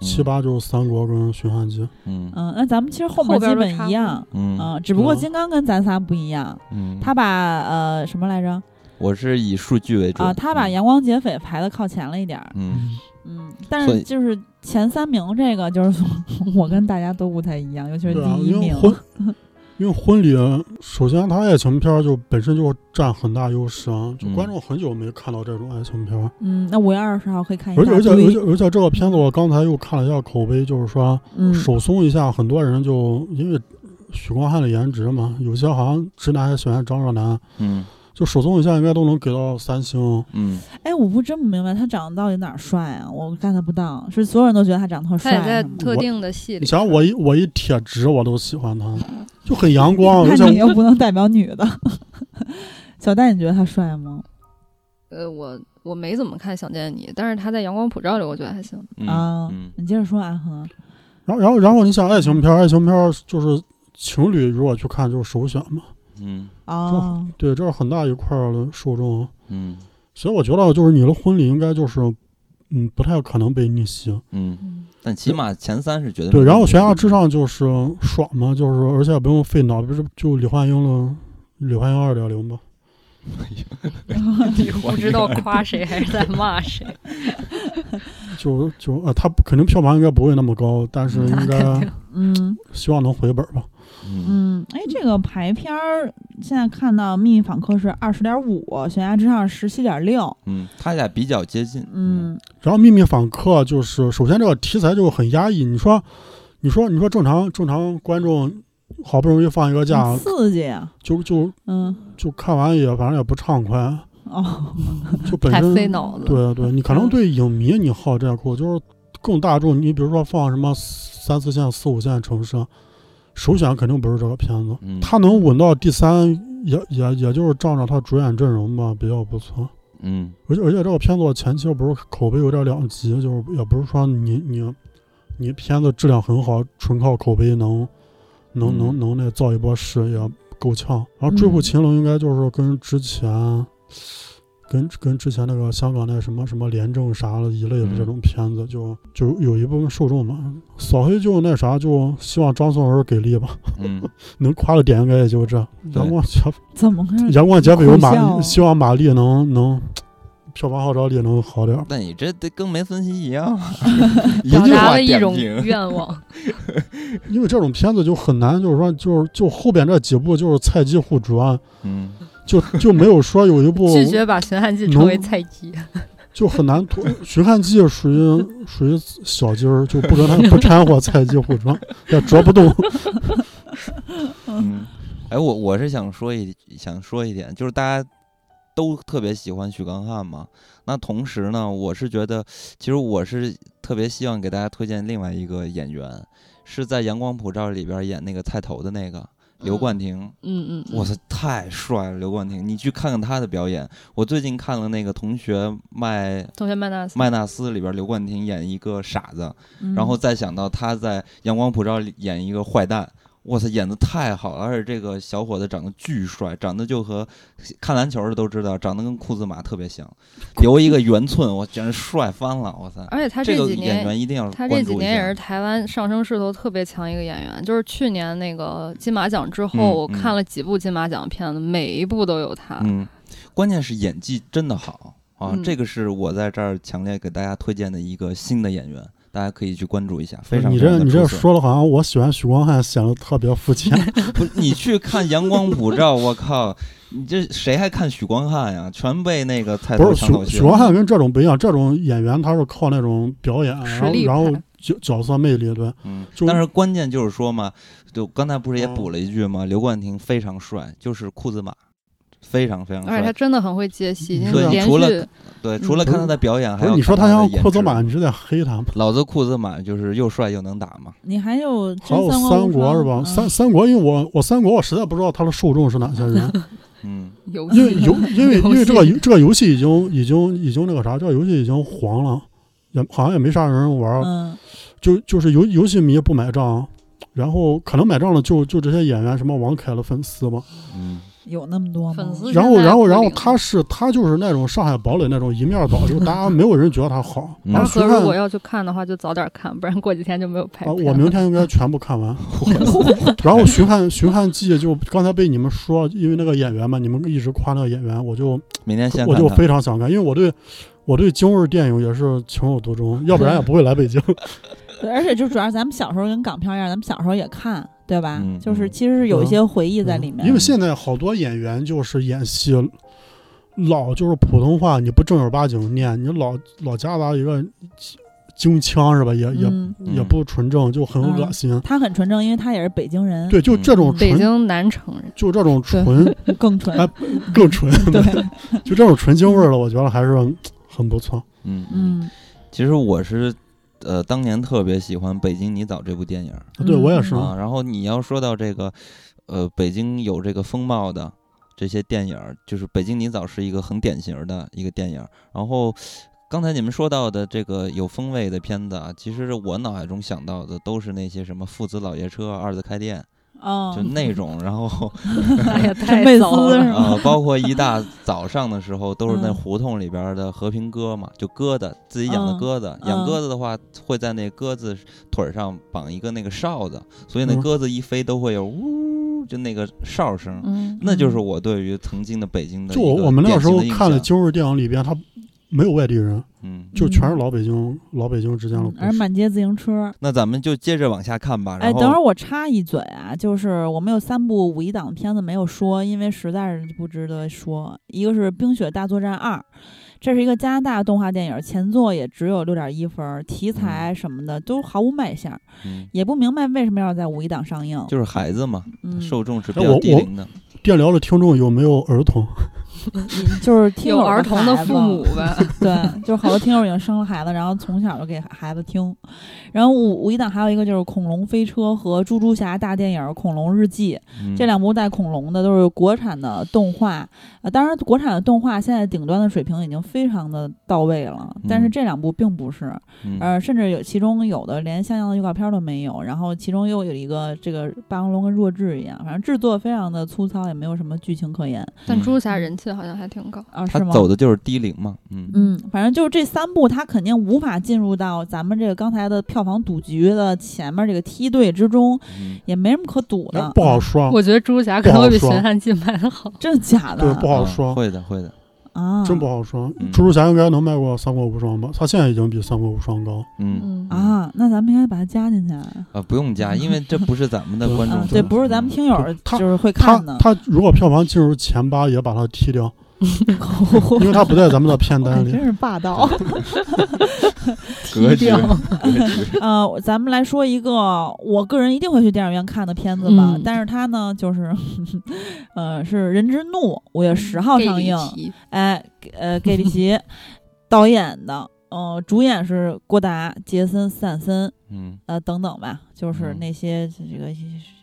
Speaker 4: 七八就是三国跟寻汉记。
Speaker 1: 嗯
Speaker 2: 嗯，那咱们其实后
Speaker 3: 后
Speaker 2: 面
Speaker 3: 边
Speaker 2: 基
Speaker 3: 都
Speaker 2: 本
Speaker 3: 差不
Speaker 2: 一
Speaker 3: 多
Speaker 2: 样，
Speaker 1: 嗯
Speaker 2: 嗯，只不过
Speaker 4: 嗯
Speaker 2: 金刚跟咱仨不一样，
Speaker 1: 嗯，
Speaker 2: 他把呃什么来着
Speaker 1: 我是以数据为准
Speaker 2: 啊？他把阳光劫匪排的靠前了一点儿，
Speaker 1: 嗯
Speaker 2: 嗯，但
Speaker 1: 所
Speaker 2: 是
Speaker 1: 以
Speaker 2: 就是前三名这个就是 [LAUGHS] 我跟大家都不太一样，尤其是
Speaker 4: 对啊，
Speaker 2: 第一
Speaker 4: 因为
Speaker 2: 名，
Speaker 4: 婚，因为婚礼，首先它爱情片儿就本身就占很大优势啊，就
Speaker 1: 嗯
Speaker 4: 观众很久没看到这种爱情片儿，
Speaker 2: 嗯，那五月二十号可以看一
Speaker 4: 而且而且
Speaker 2: 下，
Speaker 4: 而且而且这个片子我刚才又看了一下口碑，就是说
Speaker 2: 嗯，
Speaker 4: 手松一下，很多人就因为许光汉的颜值嘛，有些好像直男还喜欢张若楠，
Speaker 1: 嗯
Speaker 4: 就手松一下应该都能给到三星。
Speaker 1: 嗯
Speaker 2: 哎，我不真不明白他长得到底哪儿帅啊，我 get 不到，是所有人都觉得他长得特
Speaker 3: 他
Speaker 2: 帅
Speaker 3: 也在
Speaker 2: 是
Speaker 4: [LAUGHS]
Speaker 2: 吗，
Speaker 3: 特定的戏里，
Speaker 4: 你想我一我一铁直我都喜欢他，就很阳光，而
Speaker 2: 嗯
Speaker 4: 且
Speaker 2: 那你又不能代表女的。 [LAUGHS] 小戴，你觉得他帅吗？
Speaker 3: 呃，我我没怎么看《想见你》，但是他在《阳光普照》里，我觉得还行。
Speaker 1: 嗯
Speaker 2: 啊
Speaker 1: 嗯，
Speaker 2: 你接着说，安恒。
Speaker 4: 然后然后然后你想爱情片儿，爱情片儿就是情侣如果去看就是首选嘛。
Speaker 1: 嗯
Speaker 2: 哦，
Speaker 4: 对，这是很大一块儿的受众，
Speaker 1: 嗯
Speaker 4: 所以我觉得就是你的婚礼应该就是，嗯，不太可能被逆袭。
Speaker 1: 嗯，
Speaker 2: 嗯
Speaker 1: 但起码前三是绝对
Speaker 4: 对，
Speaker 1: 没
Speaker 4: 然后
Speaker 1: 问题 [LAUGHS]
Speaker 4: 悬崖之上就是爽嘛，就是而且也不用费脑，不是就李焕英了，李焕英二点零吧，
Speaker 3: 不知道夸谁还是在
Speaker 1: [LAUGHS]
Speaker 3: 骂谁，
Speaker 4: 就就呃，他肯定票房应该不会那么高，但是
Speaker 3: 那
Speaker 4: 应
Speaker 3: 肯
Speaker 4: 该
Speaker 3: 定。
Speaker 2: 嗯
Speaker 4: 希望能回本吧。
Speaker 1: 嗯，
Speaker 2: 嗯，哎，这个排片儿现在看到《秘密访客》是二十点五，《悬崖之上》十七点六。
Speaker 1: 嗯，他俩比较接近，
Speaker 2: 嗯，
Speaker 4: 然后《秘密访客》就是，首先这个题材就很压抑。你说，你说，你说正常正常观众好不容易放一个假
Speaker 3: 嗯
Speaker 2: 很，刺激啊！
Speaker 4: 就就
Speaker 2: 嗯，
Speaker 4: 就看完也反正也不畅快，
Speaker 2: 哦，
Speaker 4: 就本
Speaker 3: 太嗯
Speaker 4: 身
Speaker 3: 费脑子。
Speaker 4: 对对，你可能对影迷你好这口，就是更大众。你比如说放什么三四线、四五线城市，首选肯定不是这个片子。
Speaker 1: 嗯，
Speaker 4: 他能稳到第三，也也也就是仗着他主演阵容吧，比较不错。
Speaker 1: 嗯
Speaker 4: 而且而且这个片子前期不是口碑有点两极，就是也不是说你你你片子质量很好，纯靠口碑能能能
Speaker 1: 嗯
Speaker 4: 能那造一波势也够呛。然后《追捕
Speaker 2: 嗯
Speaker 4: 秦龙》应该就是跟之前跟跟之前那个香港那什么什么廉政啥的一类的这
Speaker 1: 嗯
Speaker 4: 种片子，就就有一部分受众嘛。扫黑就那啥，就希望张颂文给力吧，
Speaker 1: 嗯，
Speaker 4: 能夸的点应该也就这。
Speaker 1: 对
Speaker 4: 阳光结
Speaker 2: 怎么看？
Speaker 4: 阳光结尾有
Speaker 2: 苦笑
Speaker 4: 马，希望马丽能能票房号召力能好点儿。
Speaker 1: 那你这得跟没分析一样，啊
Speaker 4: [LAUGHS]
Speaker 1: 一
Speaker 3: 表
Speaker 1: 句
Speaker 3: 达
Speaker 1: 话
Speaker 3: 了一
Speaker 1: 点
Speaker 3: 种
Speaker 1: 评，
Speaker 3: 愿望，
Speaker 4: 因为这种片子就很难，就是说，就是就后边这几部就是菜鸡互啄，
Speaker 1: 嗯
Speaker 4: 就 [LAUGHS] 就没有说有一部
Speaker 3: 拒绝把《寻汉记》成为菜鸡。
Speaker 4: 就很难脱。巡汉记属于属于小鸡儿，就不跟
Speaker 3: [LAUGHS]
Speaker 4: 他不掺和菜鸡互啄，也啄不动。
Speaker 1: 嗯，哎，我我是想说一想说一点，就是大家都特别喜欢许光汉嘛，那同时呢，我是觉得其实我是特别希望给大家推荐另外一个演员，是在《阳光普照》里边演那个菜头的那个刘冠廷。
Speaker 3: 嗯嗯，
Speaker 1: 哇塞，太帅了，刘冠廷！你去看看他的表演。我最近看了那个《同学麦
Speaker 3: 同学麦纳斯，
Speaker 1: 麦纳斯》里边，刘冠廷演一个傻子，
Speaker 2: 嗯
Speaker 1: 然后再想到他在《阳光普照》里演一个坏蛋，哇塞，演的太好了！而且这个小伙子长得巨帅，长得就和看篮球的都知道，长得跟库兹马特别像，留一个圆寸，我简直帅翻了！哇塞，
Speaker 3: 而且他
Speaker 1: 这个
Speaker 3: 几
Speaker 1: 演
Speaker 3: 年。
Speaker 1: 员一定要
Speaker 3: 他
Speaker 1: 呃关
Speaker 3: 这
Speaker 1: 注
Speaker 3: 几
Speaker 1: 一
Speaker 3: 年也是
Speaker 1: 下。
Speaker 3: 台湾上升势头特别强一个演员，就是去年那个金马奖之后，
Speaker 1: 嗯
Speaker 3: 我
Speaker 1: 嗯
Speaker 3: 看了几部金马奖的片子，每一部都有他。
Speaker 1: 嗯，关键是演技真的好啊！
Speaker 3: 啊嗯
Speaker 1: 这个是我在这儿强烈给大家推荐的一个新的演员，大家可以去关注一下， [LAUGHS] 非常
Speaker 4: 你
Speaker 1: 非常
Speaker 4: 这
Speaker 1: 的
Speaker 4: 你这
Speaker 1: 出色
Speaker 4: 说的好像我喜欢许光汉显得特别肤浅。
Speaker 1: 不是， [LAUGHS] 你去看《阳光普照》，我靠，你这谁还看许光汉呀？全被那个菜
Speaker 4: 不
Speaker 1: 头
Speaker 4: 是
Speaker 1: 抢走
Speaker 4: 许
Speaker 1: 去
Speaker 4: 许光汉跟这种不一样，这种演员他是靠那种表演，啊
Speaker 3: 实
Speaker 4: 然后
Speaker 3: 力
Speaker 4: 然后
Speaker 3: 派
Speaker 4: 角角色魅力，对，
Speaker 1: 嗯，
Speaker 4: 就
Speaker 1: 但是关键就是说嘛，就刚才不是也
Speaker 4: 嗯
Speaker 1: 补了一句吗？刘冠廷非常帅，就是库兹马，非常非常
Speaker 3: 而且他嗯
Speaker 1: 帅。
Speaker 3: 真的很会接戏，
Speaker 4: 嗯
Speaker 3: 因
Speaker 4: 对
Speaker 3: 为
Speaker 4: 啊
Speaker 3: 连
Speaker 1: 除了
Speaker 3: 续
Speaker 1: 对，除了
Speaker 4: 不是
Speaker 1: 看他的表演，还有
Speaker 4: 不是你说
Speaker 1: 看
Speaker 4: 他
Speaker 1: 他的
Speaker 4: 像
Speaker 1: 颜
Speaker 4: 库兹
Speaker 1: 值啊
Speaker 4: 马，，你是在黑他吗？
Speaker 1: 老子库兹马就是又帅又能打嘛。
Speaker 2: 你还有真
Speaker 4: 还有
Speaker 2: 国无
Speaker 4: 三国是吧？
Speaker 2: 双啊嗯
Speaker 4: 三三国，因为我我三国我实在不知道他的受众是哪些人，
Speaker 1: 嗯
Speaker 3: 游
Speaker 4: 因为
Speaker 3: 戏
Speaker 4: 游因为
Speaker 3: 游戏
Speaker 4: 因为这个这个游戏已经已经已经那个啥，这个游戏已经黄了，也好像也没啥人玩，
Speaker 2: 嗯
Speaker 4: 就就是游游戏迷不买账，然后可能买账的就就这些演员，什么王凯的粉丝嘛。
Speaker 3: [LAUGHS]
Speaker 1: 嗯，
Speaker 2: 有那么多吗？
Speaker 3: 粉丝
Speaker 4: 然后，
Speaker 3: 现在
Speaker 4: 然后，
Speaker 3: 不
Speaker 4: 然后
Speaker 3: 灵
Speaker 4: 他是他就是那种上海堡垒那种一面倒，就大家没有人觉得他好。
Speaker 1: 嗯
Speaker 4: 然
Speaker 3: 大
Speaker 4: 后徐
Speaker 3: 河如果
Speaker 4: 汉
Speaker 3: 要去看的话，就早点看，不然过几天就没有排
Speaker 4: 啊，
Speaker 3: 片
Speaker 4: 我
Speaker 3: 了
Speaker 4: 明天应该全部
Speaker 3: [LAUGHS]
Speaker 4: 看完。然后徐汉徐汉记就刚才被你们说，因为那个演员嘛，你们一直夸那个演员，我就
Speaker 1: 明天先
Speaker 4: 我
Speaker 1: 看
Speaker 4: 就
Speaker 1: 他
Speaker 4: 非常想看，因为我对我对京味电影也是情有独钟，要不然也不会
Speaker 1: [LAUGHS]
Speaker 4: 来北京。
Speaker 2: 对，而且就主要是咱们小时候跟港片一样，咱们小时候也看，对吧？
Speaker 1: 嗯
Speaker 2: 就是
Speaker 1: 嗯
Speaker 2: 其实是有一些回忆在里面。
Speaker 4: 因为现在好多演员就是演戏老就是普通话，你不正儿八经念，你老老夹杂一个京腔是吧？也也
Speaker 2: 嗯，
Speaker 1: 嗯
Speaker 4: 也不纯正，就很恶心。
Speaker 2: 他很纯正，因为他也是北京人，
Speaker 4: 对，就这种
Speaker 3: 嗯北
Speaker 4: 纯，
Speaker 3: 京南城
Speaker 4: [LAUGHS]
Speaker 3: 人，
Speaker 4: 就这种纯
Speaker 2: 更纯。
Speaker 4: 哎更纯，
Speaker 2: 对，
Speaker 4: [LAUGHS] 就这种纯京味儿了，我觉得还是很不错。
Speaker 1: 嗯嗯，
Speaker 2: 嗯，
Speaker 1: 其实我是呃当年特别喜欢《北京你早》这部电影，
Speaker 4: 对我也是，
Speaker 1: 啊。然后你要说到这个，呃，北京有这个风貌的这些电影儿，就是《北京泥早》是一个很典型的一个电影儿。然后刚才你们说到的这个有风味的片子啊，其实我脑海中想到的都是那些什么父子老爷车、二字开店，
Speaker 2: 哦，
Speaker 1: 就那种。然后
Speaker 3: 哎呀，
Speaker 2: 贝
Speaker 3: 太
Speaker 2: 斯
Speaker 3: 早了
Speaker 2: 是。吗
Speaker 1: 呃，包括一大早上的时候，都是那
Speaker 2: 嗯
Speaker 1: 胡同里边儿的和平鸽嘛，就鸽子自己养的
Speaker 2: 嗯
Speaker 1: 鸽子。养
Speaker 2: 嗯
Speaker 1: 鸽子的话，会在那鸽子腿儿上绑一个那个哨子，所以那
Speaker 4: 嗯
Speaker 1: 鸽子一飞都会有呜就那个哨声，
Speaker 2: 嗯，
Speaker 1: 那就是
Speaker 2: 嗯
Speaker 1: 我对于曾经的北京的一
Speaker 4: 就
Speaker 1: 个
Speaker 4: 我我们那个时候
Speaker 1: 典型的印
Speaker 4: 看的
Speaker 1: 象
Speaker 4: 今日电影里边，他没有外地人，
Speaker 1: 嗯，
Speaker 4: 就全是老北京、老北京之间的故
Speaker 2: 嗯而
Speaker 4: 事。
Speaker 2: 满街自行车。
Speaker 1: 那咱们就接着往下看吧。
Speaker 2: 哎，
Speaker 1: 然后
Speaker 2: 等会儿我插一嘴啊，就是我们有三部五一档的片子没有说，因为实在是不值得说。一个是《冰雪大作战二》，这是一个加拿大动画电影，前作也只有六点一分儿，题材什么的都毫无卖相，
Speaker 1: 嗯
Speaker 2: 也不明白为什么要在五一档上映。
Speaker 1: 就是孩子嘛，
Speaker 2: 嗯，
Speaker 1: 受众是比
Speaker 4: 哎
Speaker 1: 较
Speaker 4: 我
Speaker 1: 低
Speaker 4: 我
Speaker 1: 龄的。
Speaker 4: 电聊的听众有没有儿童？
Speaker 2: 就是听
Speaker 3: 有
Speaker 2: 友
Speaker 3: 儿童的
Speaker 2: 孩子
Speaker 3: 父母呗，
Speaker 4: [LAUGHS]
Speaker 2: 对，就是好多听友已经生了孩子，然后从小就给孩子听。然后五五一档还有一个就是《恐龙飞车》和《猪猪侠》大电影《恐龙日记》，
Speaker 1: 嗯
Speaker 2: 这两部带恐龙的都是国产的动画。呃，当然国产的动画现在顶端的水平已经非常的到位了，但是
Speaker 1: 嗯
Speaker 2: 这两部并不是。
Speaker 1: 嗯
Speaker 2: 呃，甚至有其中有的连像样的预告片都没有，然后其中又有一个这个霸王龙跟弱智一样，反正制作非常的粗糙，也没有什么剧情可言
Speaker 3: 但
Speaker 1: 嗯
Speaker 3: 猪侠人气好像还挺高。
Speaker 2: 啊，
Speaker 1: 他
Speaker 2: 是吗？
Speaker 1: 走的就是低龄嘛，嗯
Speaker 2: 嗯，反正就是这三部，它肯定无法进入到咱们这个刚才的票房赌局的前面这个梯队之中，
Speaker 1: 嗯，
Speaker 2: 也没什么可赌
Speaker 4: 哎
Speaker 2: 的。啊
Speaker 4: 不好说，
Speaker 3: 我觉得猪侠可能会比《秦汉记》 [LAUGHS] 卖的好。
Speaker 2: 真的假的？
Speaker 4: 对，不好
Speaker 1: 啊
Speaker 4: 说，
Speaker 1: 会的会的，
Speaker 2: 啊，
Speaker 4: 真不好说。
Speaker 1: 嗯
Speaker 4: 蜘蛛侠应该能卖过三国无双吧？他现在已经比三国无双高。
Speaker 1: 嗯
Speaker 3: 嗯
Speaker 2: 啊！那咱们应该把它加进去。
Speaker 1: 啊，不用
Speaker 2: [LAUGHS]
Speaker 1: 加，因为这不是咱们的观众
Speaker 2: 嗯，
Speaker 1: 群，
Speaker 2: 这不是咱们
Speaker 1: 嗯
Speaker 2: 听友
Speaker 4: 不他
Speaker 2: 就是会
Speaker 4: 他
Speaker 2: 看的， [LAUGHS]
Speaker 4: 他如果票房进入前八，也把他踢掉，因为他不在咱们的片单
Speaker 2: 哎
Speaker 4: 里。
Speaker 2: 真是霸
Speaker 4: [LAUGHS]
Speaker 2: 道。
Speaker 1: 格局
Speaker 3: 掉
Speaker 2: 呃，咱们来说一个我个人一定会去电影院看的片子吧，
Speaker 3: 嗯
Speaker 2: 但是它呢，就是 [LAUGHS] 呃是《人之怒》，五月十号上映。哎，呃，盖里奇 [LAUGHS] 导演的，呃，主演是郭达、杰森·斯坦森，
Speaker 1: 嗯
Speaker 2: 呃，等等吧，就是
Speaker 1: 嗯
Speaker 2: 那些这个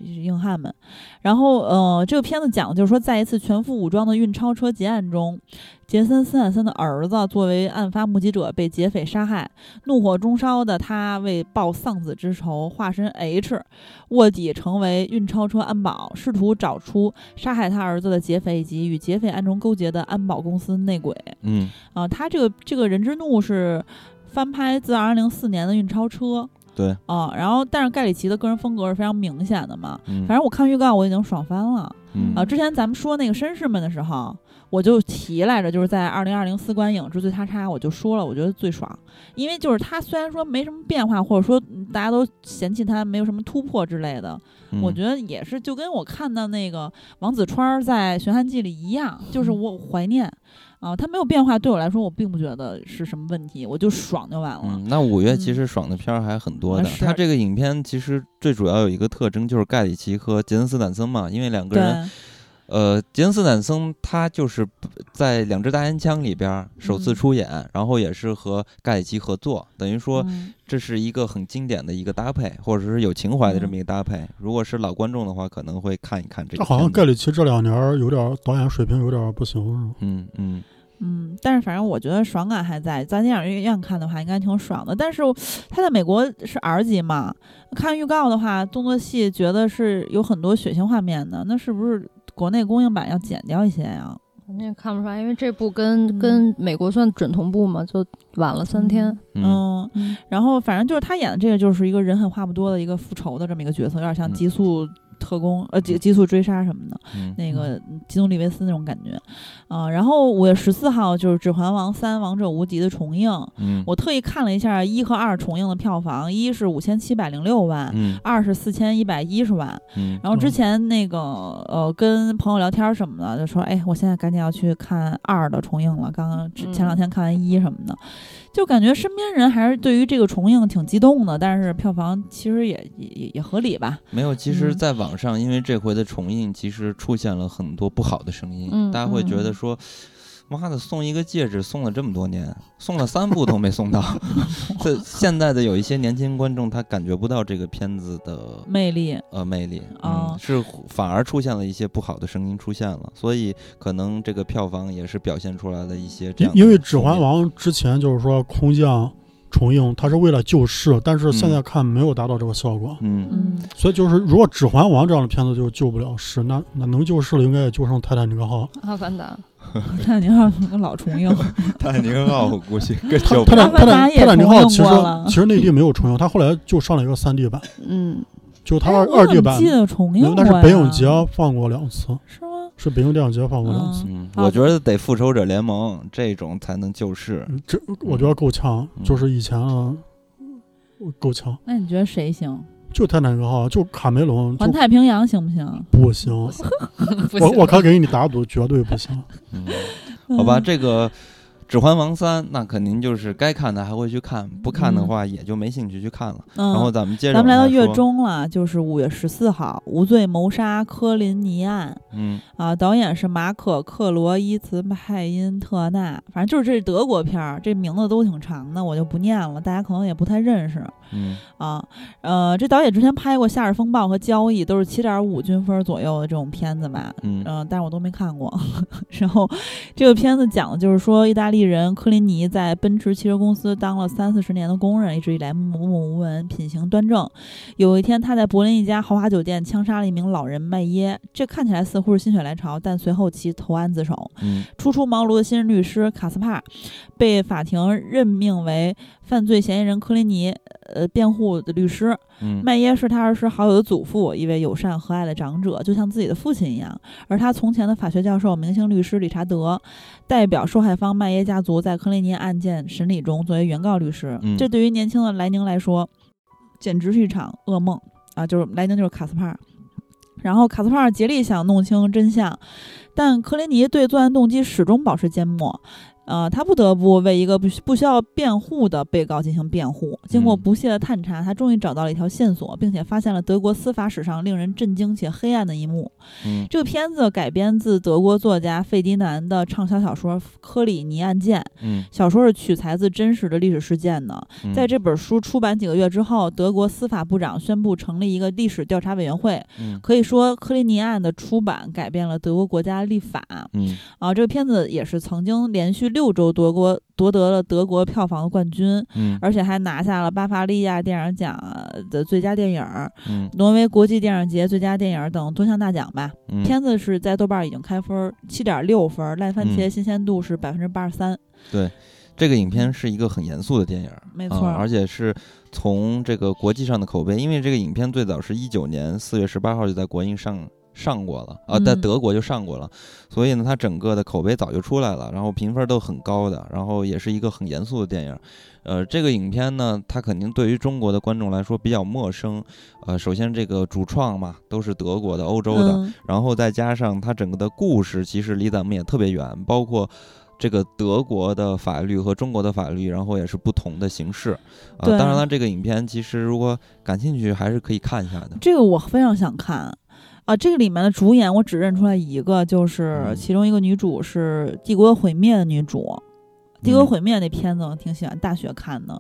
Speaker 2: 硬汉们。然后，呃，这个片子讲的就是说，在一次全副武装的运钞车劫案中，杰森·斯坦森的儿子作为案发目击者被劫匪杀害，怒火中烧的他为报丧子之仇，化身 H 卧底成为运钞车安保，试图找出杀害他儿子的劫匪以及与劫匪暗中勾结的安保公司内鬼。
Speaker 1: 嗯
Speaker 2: 啊、他这个这个人之怒是翻拍自二零零四年的运钞车。
Speaker 1: 对
Speaker 2: 啊、然后但是盖里奇的个人风格是非常明显的嘛，
Speaker 1: 嗯，
Speaker 2: 反正我看预告我已经爽翻了
Speaker 1: 嗯
Speaker 2: 啊！之前咱们说那个绅士们的时候，我就提来着，就是在二零二零四观影之最叉叉，我就说了，我觉得最爽，因为就是它虽然说没什么变化，或者说嗯大家都嫌弃它没有什么突破之类的，
Speaker 1: 嗯
Speaker 2: 我觉得也是就跟我看到那个王子川儿在《寻汉记》里一样，就是
Speaker 3: 嗯
Speaker 2: 我怀念啊，它没有变化，对我来说我并不觉得是什么问题，我就爽就完了。
Speaker 1: 嗯，那五月其
Speaker 2: 嗯
Speaker 1: 实爽的片儿还很多
Speaker 2: 啊
Speaker 1: 的。
Speaker 2: 是
Speaker 1: 他这个影片其实最主要有一个特征就是盖里奇和杰森斯坦森嘛，因为两个
Speaker 2: 对，
Speaker 1: 人，呃，杰森斯坦森他就是在《两只大烟枪》里边儿首次
Speaker 2: 嗯
Speaker 1: 出演，然后也是和盖里奇合作，等于说
Speaker 2: 嗯
Speaker 1: 这是一个很经典的一个搭配，或者是有情怀的
Speaker 2: 嗯
Speaker 1: 这么一个搭配。如果是老观众的话，可能会看一看这
Speaker 4: 这
Speaker 1: 个片子。
Speaker 4: 好像盖里奇这两年有点导演水平有点不行，是吧？
Speaker 1: 嗯嗯
Speaker 2: 嗯，但是反正我觉得爽感还在，在电影院看的话应该挺爽的。但是我它在美国是 R 级嘛，看预告的话，动作戏觉得是有很多血腥画面的，那是不是国内公映版要减掉一些呀？
Speaker 3: 肯定看不出来，因为这部跟、
Speaker 2: 嗯
Speaker 3: 跟美国算准同步嘛，就晚了三天。
Speaker 1: 嗯
Speaker 2: 嗯，
Speaker 3: 嗯，
Speaker 2: 然后反正就是他演的这个就是一个人狠话不多的一个复仇的这么一个角色，有点像
Speaker 1: 嗯
Speaker 2: 极速特工、呃极极速追杀什么的。
Speaker 1: 嗯
Speaker 2: 那个基努·里维斯那种感觉，啊、然后五月十四号就是《指环王三：王者无敌》的重映，
Speaker 1: 嗯
Speaker 2: 我特意看了一下一和二重映的票房，一是五千七百零六万，
Speaker 1: 嗯
Speaker 2: 二是四千一百一十万。
Speaker 1: 嗯
Speaker 2: 然后之
Speaker 4: 嗯
Speaker 2: 前那个呃跟朋友聊天什么的，就说哎，我现在赶紧要去看二的重映了，刚刚之前两
Speaker 3: 嗯
Speaker 2: 天看完一什么的，就感觉身边人还是对于这个重映挺激动的，但是票房其实也也也也合理吧。
Speaker 1: 没有，其实
Speaker 2: 嗯
Speaker 1: 在网上，因为这回的重映，其实出现了很多不好的声音，
Speaker 3: 嗯
Speaker 1: 大家会觉得
Speaker 2: 嗯
Speaker 1: 说。妈的，送一个戒指送了这么多年，送了三部都没
Speaker 2: [LAUGHS]
Speaker 1: 送到。这现在的有一些年轻观众，他感觉不到这个片子的
Speaker 2: 魅力，
Speaker 1: 呃魅力，
Speaker 2: 哦
Speaker 1: 嗯，是反而出现了一些不好的声音出现了，所以可能这个票房也是表现出来了一些这样的
Speaker 4: 因
Speaker 1: 声音。
Speaker 4: 因为《指环王》之前就是说空降重映，它是为了救市，但是现在看没有达到这个效果，
Speaker 1: [LAUGHS] 嗯，
Speaker 2: 嗯，
Speaker 4: 所以就是如果《指环王》这样的片子就救不了市，那那能救市的应该也就剩《泰坦尼克号》了。
Speaker 3: [LAUGHS] 阿凡达，
Speaker 2: 看您要老重映，
Speaker 1: 泰宁号我估
Speaker 4: [LAUGHS]
Speaker 1: 计更
Speaker 4: 泰
Speaker 1: 久
Speaker 4: 泰
Speaker 1: 不
Speaker 2: 了
Speaker 1: 了。
Speaker 2: 阿
Speaker 4: 坦泰坦
Speaker 2: 凡达也
Speaker 4: 泰坦尼克号
Speaker 2: 重
Speaker 4: 其
Speaker 2: 映
Speaker 4: 实
Speaker 2: 过了
Speaker 4: 其实内地没有重映，它后来就上了一个三 D 版，
Speaker 3: 嗯，
Speaker 4: 就他
Speaker 2: 哎
Speaker 4: 二
Speaker 2: 我
Speaker 4: 二 D
Speaker 2: 怎么
Speaker 4: 版
Speaker 2: 记，得重
Speaker 4: 没
Speaker 2: 映
Speaker 4: 有，
Speaker 2: 过
Speaker 4: 但是
Speaker 2: 呀？
Speaker 4: 北影节放过两次，
Speaker 2: 是吗？
Speaker 4: 是北影电影节放过两次。
Speaker 1: 嗯，
Speaker 2: 好
Speaker 1: 我
Speaker 2: 的
Speaker 1: 觉得得复仇者联盟这种才能救世。
Speaker 4: 嗯这我觉得够呛，
Speaker 1: 嗯
Speaker 4: 就是以前啊，够呛，
Speaker 2: 那你觉得谁行？
Speaker 4: 就太难哈，就卡梅隆就
Speaker 2: 环太平洋行不行？
Speaker 4: 不行，
Speaker 3: [LAUGHS] 不
Speaker 4: 我
Speaker 3: 行
Speaker 4: 我可给你打赌，绝对不行。
Speaker 3: [LAUGHS]
Speaker 1: 嗯，好吧，
Speaker 2: 嗯
Speaker 1: 这个《指环王三》那肯定就是该看的还会去看，不看的
Speaker 2: 嗯
Speaker 1: 话也就没兴趣去看了。
Speaker 2: 嗯，
Speaker 1: 然后咱们接着，
Speaker 2: 咱们来到月，中了，就是五月十四号，《无罪谋杀科林尼案
Speaker 1: 嗯》
Speaker 2: 啊，导演是马可·克罗伊茨派因特纳，反正就是这是德国片儿，这名字都挺长的，我就不念了，大家可能也不太认识
Speaker 1: 嗯
Speaker 2: 啊。呃，这导演之前拍过《夏日风暴》和《交易》，都是七点五均分左右的这种片子吧，
Speaker 1: 嗯
Speaker 2: 嗯、但是我都没看过。 [LAUGHS] 然后这个片子讲的就是说，意大利人科林尼在奔驰汽车公司当了三四十年的工人，一直以来默默无闻，品行端正。有一天，他在柏林一家豪华酒店枪杀了一名老人卖耶，这看起来似乎是心血来潮，但随后其投案自首。
Speaker 1: 嗯
Speaker 2: 初出茅庐的新任律师卡斯帕被法庭任命为犯罪嫌疑人科林尼呃辩护的律师。
Speaker 1: 嗯，
Speaker 2: 麦耶是他儿时好友的祖父，一位友善和蔼的长者，就像自己的父亲一样。而他从前的法学教授、明星律师理查德，代表受害方麦耶家族在科林尼案件审理中作为原告律师。
Speaker 1: 嗯
Speaker 2: 这对于年轻的莱宁来说，简直是一场噩梦啊！就是莱宁就是卡斯帕尔。然后卡斯帕尔竭力想弄清真相，但科林尼对作案动机始终保持缄默。呃，他不得不为一个不需不需要辩护的被告进行辩护。经过
Speaker 1: 嗯
Speaker 2: 不懈的探查，他终于找到了一条线索，并且发现了德国司法史上令人震惊且黑暗的一幕。
Speaker 1: 嗯
Speaker 2: 这个片子改编自德国作家费迪南的畅销小说《科里尼案件》，
Speaker 1: 嗯，
Speaker 2: 小说是取材自真实的历史事件的。
Speaker 1: 嗯
Speaker 2: 在，这本书出版几个月之后，德国司法部长宣布成立一个历史调查委员会。
Speaker 1: 嗯
Speaker 2: 可以说，科林尼案的出版改变了德国国家立法。
Speaker 1: 嗯
Speaker 2: 啊，这个片子也是曾经连续六周夺国夺得了德国票房的冠军，
Speaker 1: 嗯
Speaker 2: 而且还拿下了巴伐利亚电影奖呃的最佳电影儿、
Speaker 1: 嗯
Speaker 2: 挪威国际电影节最佳电影儿等多项大奖吧。
Speaker 1: 嗯，
Speaker 2: 片子是在豆瓣儿已经开分七点六分儿，烂番茄
Speaker 1: 嗯
Speaker 2: 新鲜度是百分之八十三。
Speaker 1: 这个影片是一个很严肃的电影儿，
Speaker 2: 没错
Speaker 1: 啊而且是从这个国际上的口碑，因为这个影片最早是一九年四月十八号就在国映上上过了啊，
Speaker 2: 嗯
Speaker 1: 在德国就上过了，所以呢，它整个的口碑早就出来了，然后评分都很高的，然后也是一个很严肃的电影。呃，这个影片呢，它肯定对于中国的观众来说比较陌生。呃，首先这个主创嘛都是德国的、欧洲的，
Speaker 2: 嗯，
Speaker 1: 然后再加上它整个的故事，其实离咱们也特别远，包括这个德国的法律和中国的法律，然后也是不同的形式啊。
Speaker 2: 对
Speaker 1: 当然了，这个影片其实如果感兴趣，还是可以看一下的。
Speaker 2: 这个我非常想看。啊，这个里面的主演我只认出来一个，就是
Speaker 1: 嗯
Speaker 2: 其中一个女主是《帝国毁灭》的女主，《帝
Speaker 1: 嗯
Speaker 2: 国毁灭》那片子我挺喜欢，大学看的。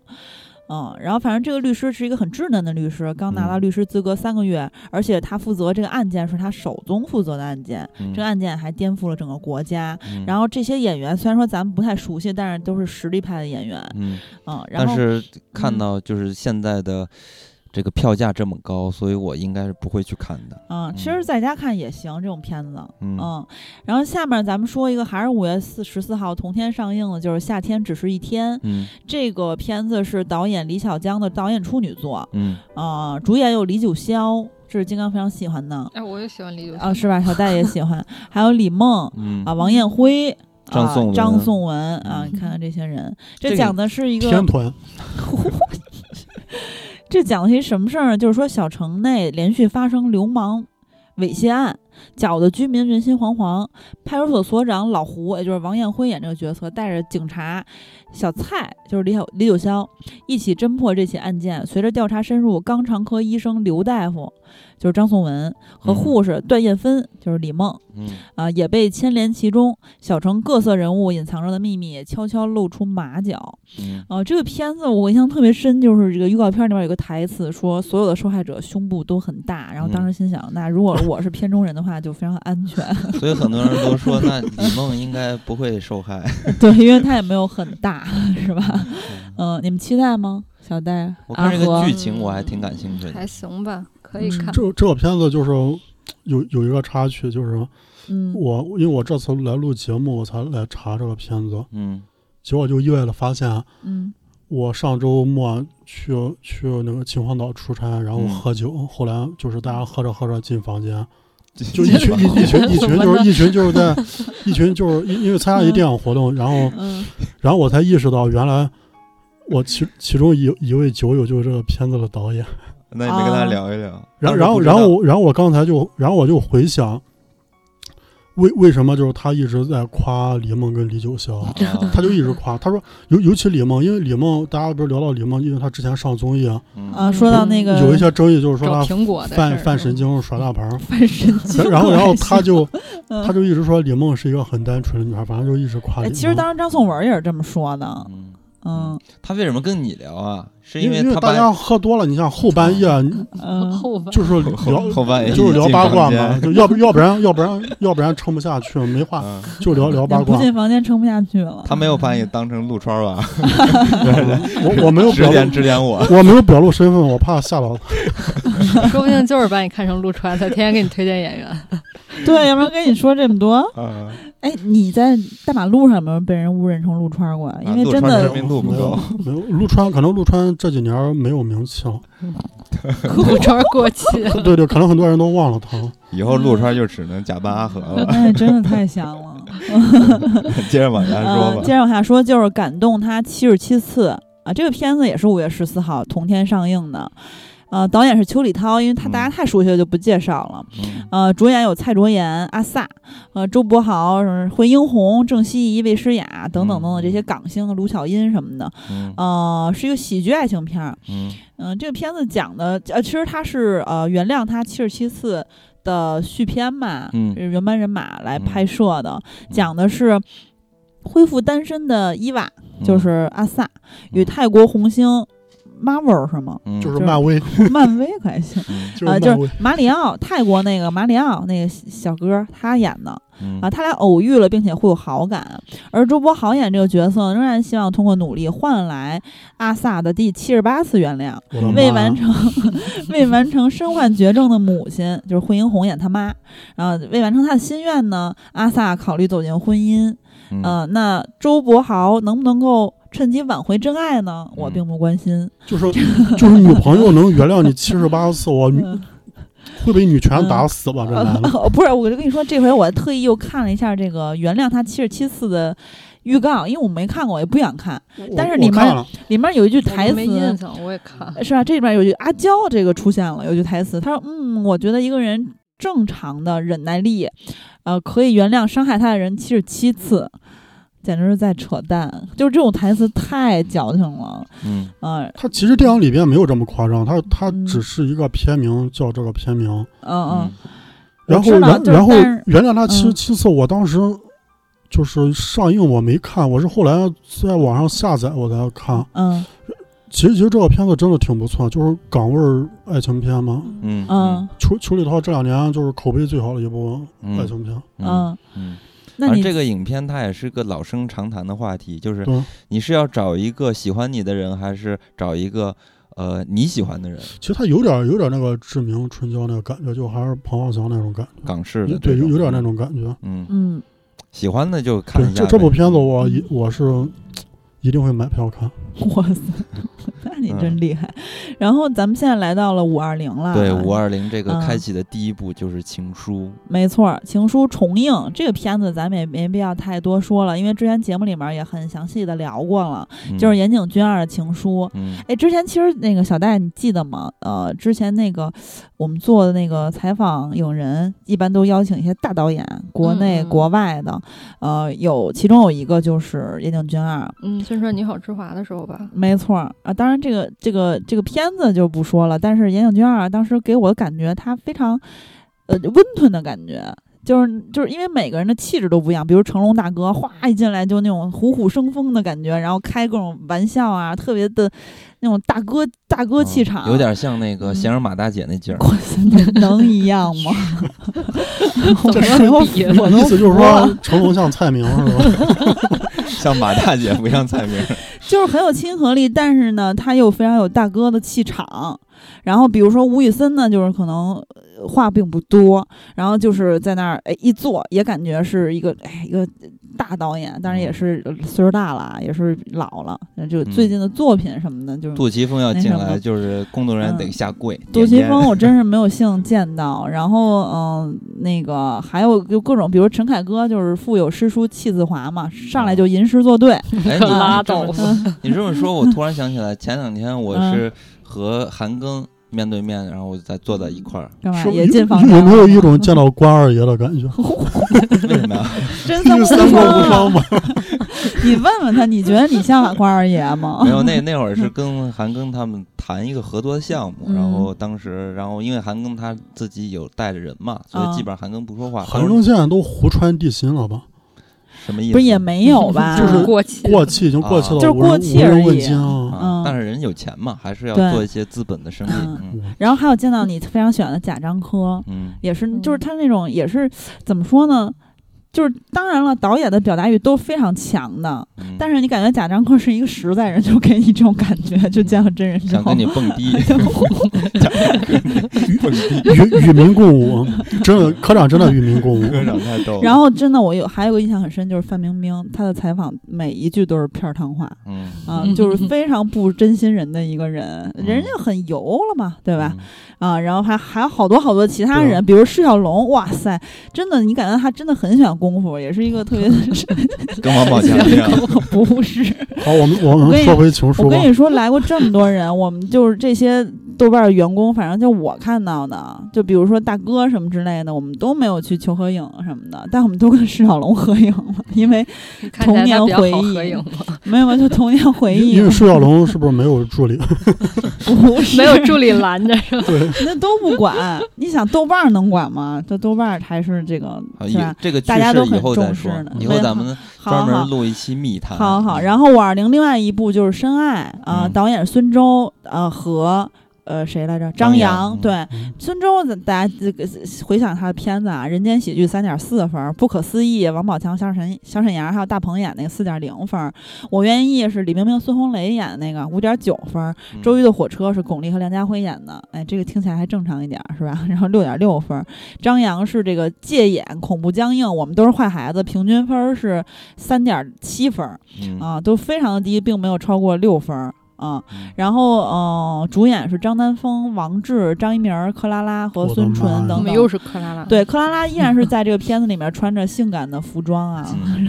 Speaker 2: 嗯，然后反正这个律师是一个很稚嫩的律师，刚拿到
Speaker 1: 嗯
Speaker 2: 律师资格三个月，而且他负责这个案件是他首宗负责的案件，
Speaker 1: 嗯，
Speaker 2: 这个案件还颠覆了整个国家。
Speaker 1: 嗯，
Speaker 2: 然后这些演员虽然说咱们不太熟悉，但是都是实力派的演员。
Speaker 1: 嗯，
Speaker 2: 嗯，然
Speaker 1: 但
Speaker 2: 后
Speaker 1: 是看
Speaker 2: 嗯
Speaker 1: 到就是现在的这个票价这么高，所以我应该是不会去看的。
Speaker 2: 嗯，其实在家看也行，这种片子。
Speaker 1: 嗯
Speaker 2: 嗯，然后下面咱们说一个，还是五月四十四号同天上映的，就是《夏天只是一天》。
Speaker 1: 嗯
Speaker 2: 这个片子是导演李小江的导演处女作，
Speaker 1: 嗯
Speaker 2: 呃，主演有李九霄，这是金刚非常喜欢的
Speaker 3: 哎，我也喜欢李九
Speaker 2: 啊，是吧？小戴也喜欢，还有李梦
Speaker 1: 嗯
Speaker 2: 啊，王艳辉。
Speaker 1: 张颂
Speaker 2: 啊、
Speaker 1: 文
Speaker 2: 张颂文啊，
Speaker 1: 嗯
Speaker 2: 你看看这些人，
Speaker 1: 这
Speaker 2: 这
Speaker 1: 个
Speaker 2: 讲的是一个
Speaker 4: 天团，
Speaker 3: 啊
Speaker 2: 这讲的是一什么事儿呢？就是说小城内连续发生流氓猥亵案，搅得居民人心惶惶。派出所所长老胡，也就是王艳辉演这个角色，带着警察小蔡，就是李小李九霄，一起侦破这起案件。随着调查深入，肛肠科医生刘大夫，就是张颂文，和
Speaker 1: 嗯
Speaker 2: 护士段艳芬，就是李梦，
Speaker 1: 嗯
Speaker 2: 啊、也被牵连其中。小城各色人物隐藏着的秘密，也悄悄露出马脚。
Speaker 1: 嗯 [LAUGHS]
Speaker 2: 哦，这个片子我印象特别深，就是这个预告片里面有个台词说，所有的受害者胸部都很大。然后当时心想，那如果我是片中人的话，就非常
Speaker 1: [LAUGHS]
Speaker 2: 安全。
Speaker 1: 嗯，所以很多人都说，那李梦应该不会受害。
Speaker 2: 对，因为它也没有很大，是吧？ [LAUGHS] 嗯、你们期待吗？小戴，
Speaker 1: 我
Speaker 2: 阿
Speaker 1: 看这个
Speaker 2: 和
Speaker 1: 剧情我还挺感兴趣的。
Speaker 3: 还行吧，可以
Speaker 2: 嗯
Speaker 3: 看。
Speaker 4: 这这个片子就是有有一个插曲，就是
Speaker 2: 嗯，
Speaker 4: 我因为我这次来录节目，我才来查这个片子，
Speaker 1: 嗯
Speaker 4: 结果就意外的发现，
Speaker 2: 嗯，
Speaker 4: 我上周末去去那个秦皇岛出差，然后
Speaker 1: 嗯
Speaker 4: 喝酒，后来就是大家喝着喝着进房
Speaker 3: [LAUGHS]
Speaker 4: 间，
Speaker 1: 就
Speaker 4: 就一群一一群一群就是一群就是在一群就是因因为参加一电影活动，然后
Speaker 2: 嗯，
Speaker 4: 然后我才意识到原来我其其中一一位酒友就是这个片子的导演。
Speaker 1: 那你没跟他聊一聊？
Speaker 4: 然后然后然后我然后我刚才就然后我就回想，为为什么就是他一直在夸李梦跟李九霄，他就一直
Speaker 3: 嗯
Speaker 4: 夸，他说尤尤其李梦，因为李梦大家不是聊到李梦，因为他之前上综艺啊，
Speaker 2: 啊，
Speaker 4: [LAUGHS]
Speaker 1: 啊
Speaker 2: 说到那个
Speaker 4: 有一些争议，就是说
Speaker 3: 找
Speaker 4: 他
Speaker 3: 苹果的
Speaker 4: 犯
Speaker 3: 事儿
Speaker 4: 犯神，经耍大牌
Speaker 3: [LAUGHS]
Speaker 4: 儿，
Speaker 2: 翻
Speaker 4: [LAUGHS]
Speaker 2: 身经，
Speaker 4: 然后然后他就
Speaker 2: 嗯
Speaker 4: 他就一直说李梦是一个很单纯的女孩，反正就一直夸李
Speaker 2: 哎，
Speaker 4: 梦。
Speaker 2: 其实当时张颂文也是这么说的，
Speaker 1: 嗯，
Speaker 2: 嗯
Speaker 1: 他为什么跟你聊啊？是
Speaker 4: 因为因
Speaker 1: 为
Speaker 4: 为
Speaker 1: 他
Speaker 4: 大
Speaker 1: 把
Speaker 4: 家喝多了，你像后半
Speaker 3: [LAUGHS]
Speaker 4: 夜
Speaker 2: 嗯，
Speaker 3: 后吧，
Speaker 4: 就是
Speaker 3: [LAUGHS]
Speaker 1: 后
Speaker 4: 聊
Speaker 1: 后半夜
Speaker 4: 就是聊八卦
Speaker 1: 一进 [LAUGHS]
Speaker 4: 嘛，
Speaker 1: 哎
Speaker 4: [LAUGHS] 啊
Speaker 1: 房间
Speaker 4: 就要不要不然要不然要不然撑不下去，没话
Speaker 1: 嗯
Speaker 4: 就聊聊八
Speaker 2: 不
Speaker 4: 卦。
Speaker 2: 进房间撑不下去了。
Speaker 1: 他没有把你当成陆川吧？
Speaker 4: 我
Speaker 1: [LAUGHS]
Speaker 4: 我没有
Speaker 1: 指
Speaker 4: 表
Speaker 1: 点
Speaker 4: 露，
Speaker 1: 指点
Speaker 4: [LAUGHS]
Speaker 1: 我。
Speaker 4: 我没有表露身份，我怕吓到他。
Speaker 3: 说不定就是把你看成陆川，他天天给你推荐演 [LAUGHS] 员。
Speaker 2: 对，要不然跟你说这么多。
Speaker 1: 啊，
Speaker 2: 哎，你在大马路上有没有被人误认成陆川过？因为
Speaker 1: 啊陆
Speaker 2: 真
Speaker 1: 川
Speaker 2: 的
Speaker 1: 知名度不
Speaker 4: 没有
Speaker 1: 高，
Speaker 4: 没有陆川，可能陆川这几年没有名气
Speaker 2: [LAUGHS]
Speaker 4: 了，
Speaker 3: 陆川过 [LAUGHS] 气，
Speaker 4: 对对，可能很多人都忘了他了。
Speaker 2: 嗯
Speaker 1: 以后陆川就只能假扮阿和
Speaker 4: [LAUGHS]
Speaker 1: 了。 [LAUGHS]
Speaker 2: 哎，真的太香了。
Speaker 1: 接着往下说
Speaker 2: 嗯，
Speaker 4: 啊
Speaker 2: 接
Speaker 1: 吧。
Speaker 2: 着往下说，就是感动他七十七次啊，这个片子也是五月十四号同天上映的。呃，导演是邱礼涛，因为他
Speaker 1: 嗯
Speaker 2: 大家太熟悉了，就不介绍了。
Speaker 1: 嗯
Speaker 2: 呃，主演有蔡卓妍、阿萨、呃周柏豪、呃惠英红、郑希怡、魏诗雅等等等等这些港星，卢巧音什么的。
Speaker 1: 嗯
Speaker 2: 呃，是一个喜剧爱情片儿。
Speaker 1: 嗯
Speaker 2: 嗯、这个片子讲的，呃，其实它是呃原谅他七十七次的续篇吧，
Speaker 1: 嗯
Speaker 2: 是原班人马来
Speaker 1: 嗯
Speaker 2: 拍摄的，讲的是恢复单身的伊娃，
Speaker 1: 嗯
Speaker 2: 就是阿萨与
Speaker 1: 嗯
Speaker 2: 泰国红星 Marvel
Speaker 1: [LAUGHS]
Speaker 2: 是啊吗？
Speaker 1: 嗯
Speaker 4: 就是漫威，
Speaker 2: 漫威可还行
Speaker 1: 嗯
Speaker 4: 就是
Speaker 2: 啊，
Speaker 4: 漫
Speaker 2: 就
Speaker 4: 威
Speaker 2: 是。马里奥，泰国那个马里奥那个小哥他演的
Speaker 1: 嗯
Speaker 2: 啊，他俩偶遇了，并且互有好感。而周柏豪演这个角色，仍然希望通过努力换来阿萨的第七十八次原谅。
Speaker 4: 我的妈
Speaker 2: 未完成 [LAUGHS] 未完成身患绝症的母亲，就是惠英红演她妈，然后未完成她的心愿呢，阿萨考虑走进婚姻。
Speaker 1: 嗯
Speaker 4: 啊
Speaker 2: 呃，那周柏豪能不能够趁机挽回真爱呢？我
Speaker 1: 嗯
Speaker 2: 并不关心。
Speaker 4: 就是就是女朋友能原谅你七十八次，我
Speaker 2: 嗯
Speaker 4: 会被女拳打死吧？这
Speaker 2: [LAUGHS]
Speaker 4: 男的，
Speaker 2: 不是，我就跟你说，这回我特意又看了一下这个《原谅他七十七次》的预告，因为我没看过，我也不想看。
Speaker 4: 我
Speaker 2: 但是
Speaker 4: 我
Speaker 2: 里面
Speaker 4: 看了，
Speaker 2: 里面有一句台
Speaker 3: 我没印
Speaker 2: 词。
Speaker 3: 象，我也 [LAUGHS] 看。
Speaker 2: 是吧？这里面有一句阿娇这个出现了，有一句台词，他说：“嗯，我觉得一个人正常的忍耐力，呃，可以原谅伤害他的人七十七次，简直是在扯淡。就是这种台词太矫情了，
Speaker 1: 嗯
Speaker 2: 嗯
Speaker 4: 他其实电影里边没有这么夸张，他他
Speaker 2: 嗯
Speaker 4: 只是一个片名叫这个片名，
Speaker 2: 嗯
Speaker 4: 啊
Speaker 2: 嗯，
Speaker 4: 然后
Speaker 2: 我知道
Speaker 4: 然
Speaker 2: 就是
Speaker 4: 然后
Speaker 2: 但是
Speaker 4: 原谅他七
Speaker 2: 嗯
Speaker 4: 七次，我当时就是上映我没看，我是后来在网上下载我才看。
Speaker 2: 嗯
Speaker 4: 其实其实这个片子真的挺不错，就是港味儿爱情片嘛。
Speaker 1: 嗯
Speaker 2: 嗯
Speaker 4: 邱邱礼涛这两年就是口碑最好的一部爱
Speaker 1: 嗯
Speaker 4: 情片，
Speaker 2: 嗯，
Speaker 1: 嗯。
Speaker 2: 那
Speaker 1: 而
Speaker 2: 你
Speaker 1: 这个影片它也是个老生常谈的话题，就是
Speaker 4: 对。
Speaker 1: 你是要找一个喜欢你的人，还是找一个呃你喜欢的人？
Speaker 4: 其实它有点有点那个志明春娇那个感觉，就还是彭浩翔那种感
Speaker 1: 港式
Speaker 4: 觉，
Speaker 1: 的
Speaker 4: 对，
Speaker 1: 这
Speaker 4: 有
Speaker 1: 种
Speaker 4: 有点那。种感觉。
Speaker 1: 嗯，
Speaker 2: 嗯。”
Speaker 1: 喜欢的就看
Speaker 4: 对，
Speaker 1: 一下
Speaker 4: 这
Speaker 1: 呗。嗯
Speaker 4: 这部片子我一我是一定会买票看。
Speaker 2: 哇塞， [LAUGHS] 那你真厉害。然后咱们现在来到了五二零了，
Speaker 1: 嗯对五，二零这个
Speaker 2: 嗯
Speaker 1: 开启的第一步就是情书。
Speaker 2: 没错，《情书》重映这个片子，咱们也没必要太多说了，因为之前节目里面也很详细的聊过了，
Speaker 1: 嗯
Speaker 2: 就是岩井俊二的《情书》。
Speaker 1: 嗯
Speaker 2: 哎，之前其实那个小戴，你记得吗？呃，之前那个我们做的那个采访影人，一般都邀请一些大导演，国内、
Speaker 3: 嗯嗯
Speaker 2: 国外的，呃，有其中有一个就是岩井俊二，
Speaker 3: 嗯，就是说你好之华的时候
Speaker 4: [LAUGHS]
Speaker 3: 吧，
Speaker 2: 没错儿啊，当然这个这个这个片子就不说了，但是岩井俊二啊，当时给我的感觉他非常呃温吞的感觉。就是就是因为每个人的气质都不一样，比如成龙大哥，哗一进来就那种虎虎生风的感觉，然后开各种玩笑啊，特别的那种大哥大哥气
Speaker 1: 嗯
Speaker 2: 场，
Speaker 1: 有点像那个
Speaker 2: 嗯
Speaker 1: 闲人马大姐那
Speaker 2: [LAUGHS]
Speaker 1: 劲儿。
Speaker 2: 哇塞， [LAUGHS] 能能一样
Speaker 4: [LAUGHS]
Speaker 2: 吗？我
Speaker 3: 怎
Speaker 2: 都
Speaker 3: 么比？
Speaker 2: 我都
Speaker 4: 意思就是
Speaker 2: 服了
Speaker 4: 说，成龙像蔡明
Speaker 2: [LAUGHS]
Speaker 4: 是吧？
Speaker 1: 像马大姐不像蔡明。
Speaker 2: 就是很有亲和力，但是呢，他又非常有大哥的气场。然后比如说吴宇森呢，就是可能呃话并不多，然后就是在那儿哎一坐，也感觉是一个哎一个大导演，当然
Speaker 4: 嗯
Speaker 2: 也是呃岁数大了啊，也是老了，那就最近的作品什么的，就是
Speaker 1: 杜琪峰要进
Speaker 2: 那什
Speaker 1: 来，
Speaker 2: 么
Speaker 1: 就是工作人员
Speaker 2: 嗯
Speaker 1: 得下跪。
Speaker 2: 杜
Speaker 1: 点
Speaker 2: 琪
Speaker 1: 烟
Speaker 2: 峰，我真是没有幸见到。然后，嗯、那个还有就各种，比如陈凯歌，就是腹有诗书气自华嘛，上
Speaker 4: 哦
Speaker 2: 来就吟诗作对。
Speaker 1: 哎，
Speaker 2: [LAUGHS]
Speaker 3: 可
Speaker 1: 你
Speaker 3: 拉
Speaker 1: 这么
Speaker 3: 倒
Speaker 1: 说你这么说，我突然想起来，前两天我
Speaker 2: 嗯
Speaker 1: 是和韩庚面对面，然后我在坐在一块儿，
Speaker 2: 干嘛
Speaker 4: 是
Speaker 2: 也进房
Speaker 4: 有
Speaker 2: 间？
Speaker 4: 有没有一种见到关二爷的感觉？
Speaker 2: 嗯
Speaker 1: 为什么
Speaker 2: [LAUGHS]
Speaker 1: 呀？
Speaker 2: 真
Speaker 4: 这
Speaker 2: 三国
Speaker 4: 是三国无
Speaker 2: 无
Speaker 4: 双
Speaker 2: 双
Speaker 4: 吗？
Speaker 1: [LAUGHS]
Speaker 2: 你问问他，你觉得你像关二爷吗
Speaker 1: 没？有，那那会儿是跟韩庚他们谈一个合作项目，然
Speaker 2: 嗯
Speaker 1: 后当时，然后因为韩庚他自己有带着人嘛，所以
Speaker 2: 嗯
Speaker 1: 基本上韩庚不说话。
Speaker 4: 韩
Speaker 1: 都
Speaker 4: 庚
Speaker 1: 是
Speaker 4: 现在都胡穿地心了吧？
Speaker 1: 什么意思？
Speaker 2: 不是也没有
Speaker 1: [LAUGHS]
Speaker 2: 吧？
Speaker 3: 就是过期了，
Speaker 4: 啊过气已经过气
Speaker 1: 啊
Speaker 4: 了，
Speaker 2: 就是
Speaker 4: 无人
Speaker 2: 过气
Speaker 4: 无
Speaker 2: 而
Speaker 4: 人
Speaker 2: 已
Speaker 4: 问津啊！
Speaker 1: 啊，
Speaker 2: 嗯
Speaker 1: 但是人有钱嘛，还是要
Speaker 2: 对
Speaker 1: 做一些资本的生意。嗯
Speaker 4: 嗯
Speaker 2: 然后还有见到你非常喜欢的贾樟柯，
Speaker 1: 嗯，
Speaker 2: 也是，就是
Speaker 3: 嗯
Speaker 2: 他那种也是怎么说呢？就是当然了，导演的表达欲都非常强的，
Speaker 1: 嗯
Speaker 2: 但是你感觉贾樟柯是一个实在人，就给你这种感觉，就见到真人之
Speaker 1: 想
Speaker 2: 后
Speaker 1: 跟，你蹦迪，
Speaker 4: [LAUGHS]
Speaker 1: 蹦迪，
Speaker 4: 与与民共舞，啊真的科长真的与民共舞。
Speaker 1: 科长太逗了。
Speaker 2: [LAUGHS] 然后真的我有还有个印象很深，就是范冰冰她的采访每一句都是片儿汤话
Speaker 1: 嗯，
Speaker 2: 啊、就是非常不真心人的一个人，
Speaker 1: 嗯
Speaker 2: 人家很油了嘛，对
Speaker 1: 对
Speaker 2: 吧？？啊，然后还还有好多好多其他
Speaker 4: 对啊
Speaker 2: 人，比如释小龙，哇塞，真的你感觉他真的很喜欢功夫，也是一个特别 [LAUGHS]
Speaker 1: 嗯跟王宝强一样。
Speaker 2: 不是。
Speaker 4: 好，我们我
Speaker 2: 我跟
Speaker 4: 们
Speaker 2: 你
Speaker 4: 说回情
Speaker 2: 我
Speaker 4: 书吧
Speaker 2: 跟。你说，来过这么多人，我们就是这些豆瓣儿员工，反正就我看到的，就比如说大哥什么之类的，我们都没有去求合影什么的，但我们都跟释小龙合影了，因为
Speaker 3: 你看起来他比较好合影嘛，
Speaker 2: 没有没有就童年回忆
Speaker 4: 因为释小龙是不是没有助
Speaker 2: [LAUGHS]
Speaker 4: 理？
Speaker 2: 不是
Speaker 3: [LAUGHS] 没有助理拦着，
Speaker 4: 对，
Speaker 2: 那都不管。你想豆瓣儿能管吗？这豆瓣儿还是这个
Speaker 1: 好，
Speaker 2: 是
Speaker 1: 以
Speaker 2: 吧？
Speaker 1: 啊这个去
Speaker 2: 大家都
Speaker 1: 世以
Speaker 2: 很
Speaker 1: 后再
Speaker 2: 重
Speaker 1: 说
Speaker 2: 视呢，
Speaker 1: 以后
Speaker 2: 对
Speaker 1: 咱们
Speaker 2: 好
Speaker 1: 专
Speaker 2: 好
Speaker 1: 门。录一期密谈。嗯
Speaker 2: 好好，
Speaker 1: 后
Speaker 2: 然后五二零另外一部就是《深爱》
Speaker 1: 啊
Speaker 2: 啊、
Speaker 1: 嗯
Speaker 2: 导演孙周啊、呃和呃谁来着？
Speaker 1: 张
Speaker 2: 张
Speaker 1: 扬嗯
Speaker 2: 对，孙周，大家这个回想他的片子啊，《人间喜剧》三点四分，《不可思议》王宝强、小沈小沈阳还有大鹏演那个四点零分，《我愿意》是李冰冰、孙红雷演的那个五点九分，
Speaker 1: 嗯
Speaker 2: 《周瑜的火车》是巩俐和梁家辉演的，哎，这个听起来还正常一点儿是吧？ [LAUGHS] 然后六点六分，张扬是这个戒眼恐怖僵硬，我们都是坏孩子，平均分儿是三点七分儿
Speaker 1: 嗯
Speaker 2: 啊，都非常的低，并没有超过六分儿啊。
Speaker 1: 嗯
Speaker 2: 然后，呃，主演是张丹峰、王志、张一鸣、克拉拉和
Speaker 4: 我的
Speaker 2: 孙
Speaker 4: 妈
Speaker 2: 淳
Speaker 4: 呀
Speaker 3: 我
Speaker 2: 等
Speaker 3: 们
Speaker 2: 等。
Speaker 3: 又是克拉拉，，
Speaker 2: 对，克拉拉依然是在这个片子里面穿着性感的服装啊， [LAUGHS]
Speaker 1: 嗯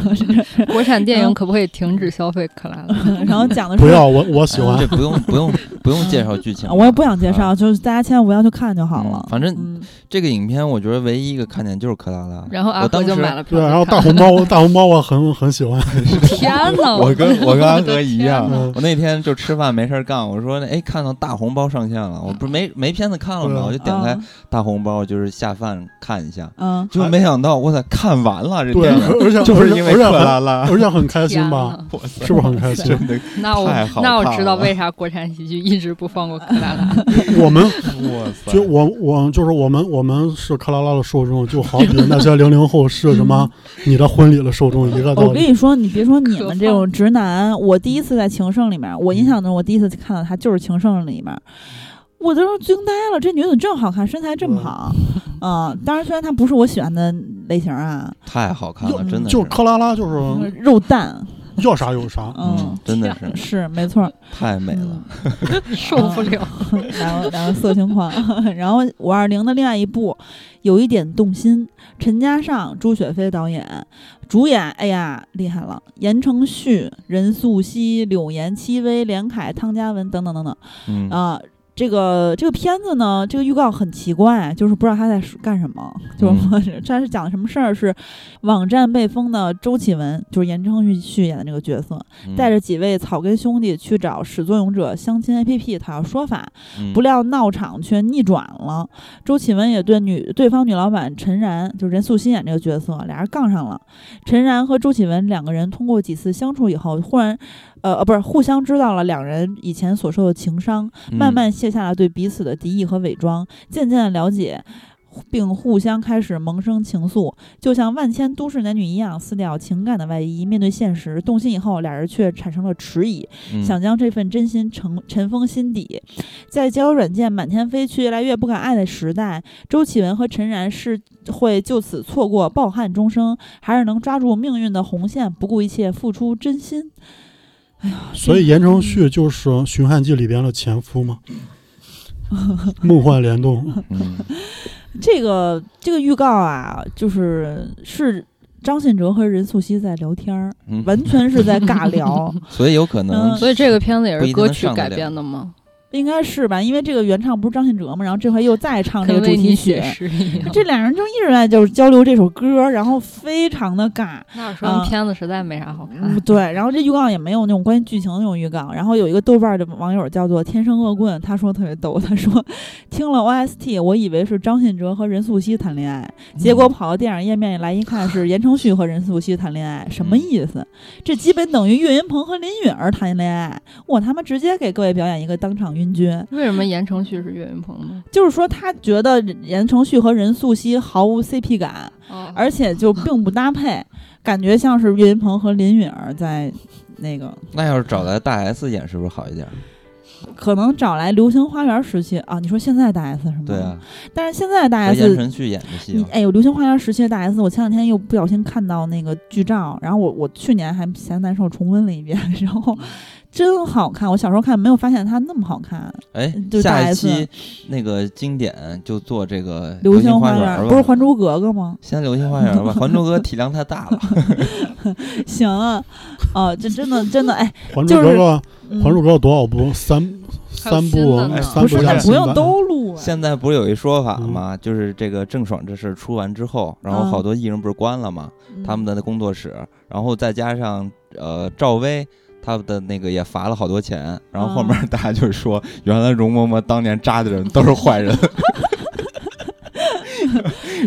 Speaker 3: 国产电影可不可以停止消费克拉拉？ [LAUGHS]
Speaker 1: 嗯
Speaker 2: [LAUGHS] 然后讲的是
Speaker 4: 不，要我我喜
Speaker 1: 哎
Speaker 2: 嗯
Speaker 4: 欢。
Speaker 1: 这不用不用不用介绍剧情
Speaker 2: 啊
Speaker 1: 了，
Speaker 2: [LAUGHS] 我也不想介绍，
Speaker 1: 啊
Speaker 2: 就是大家千万不要去看就好
Speaker 1: 嗯
Speaker 2: 了。
Speaker 1: 反正
Speaker 2: 嗯，
Speaker 1: 这个影片我觉得唯一一个看点就是克拉拉。
Speaker 3: 然后阿
Speaker 1: 我
Speaker 3: 珂
Speaker 1: 当
Speaker 3: 就
Speaker 1: 时
Speaker 3: 买了票
Speaker 4: 对，
Speaker 3: 去看，
Speaker 4: 啊然后大红包，大红包我很很
Speaker 2: [LAUGHS]
Speaker 4: 喜欢。
Speaker 3: 天呐，
Speaker 1: 我跟我跟阿
Speaker 3: [LAUGHS] 的
Speaker 1: 和一
Speaker 3: 天
Speaker 1: 样
Speaker 3: 呐
Speaker 4: 嗯
Speaker 1: [LAUGHS] 我那天就吃饭没事儿干，我说哎，看到大红包上线了，我不是没没片子看了
Speaker 4: 对
Speaker 1: 吗？
Speaker 4: 啊
Speaker 1: 我就点开大红包，就是下饭看一下，
Speaker 2: 嗯，
Speaker 1: 就没想到我操，看完了这
Speaker 4: 对，
Speaker 1: 电影，
Speaker 4: 而而且
Speaker 1: 就是
Speaker 4: 而且
Speaker 1: 因为
Speaker 4: 而且
Speaker 1: 克
Speaker 4: 很
Speaker 1: 拉拉，
Speaker 4: 而且很开心
Speaker 3: 天
Speaker 4: 吧？
Speaker 3: 呐，
Speaker 1: 我
Speaker 2: 啊
Speaker 1: 操
Speaker 4: 是不是很开心？
Speaker 1: 真的
Speaker 3: 那我
Speaker 1: 太好
Speaker 3: 那我
Speaker 1: 看
Speaker 3: 知道
Speaker 1: 了
Speaker 3: 为啥国产喜剧一直不放过克拉拉， [LAUGHS]
Speaker 2: 啊
Speaker 4: 我们
Speaker 1: 哇塞！
Speaker 4: 就我我就是我们我们是克拉拉的受众，就好比那些零零后是什么你的婚礼的受众一个
Speaker 2: 嗯我
Speaker 4: 道
Speaker 2: 跟
Speaker 4: 理。
Speaker 2: 你说，你别说你
Speaker 3: 可
Speaker 2: 们这
Speaker 3: 怕
Speaker 2: 种直男，我第一次在《情圣》里面，我
Speaker 1: 嗯
Speaker 2: 印象中我第一次看到她就是《情圣》里面，我都是惊呆了，这女的这么好看，身材这么
Speaker 1: 嗯
Speaker 2: 好，啊、当然虽然她不是我喜欢的类型啊，
Speaker 1: 太好看了，
Speaker 2: 就
Speaker 1: 真的
Speaker 4: 就是克拉拉就是
Speaker 2: 肉蛋，
Speaker 4: 要啥有啥，
Speaker 2: 嗯，
Speaker 1: 嗯真的是
Speaker 2: 是没错儿，
Speaker 1: 太美了。
Speaker 2: 嗯
Speaker 3: 受不了。
Speaker 2: 然后然后色情狂，然后五二零的另外一部有一点动心，陈嘉上、朱雪飞导演，主演哎呀厉害了，言承旭、任素汐、柳岩、戚薇、连凯、汤嘉文等等等等
Speaker 1: 嗯，
Speaker 2: 啊。这个这个片子呢，这个预告很奇怪，就是不知道他在说干什么，
Speaker 1: 嗯
Speaker 2: 就是他是讲的什么事儿？是网站被封的周启文，就是言承旭演的这个角色，
Speaker 1: 嗯
Speaker 2: 带着几位草根兄弟去找始作俑者相亲 APP 讨要说法，
Speaker 1: 嗯
Speaker 2: 不料闹场却逆转了。周启文也对女对方女老板陈然，就是任素汐演这个角色，俩人杠上了。陈然和周启文两个人通过几次相处以后，忽然，呃呃，不是互相知道了两人以前
Speaker 1: 嗯
Speaker 2: 所受的情伤，慢慢卸下了对彼此的敌意和伪装，渐渐的了解。并互相开始萌生情愫，就像万千都市男女一样，撕掉情感的外衣，面对现实。动心以后，俩人却产生了迟疑，
Speaker 1: 嗯
Speaker 2: 想将这份真心尘尘封心底。在交友软件满天飞、却越来越不敢爱的时代，周启文和陈然是会就此错过抱憾终生，还是能抓住命运的红线，不顾一切付出真心？哎呀，
Speaker 4: 所以言承旭就是《寻汉记》里边的前
Speaker 2: [LAUGHS]
Speaker 4: 夫嘛，梦幻联动，
Speaker 1: 嗯
Speaker 2: 这个这个预告啊，就是是张信哲和任素汐在聊天儿，
Speaker 1: 嗯
Speaker 2: 完全是在尬聊，
Speaker 3: [LAUGHS]
Speaker 1: 所以有可能
Speaker 2: 嗯
Speaker 3: 所以这个片子也
Speaker 1: 不一
Speaker 3: 是
Speaker 1: 定能
Speaker 3: 歌曲
Speaker 1: 上得
Speaker 3: 改
Speaker 1: 了
Speaker 3: 编的吗？
Speaker 2: 应该是吧？因为这个原唱不是张信哲嘛，然后这回又再唱这
Speaker 3: 跟
Speaker 2: 个主
Speaker 3: 为
Speaker 2: 题
Speaker 3: 你
Speaker 2: 曲
Speaker 3: 写。诗一样。
Speaker 2: 这两人就一直在就是交流这首歌，然后非常的尬，
Speaker 3: 那我说
Speaker 2: 啊
Speaker 3: 片子实在没啥好看
Speaker 2: 嗯，对，然后这预告也没有那种关于剧情的那种预告。然后有一个豆瓣儿的网友叫做“天生恶棍”，他说特别逗，他说听了 OST，我以为是张信哲和任素汐谈恋爱，结果跑到电影页面来一看是言承旭和任素汐谈恋爱，什么
Speaker 1: 嗯
Speaker 2: 意思？这基本等于岳云鹏和林允儿谈恋爱。我他妈直接给各位表演一个当场晕厥。
Speaker 3: 为什么言承旭是岳云鹏呢？
Speaker 2: 就是说，他觉得言承旭和任素汐毫无 CP 感，
Speaker 3: 哦
Speaker 2: 而且就并不搭配，感觉像是岳云鹏和林允儿在那个。
Speaker 1: 那要是找来大 S 演是不是好一点？
Speaker 2: 可能找来《流星花园》时期啊，你说现在大 S 是吗？
Speaker 1: 对。啊，
Speaker 2: 但是现在嗯大
Speaker 1: 和言
Speaker 2: S，
Speaker 1: 承旭演的戏
Speaker 2: 你
Speaker 1: 嘛，
Speaker 2: 哎呦，《流星花园》时期的大 S，我前两天又不小心看到那个剧照，然后我我去年还嫌难受重温了一遍， [LAUGHS] 然后真好看。我小时候看没有发现它那么好看，
Speaker 1: 哎
Speaker 2: 嗯就，大
Speaker 1: 下一
Speaker 2: S
Speaker 1: 期那个经典就做这个《
Speaker 2: 《流星
Speaker 1: 花
Speaker 2: 花园》
Speaker 1: 吧，
Speaker 2: 不是《还珠格格》吗？
Speaker 1: 先《流星花园》吧，《还珠格格》体量太大了。
Speaker 2: [LAUGHS] 行啊，哦，这真的真的哎，
Speaker 4: 《还珠
Speaker 2: 就
Speaker 4: 格
Speaker 2: 是
Speaker 4: 格》
Speaker 2: 嗯
Speaker 4: 《还珠格格》多少部？三
Speaker 3: 还有
Speaker 4: 三
Speaker 3: 新
Speaker 4: 部
Speaker 3: 的，呢
Speaker 4: 三
Speaker 2: 不
Speaker 4: 部
Speaker 2: 是
Speaker 4: 加
Speaker 2: 那
Speaker 4: 新
Speaker 2: 不用
Speaker 4: 版
Speaker 2: 都录啊，
Speaker 1: 现在不是有一说法吗？就是这个郑爽这事儿出完之后，然后
Speaker 2: 嗯
Speaker 1: 好多艺人不是关了吗？他们的那工作室，然后再加上呃赵薇。他们的那个也罚了好多钱，然后后面
Speaker 2: 哦
Speaker 1: 大家就说， [LAUGHS] 原来容嬷嬷当年扎的人都是坏
Speaker 2: [LAUGHS]
Speaker 1: 人，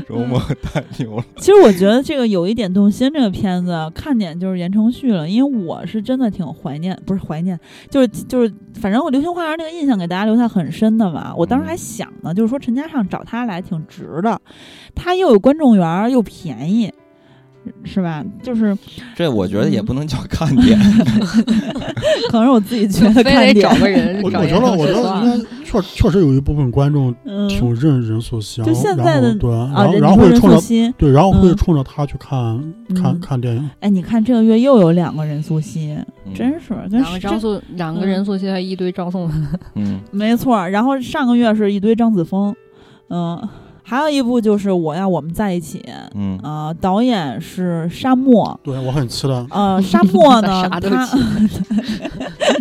Speaker 1: 容嬷嬷太牛了。
Speaker 2: 其实我觉得这个有一点动心，这个片子看点就是言承旭了，因为我是真的挺怀念，不是怀念，就是就是，反正我《流星花园》那个印象给大家留下很深的嘛。我当时
Speaker 4: 嗯
Speaker 2: 还想呢，就是说陈嘉上找他来挺值的，他又有观众缘儿，又便宜，是吧？就是 [LAUGHS]
Speaker 1: 这我觉得也不能叫看点，
Speaker 2: 可能是我自己觉
Speaker 3: 就
Speaker 2: 得看
Speaker 3: [LAUGHS] 非得
Speaker 2: 点
Speaker 3: 找，个人，
Speaker 4: [LAUGHS] 我
Speaker 3: 找
Speaker 4: 我觉
Speaker 3: 言
Speaker 4: 得，
Speaker 3: 承
Speaker 4: 我
Speaker 3: 旭
Speaker 4: 觉
Speaker 3: 算
Speaker 4: 得
Speaker 3: 了。
Speaker 4: 应该确确实有一部分观众
Speaker 2: 嗯，
Speaker 4: 挺认任素汐，
Speaker 2: 就现在
Speaker 4: 然
Speaker 2: 的
Speaker 4: 后对，然
Speaker 2: 啊，
Speaker 4: 后
Speaker 2: 人
Speaker 4: 然后
Speaker 2: 说
Speaker 4: 会
Speaker 2: 任素
Speaker 4: 冲着
Speaker 2: 汐，
Speaker 4: 对，然后会
Speaker 2: 嗯
Speaker 4: 冲着他去看看
Speaker 2: 嗯
Speaker 4: 看电影。
Speaker 2: 哎，你看这个月又有两个任素汐，
Speaker 1: 嗯
Speaker 2: 真是跟
Speaker 3: 两个张素，两个
Speaker 2: 嗯
Speaker 3: 任素汐还一堆张颂文，
Speaker 1: 嗯，
Speaker 2: 没错儿，然后上个月是一堆张子枫，嗯、还有一部就是《我要我们在一起》，
Speaker 1: 嗯，
Speaker 2: 呃，导演是沙漠，
Speaker 4: 对我很
Speaker 2: [LAUGHS]
Speaker 4: 期待，
Speaker 3: [LAUGHS]
Speaker 2: 呃，沙漠
Speaker 4: [LAUGHS]
Speaker 2: 呢，
Speaker 3: 啥都
Speaker 2: 他
Speaker 3: 起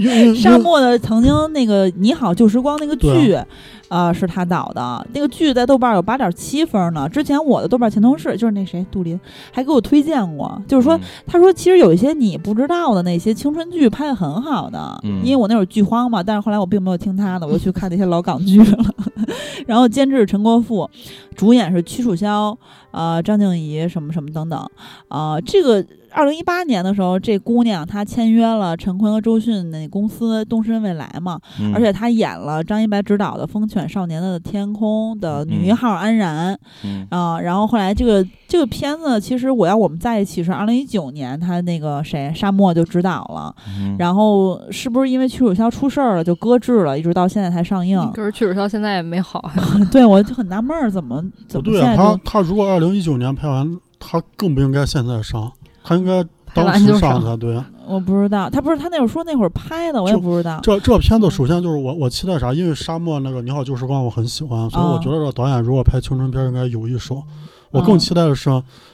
Speaker 4: 因为因
Speaker 2: [LAUGHS]
Speaker 4: 为
Speaker 2: 沙漠的曾经那个《你好旧时光》那个剧，
Speaker 4: 对
Speaker 2: 呃，是他导的，那个剧在豆瓣有八点七分呢。之前我的豆瓣前同事就是那谁杜林还给我推荐过，就是说
Speaker 1: 嗯
Speaker 2: 他说，其实有一些你不知道的那些青春剧拍的很好的，
Speaker 1: 嗯
Speaker 2: 因为我那会儿剧荒嘛，但是后来我并没有听他的，我就
Speaker 1: [LAUGHS]
Speaker 2: 去看那些老港剧了。 [LAUGHS] 然后监制陈国富，主演是屈楚萧、呃张婧仪什么什么等等，啊，这个。二零一八年的时候，这姑娘她签约了陈坤和周迅那公司东深未来嘛，
Speaker 1: 嗯
Speaker 2: 而且她演了张一白执导的《风犬少年的天空》的女一
Speaker 1: 嗯
Speaker 2: 号安然，
Speaker 1: 嗯
Speaker 2: 啊，然后后来这个这个片子，其实我要我们在一起是二零一九年，他那个谁沙漠就执导了，
Speaker 1: 嗯
Speaker 2: 然后是不是因为屈楚萧出事儿了就搁置了，一直到现在才上
Speaker 3: [LAUGHS]
Speaker 2: 映？
Speaker 3: 可是曲楚萧现在也没好，
Speaker 2: [LAUGHS] 对我就很纳闷儿，怎么
Speaker 4: 不
Speaker 2: 怎么
Speaker 4: 对
Speaker 2: 现
Speaker 4: 啊，
Speaker 2: 在
Speaker 4: 他
Speaker 2: 就
Speaker 4: 他如果二零一九年拍完，他更不应该现在上，他应该
Speaker 3: 拍
Speaker 4: 当
Speaker 3: 完就
Speaker 4: 时上
Speaker 3: 上。
Speaker 4: 才对。啊
Speaker 2: 我不知道，他不是他那会儿说那会儿拍的，我也
Speaker 4: 就
Speaker 2: 不知道。
Speaker 4: 这这片子首先就是我我期待啥，因为沙漠那个《你好旧时光》我很喜欢，所以我
Speaker 2: 啊
Speaker 4: 觉得这导演如果拍青春片应该有一手。我更
Speaker 2: 啊
Speaker 4: 期待的是，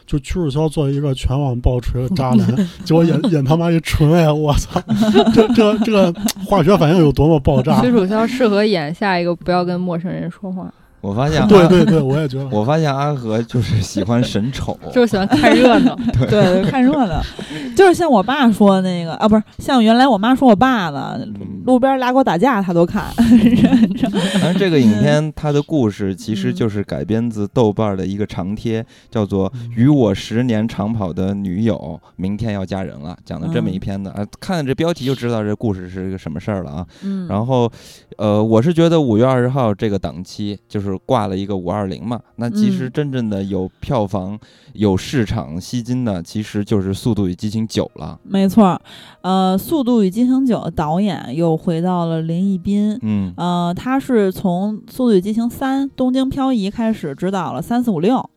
Speaker 4: 就屈楚萧作为一个全网爆锤的渣 [LAUGHS] 男，结果演演他妈一纯爱，我操！这这这个化学反应有多么爆炸
Speaker 3: 曲？楚萧适合演下一个不要跟陌生人说话，
Speaker 1: 我发现，
Speaker 4: 对，对对，我也觉得。
Speaker 1: 我发现阿和就是喜欢神
Speaker 2: [LAUGHS]
Speaker 1: 丑，
Speaker 4: 哦
Speaker 3: 就是喜欢看热闹。
Speaker 2: 对，看热闹，就是像我爸说的那个啊，不是像原来我妈说我爸的，
Speaker 1: 嗯
Speaker 2: 路边拉狗打架他都看。 [LAUGHS]
Speaker 1: 反正这个影片它的故事其实
Speaker 2: 嗯
Speaker 1: 就是改编自豆瓣儿的一个长贴，叫做《
Speaker 4: 嗯
Speaker 1: 与我十年长跑的女友明天要嫁人了》，讲的这么一
Speaker 2: 嗯
Speaker 1: 篇的啊，看这标题就知道这故事是一个什么事儿了啊。
Speaker 2: 嗯，
Speaker 1: 然后，呃，我是觉得五月二十号这个档期，就是就是挂了一个五二零嘛。那其实真正的有票房、有市场吸金的，其实就是《速度与激情九》了。
Speaker 2: 没错儿，呃，《速度与激情九》的导演又回到了林一斌。
Speaker 1: 嗯
Speaker 2: 呃，他是从《速度与激情三：东京漂移》开始指导了三四五六，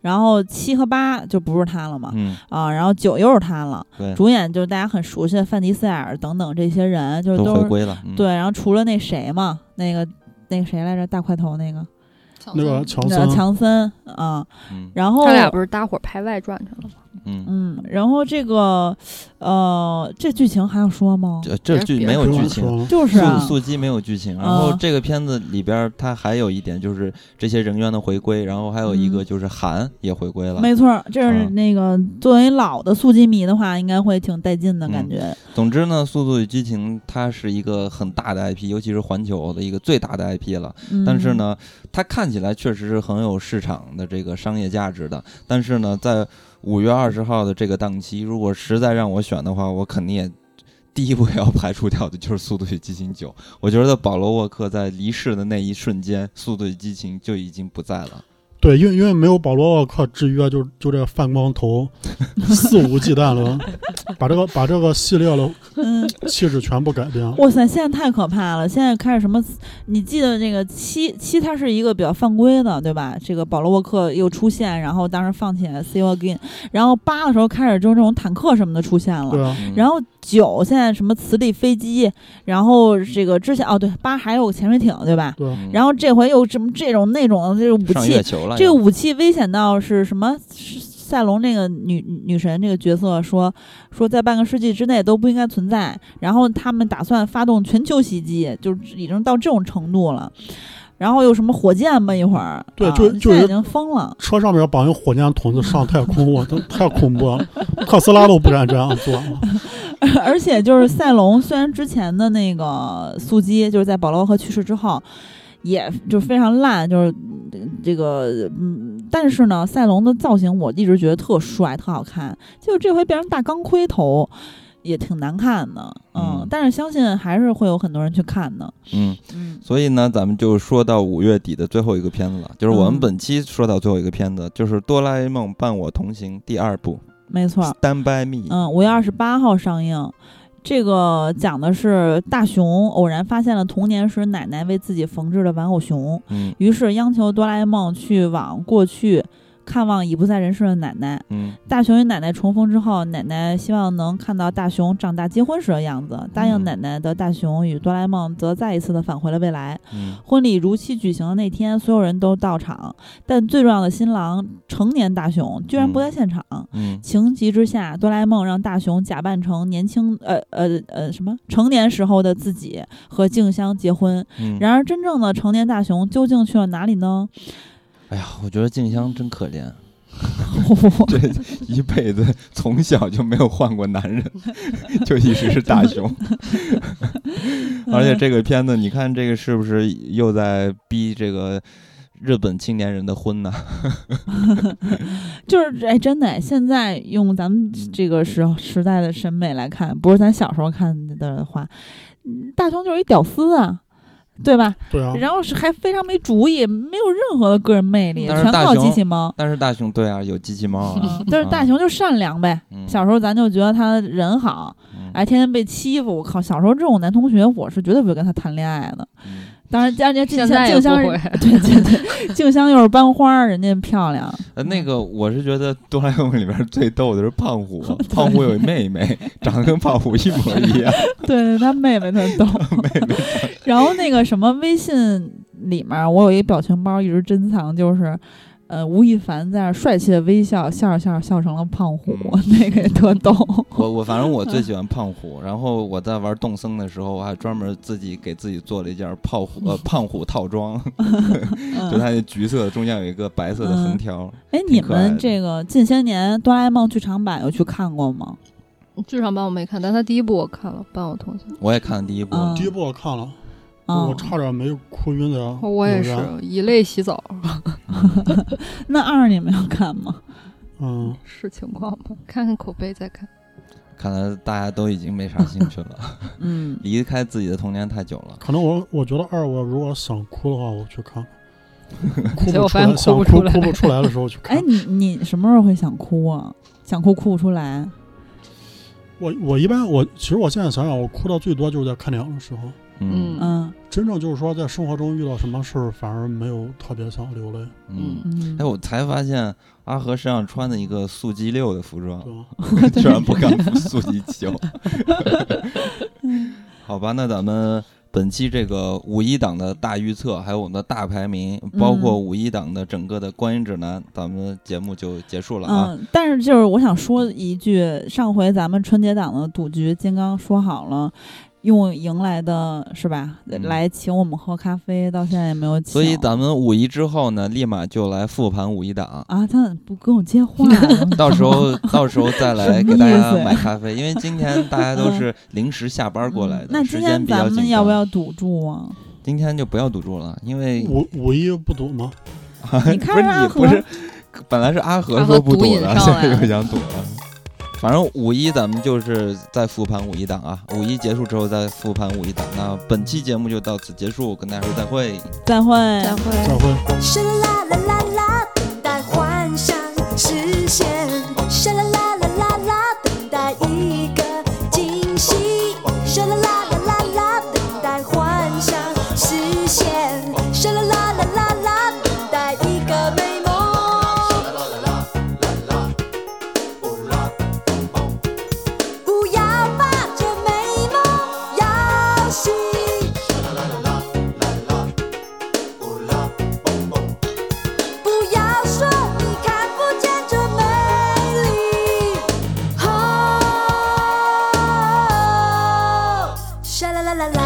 Speaker 2: 然后七和八就不是他了嘛，
Speaker 1: 嗯，
Speaker 2: 啊，然后九又是他了，
Speaker 1: 对，
Speaker 2: 主演就是大家很熟悉的范迪塞尔等等这些人，就是
Speaker 1: 都
Speaker 2: 都
Speaker 1: 回
Speaker 2: 是
Speaker 1: 归了。嗯、
Speaker 2: 对，然后除了那谁嘛，那个那个谁来着，大块头那个
Speaker 4: 那个强
Speaker 2: 呃
Speaker 4: 森，
Speaker 2: 强森啊，
Speaker 1: 嗯，
Speaker 2: 然后
Speaker 3: 他俩不是搭伙拍外传去了吗？
Speaker 1: 嗯嗯，
Speaker 2: 嗯，然后这个呃，这剧情还要说吗？
Speaker 1: 这这
Speaker 3: 别
Speaker 1: 剧
Speaker 3: 别
Speaker 1: 没有
Speaker 4: 不用
Speaker 1: 剧情
Speaker 4: 说。了，
Speaker 2: 就是啊
Speaker 1: 速，速激没有剧情，然后
Speaker 2: 啊
Speaker 1: 这个片子里边儿它还有一点就是这些人员的回归，然后还有一个
Speaker 2: 嗯
Speaker 1: 就是韩也回归了。
Speaker 2: 没错儿，这是
Speaker 1: 啊
Speaker 2: 那个作为老的速激迷的话，应该会挺带劲
Speaker 1: 嗯
Speaker 2: 的感觉。
Speaker 1: 总之呢，《速度与激情》它是一个很大的 IP，尤其是环球的一个最大的 IP 了。
Speaker 2: 嗯
Speaker 1: 但是，呢，它看起来确实是很有市场的这个商业价值的。但是呢，在五月二十号的这个档期，如果实在让我选的话，我肯定也第一步要排除掉的就是《速度与激情九》。我觉得保罗沃克在离世的那一瞬间，《速度与激情》就已经不在了。
Speaker 4: 对，因为因为没有保罗沃克制约，就就这个范光 [LAUGHS] 头肆无忌惮的把这个把这个系列的
Speaker 2: 嗯，
Speaker 4: 气质全部改变。
Speaker 2: 哇塞，现在太可怕了！现在开始什么？你记得那个七七，它是一个比较犯规的，对吧？这个保罗沃克又出现，然后当时放起来 “see you again”，然后八的时候开始就是这种坦克什么的出现了。
Speaker 4: 对啊，
Speaker 1: 嗯
Speaker 2: 然后九现在什么磁力飞机，然后这个之前哦对八还有潜水艇对吧？
Speaker 4: 对啊，
Speaker 1: 嗯
Speaker 2: 然后这回又什么这种那种这种武
Speaker 1: 上
Speaker 2: 器
Speaker 1: 月，球了，
Speaker 2: 这个武器危险到是什么？是赛龙这个女女神这个角色说说，在半个世纪之内都不应该存在。然后他们打算发动全球袭击，就是已经到这种程度了。然后有什么火箭吧？一会儿
Speaker 4: 对
Speaker 2: 啊
Speaker 4: 就
Speaker 2: 现
Speaker 4: 就
Speaker 2: 在
Speaker 4: 是
Speaker 2: 已经疯了。
Speaker 4: 车上面绑一火箭筒子上太
Speaker 3: [LAUGHS]
Speaker 4: 空，我都太恐怖了，特斯拉都不敢这样做。
Speaker 2: [LAUGHS] 而且就是赛龙，虽然之前的那个速激就是在保罗和去世之后，也就非常烂，就是嗯这个嗯，但是呢，赛龙的造型我一直觉得特帅、特好看，就这回变成大钢盔头。也挺难看的，嗯，
Speaker 1: 嗯
Speaker 2: 但是相信还是会有很多人去看的，
Speaker 1: 嗯，
Speaker 2: 嗯，
Speaker 1: 所以呢，咱们就说到五月底的最后一个片子了，就是我们
Speaker 2: 嗯
Speaker 1: 本期说到最后一个片子，就是《哆啦 A 梦伴我同行》第二部
Speaker 2: 没错
Speaker 1: 《
Speaker 2: 儿，
Speaker 1: Stand by Me》。
Speaker 2: 嗯，五月二十八号上映，这个讲的是大雄偶然发现了童年时奶奶为自己缝制的玩偶熊，
Speaker 1: 嗯
Speaker 2: 于是央求哆啦 A 梦去往过去看望已不在人世的奶奶。
Speaker 1: 嗯
Speaker 2: 大雄与奶奶重逢之后，奶奶希望能看到大雄长大结婚时的样子，答应
Speaker 1: 嗯
Speaker 2: 奶奶的大雄与哆啦 A 梦则再一次的返回了未来。
Speaker 1: 嗯
Speaker 2: 婚礼如期举行的那天，所有人都到场，但最重要的新郎成年大雄居然不在现场。
Speaker 1: 嗯
Speaker 2: 情急之下，哆啦 A 梦让大雄假扮成年轻呃呃呃什么成年时候的自己和静香结婚，
Speaker 1: 嗯。
Speaker 2: 然而，真正的成年大雄究竟去了哪里呢？
Speaker 1: 哎呀，我觉得静香真可 [LAUGHS] 怜，这一辈子从小就没有换过男人， [LAUGHS] 就一直是大熊。 [LAUGHS] 而且这个片子，你看这个是不是又在逼这个日本青年人的婚 [LAUGHS] 呢？
Speaker 2: [LAUGHS] 就是哎，真的哎，现在用咱们
Speaker 1: 嗯
Speaker 2: 这个时候时代的审美来看，不是咱小时候看的话，嗯大雄就是一屌丝啊，对吧？
Speaker 4: 对
Speaker 1: 嗯
Speaker 4: 啊，
Speaker 2: 然后是还非常没主意，没有任何的个人魅力，
Speaker 1: 但是
Speaker 2: 全
Speaker 1: 大
Speaker 2: 靠
Speaker 1: 雄
Speaker 2: 机器猫。
Speaker 1: 但是大熊对啊，有机器猫啊， [LAUGHS]
Speaker 2: [LAUGHS] 但是大雄就善良呗，
Speaker 1: 嗯
Speaker 2: 小时候咱就觉得他人好，
Speaker 1: 嗯
Speaker 2: 哎，天天被欺负，我靠！小时候这种男同学，我是绝对不会跟他谈恋爱的。
Speaker 1: 嗯
Speaker 2: 当然，家人家
Speaker 3: 现
Speaker 2: 静
Speaker 3: 在
Speaker 2: 香
Speaker 3: 也
Speaker 2: 静香
Speaker 3: 不
Speaker 2: 是
Speaker 3: 会，
Speaker 2: 对对对，静香又是班花儿，人家漂亮。
Speaker 1: 呃，那个我是觉得哆啦 A 梦里边最逗的是胖虎，啊
Speaker 2: [LAUGHS]
Speaker 1: 胖虎有一妹妹，长得跟胖虎一模一样。 [LAUGHS]
Speaker 2: 对对，他妹妹特逗。 [LAUGHS] 然后那个什么微信里面儿，我有一表情包一直珍藏，就是。呃，吴亦凡在那儿帅气的微笑，笑着笑着笑成了胖虎， [LAUGHS] 那个也特逗。
Speaker 1: 嗯 [LAUGHS] 我我反正我
Speaker 2: [LAUGHS]
Speaker 1: 最喜欢胖虎，然后我在玩动森的时候，我还专门自己给自己做了一件胖虎呃胖虎套装，就
Speaker 2: 嗯
Speaker 1: 它那橘色中间有一个白色的横条。
Speaker 2: 哎，
Speaker 1: 挺
Speaker 2: 你
Speaker 1: 可爱的
Speaker 2: 们这个近些年哆啦 A 梦剧场版有去看过吗？
Speaker 3: 剧场版我没看，但他第一部我看了，《伴我同行
Speaker 1: 我也看了第一部，
Speaker 2: 嗯
Speaker 4: 第一部我看了，
Speaker 2: 啊、
Speaker 4: 我差点没哭晕在纽》，约。
Speaker 3: 嗯我也是以泪洗澡，
Speaker 2: [LAUGHS] 那二你们要看吗？
Speaker 4: 嗯，
Speaker 3: 是情况吗？看看口碑再看。
Speaker 1: 看来大家都已经没啥兴趣
Speaker 2: [LAUGHS]
Speaker 1: 了，
Speaker 2: 嗯，
Speaker 1: 离开自己的童年太久了。
Speaker 3: [LAUGHS]
Speaker 4: 可能我我觉得二我如果想哭的话，我去看。哭
Speaker 3: 结
Speaker 4: 不
Speaker 3: 果
Speaker 4: 出
Speaker 3: 发现
Speaker 4: 来，想
Speaker 3: 哭不
Speaker 4: 哭
Speaker 3: 出来
Speaker 4: 哭不出来的时候去看
Speaker 2: 哎，。你你什么时候会想哭啊？想哭哭不出来，
Speaker 4: 我我一般我其实我现在想想，我哭到最多就是在看电影的时候。
Speaker 1: 嗯
Speaker 2: 嗯
Speaker 4: 真正就是说，在生活中遇到什么事儿，反而没有特别想流泪，
Speaker 1: 嗯。
Speaker 2: 嗯
Speaker 1: 哎，，我才发现阿和身上穿的一个速激六的服装
Speaker 4: 对，吧？
Speaker 3: 哦
Speaker 1: [LAUGHS] 居然不
Speaker 2: [LAUGHS]
Speaker 1: 敢服速激球。好吧，那咱们本期这个五一档的大预测，还有我们的大排名，包括
Speaker 2: 嗯
Speaker 1: 五一档的整个的观影指南，咱们的节目就结束了啊。
Speaker 2: 嗯，但是就是我想说一句，上回咱们春节档的赌局，金刚说好了，用迎来的是吧，
Speaker 1: 嗯
Speaker 2: 来请我们喝咖啡，到现在也没有请。
Speaker 1: 所以咱们五一之后呢，立马就来复盘五一档，
Speaker 2: 啊，他怎么不跟我接话、
Speaker 1: [LAUGHS] 到时候到时候再来
Speaker 2: 什么
Speaker 1: 给大
Speaker 2: 意
Speaker 1: 家
Speaker 2: 思呀
Speaker 1: 买咖啡，因为今天大家都是临时下班过来的，
Speaker 2: 嗯那
Speaker 1: 时
Speaker 2: 今
Speaker 1: 间
Speaker 2: 天
Speaker 1: 比较
Speaker 2: 咱
Speaker 1: 紧
Speaker 2: 们
Speaker 1: 张。
Speaker 2: 要不要赌注啊？
Speaker 1: 今天就不要赌注了，因为
Speaker 4: 五五一不赌吗？
Speaker 2: 你看
Speaker 1: 不是
Speaker 2: 着
Speaker 1: 你
Speaker 2: 阿
Speaker 1: 不
Speaker 2: 和
Speaker 1: 是，本来是阿和
Speaker 3: 阿
Speaker 1: 说
Speaker 3: 和
Speaker 1: 不
Speaker 3: 毒
Speaker 1: 赌
Speaker 3: 瘾
Speaker 1: 的，
Speaker 3: 上
Speaker 1: 现在
Speaker 3: 来了
Speaker 1: 又想赌了。反正五一咱们就是在复盘五一档啊，五一结束之后再复盘五一档。那本期节目就到此结束，跟大家说再会。
Speaker 2: 再会。
Speaker 3: 再会。
Speaker 4: 再会。
Speaker 5: 沙啦啦啦啦，等待幻想实现；沙啦啦啦啦啦，等待一个惊喜；沙啦啦啦啦啦，等待幻想实现；沙啦啦啦啦啦，等待一个美梦。不要怕这美梦摇醒。不要说你看不见这美丽，哦，沙啦啦啦啦。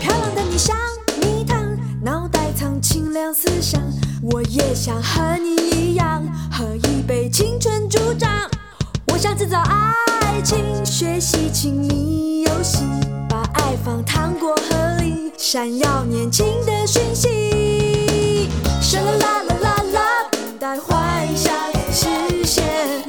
Speaker 5: 漂亮的你像蜜糖，脑袋藏清凉思想。我也想和你一样，喝一杯青春助长。我想制造爱情，学习亲密游戏，把爱放糖果盒里，闪耀年轻的讯息。沙啦啦啦啦啦，等待幻想实现。哦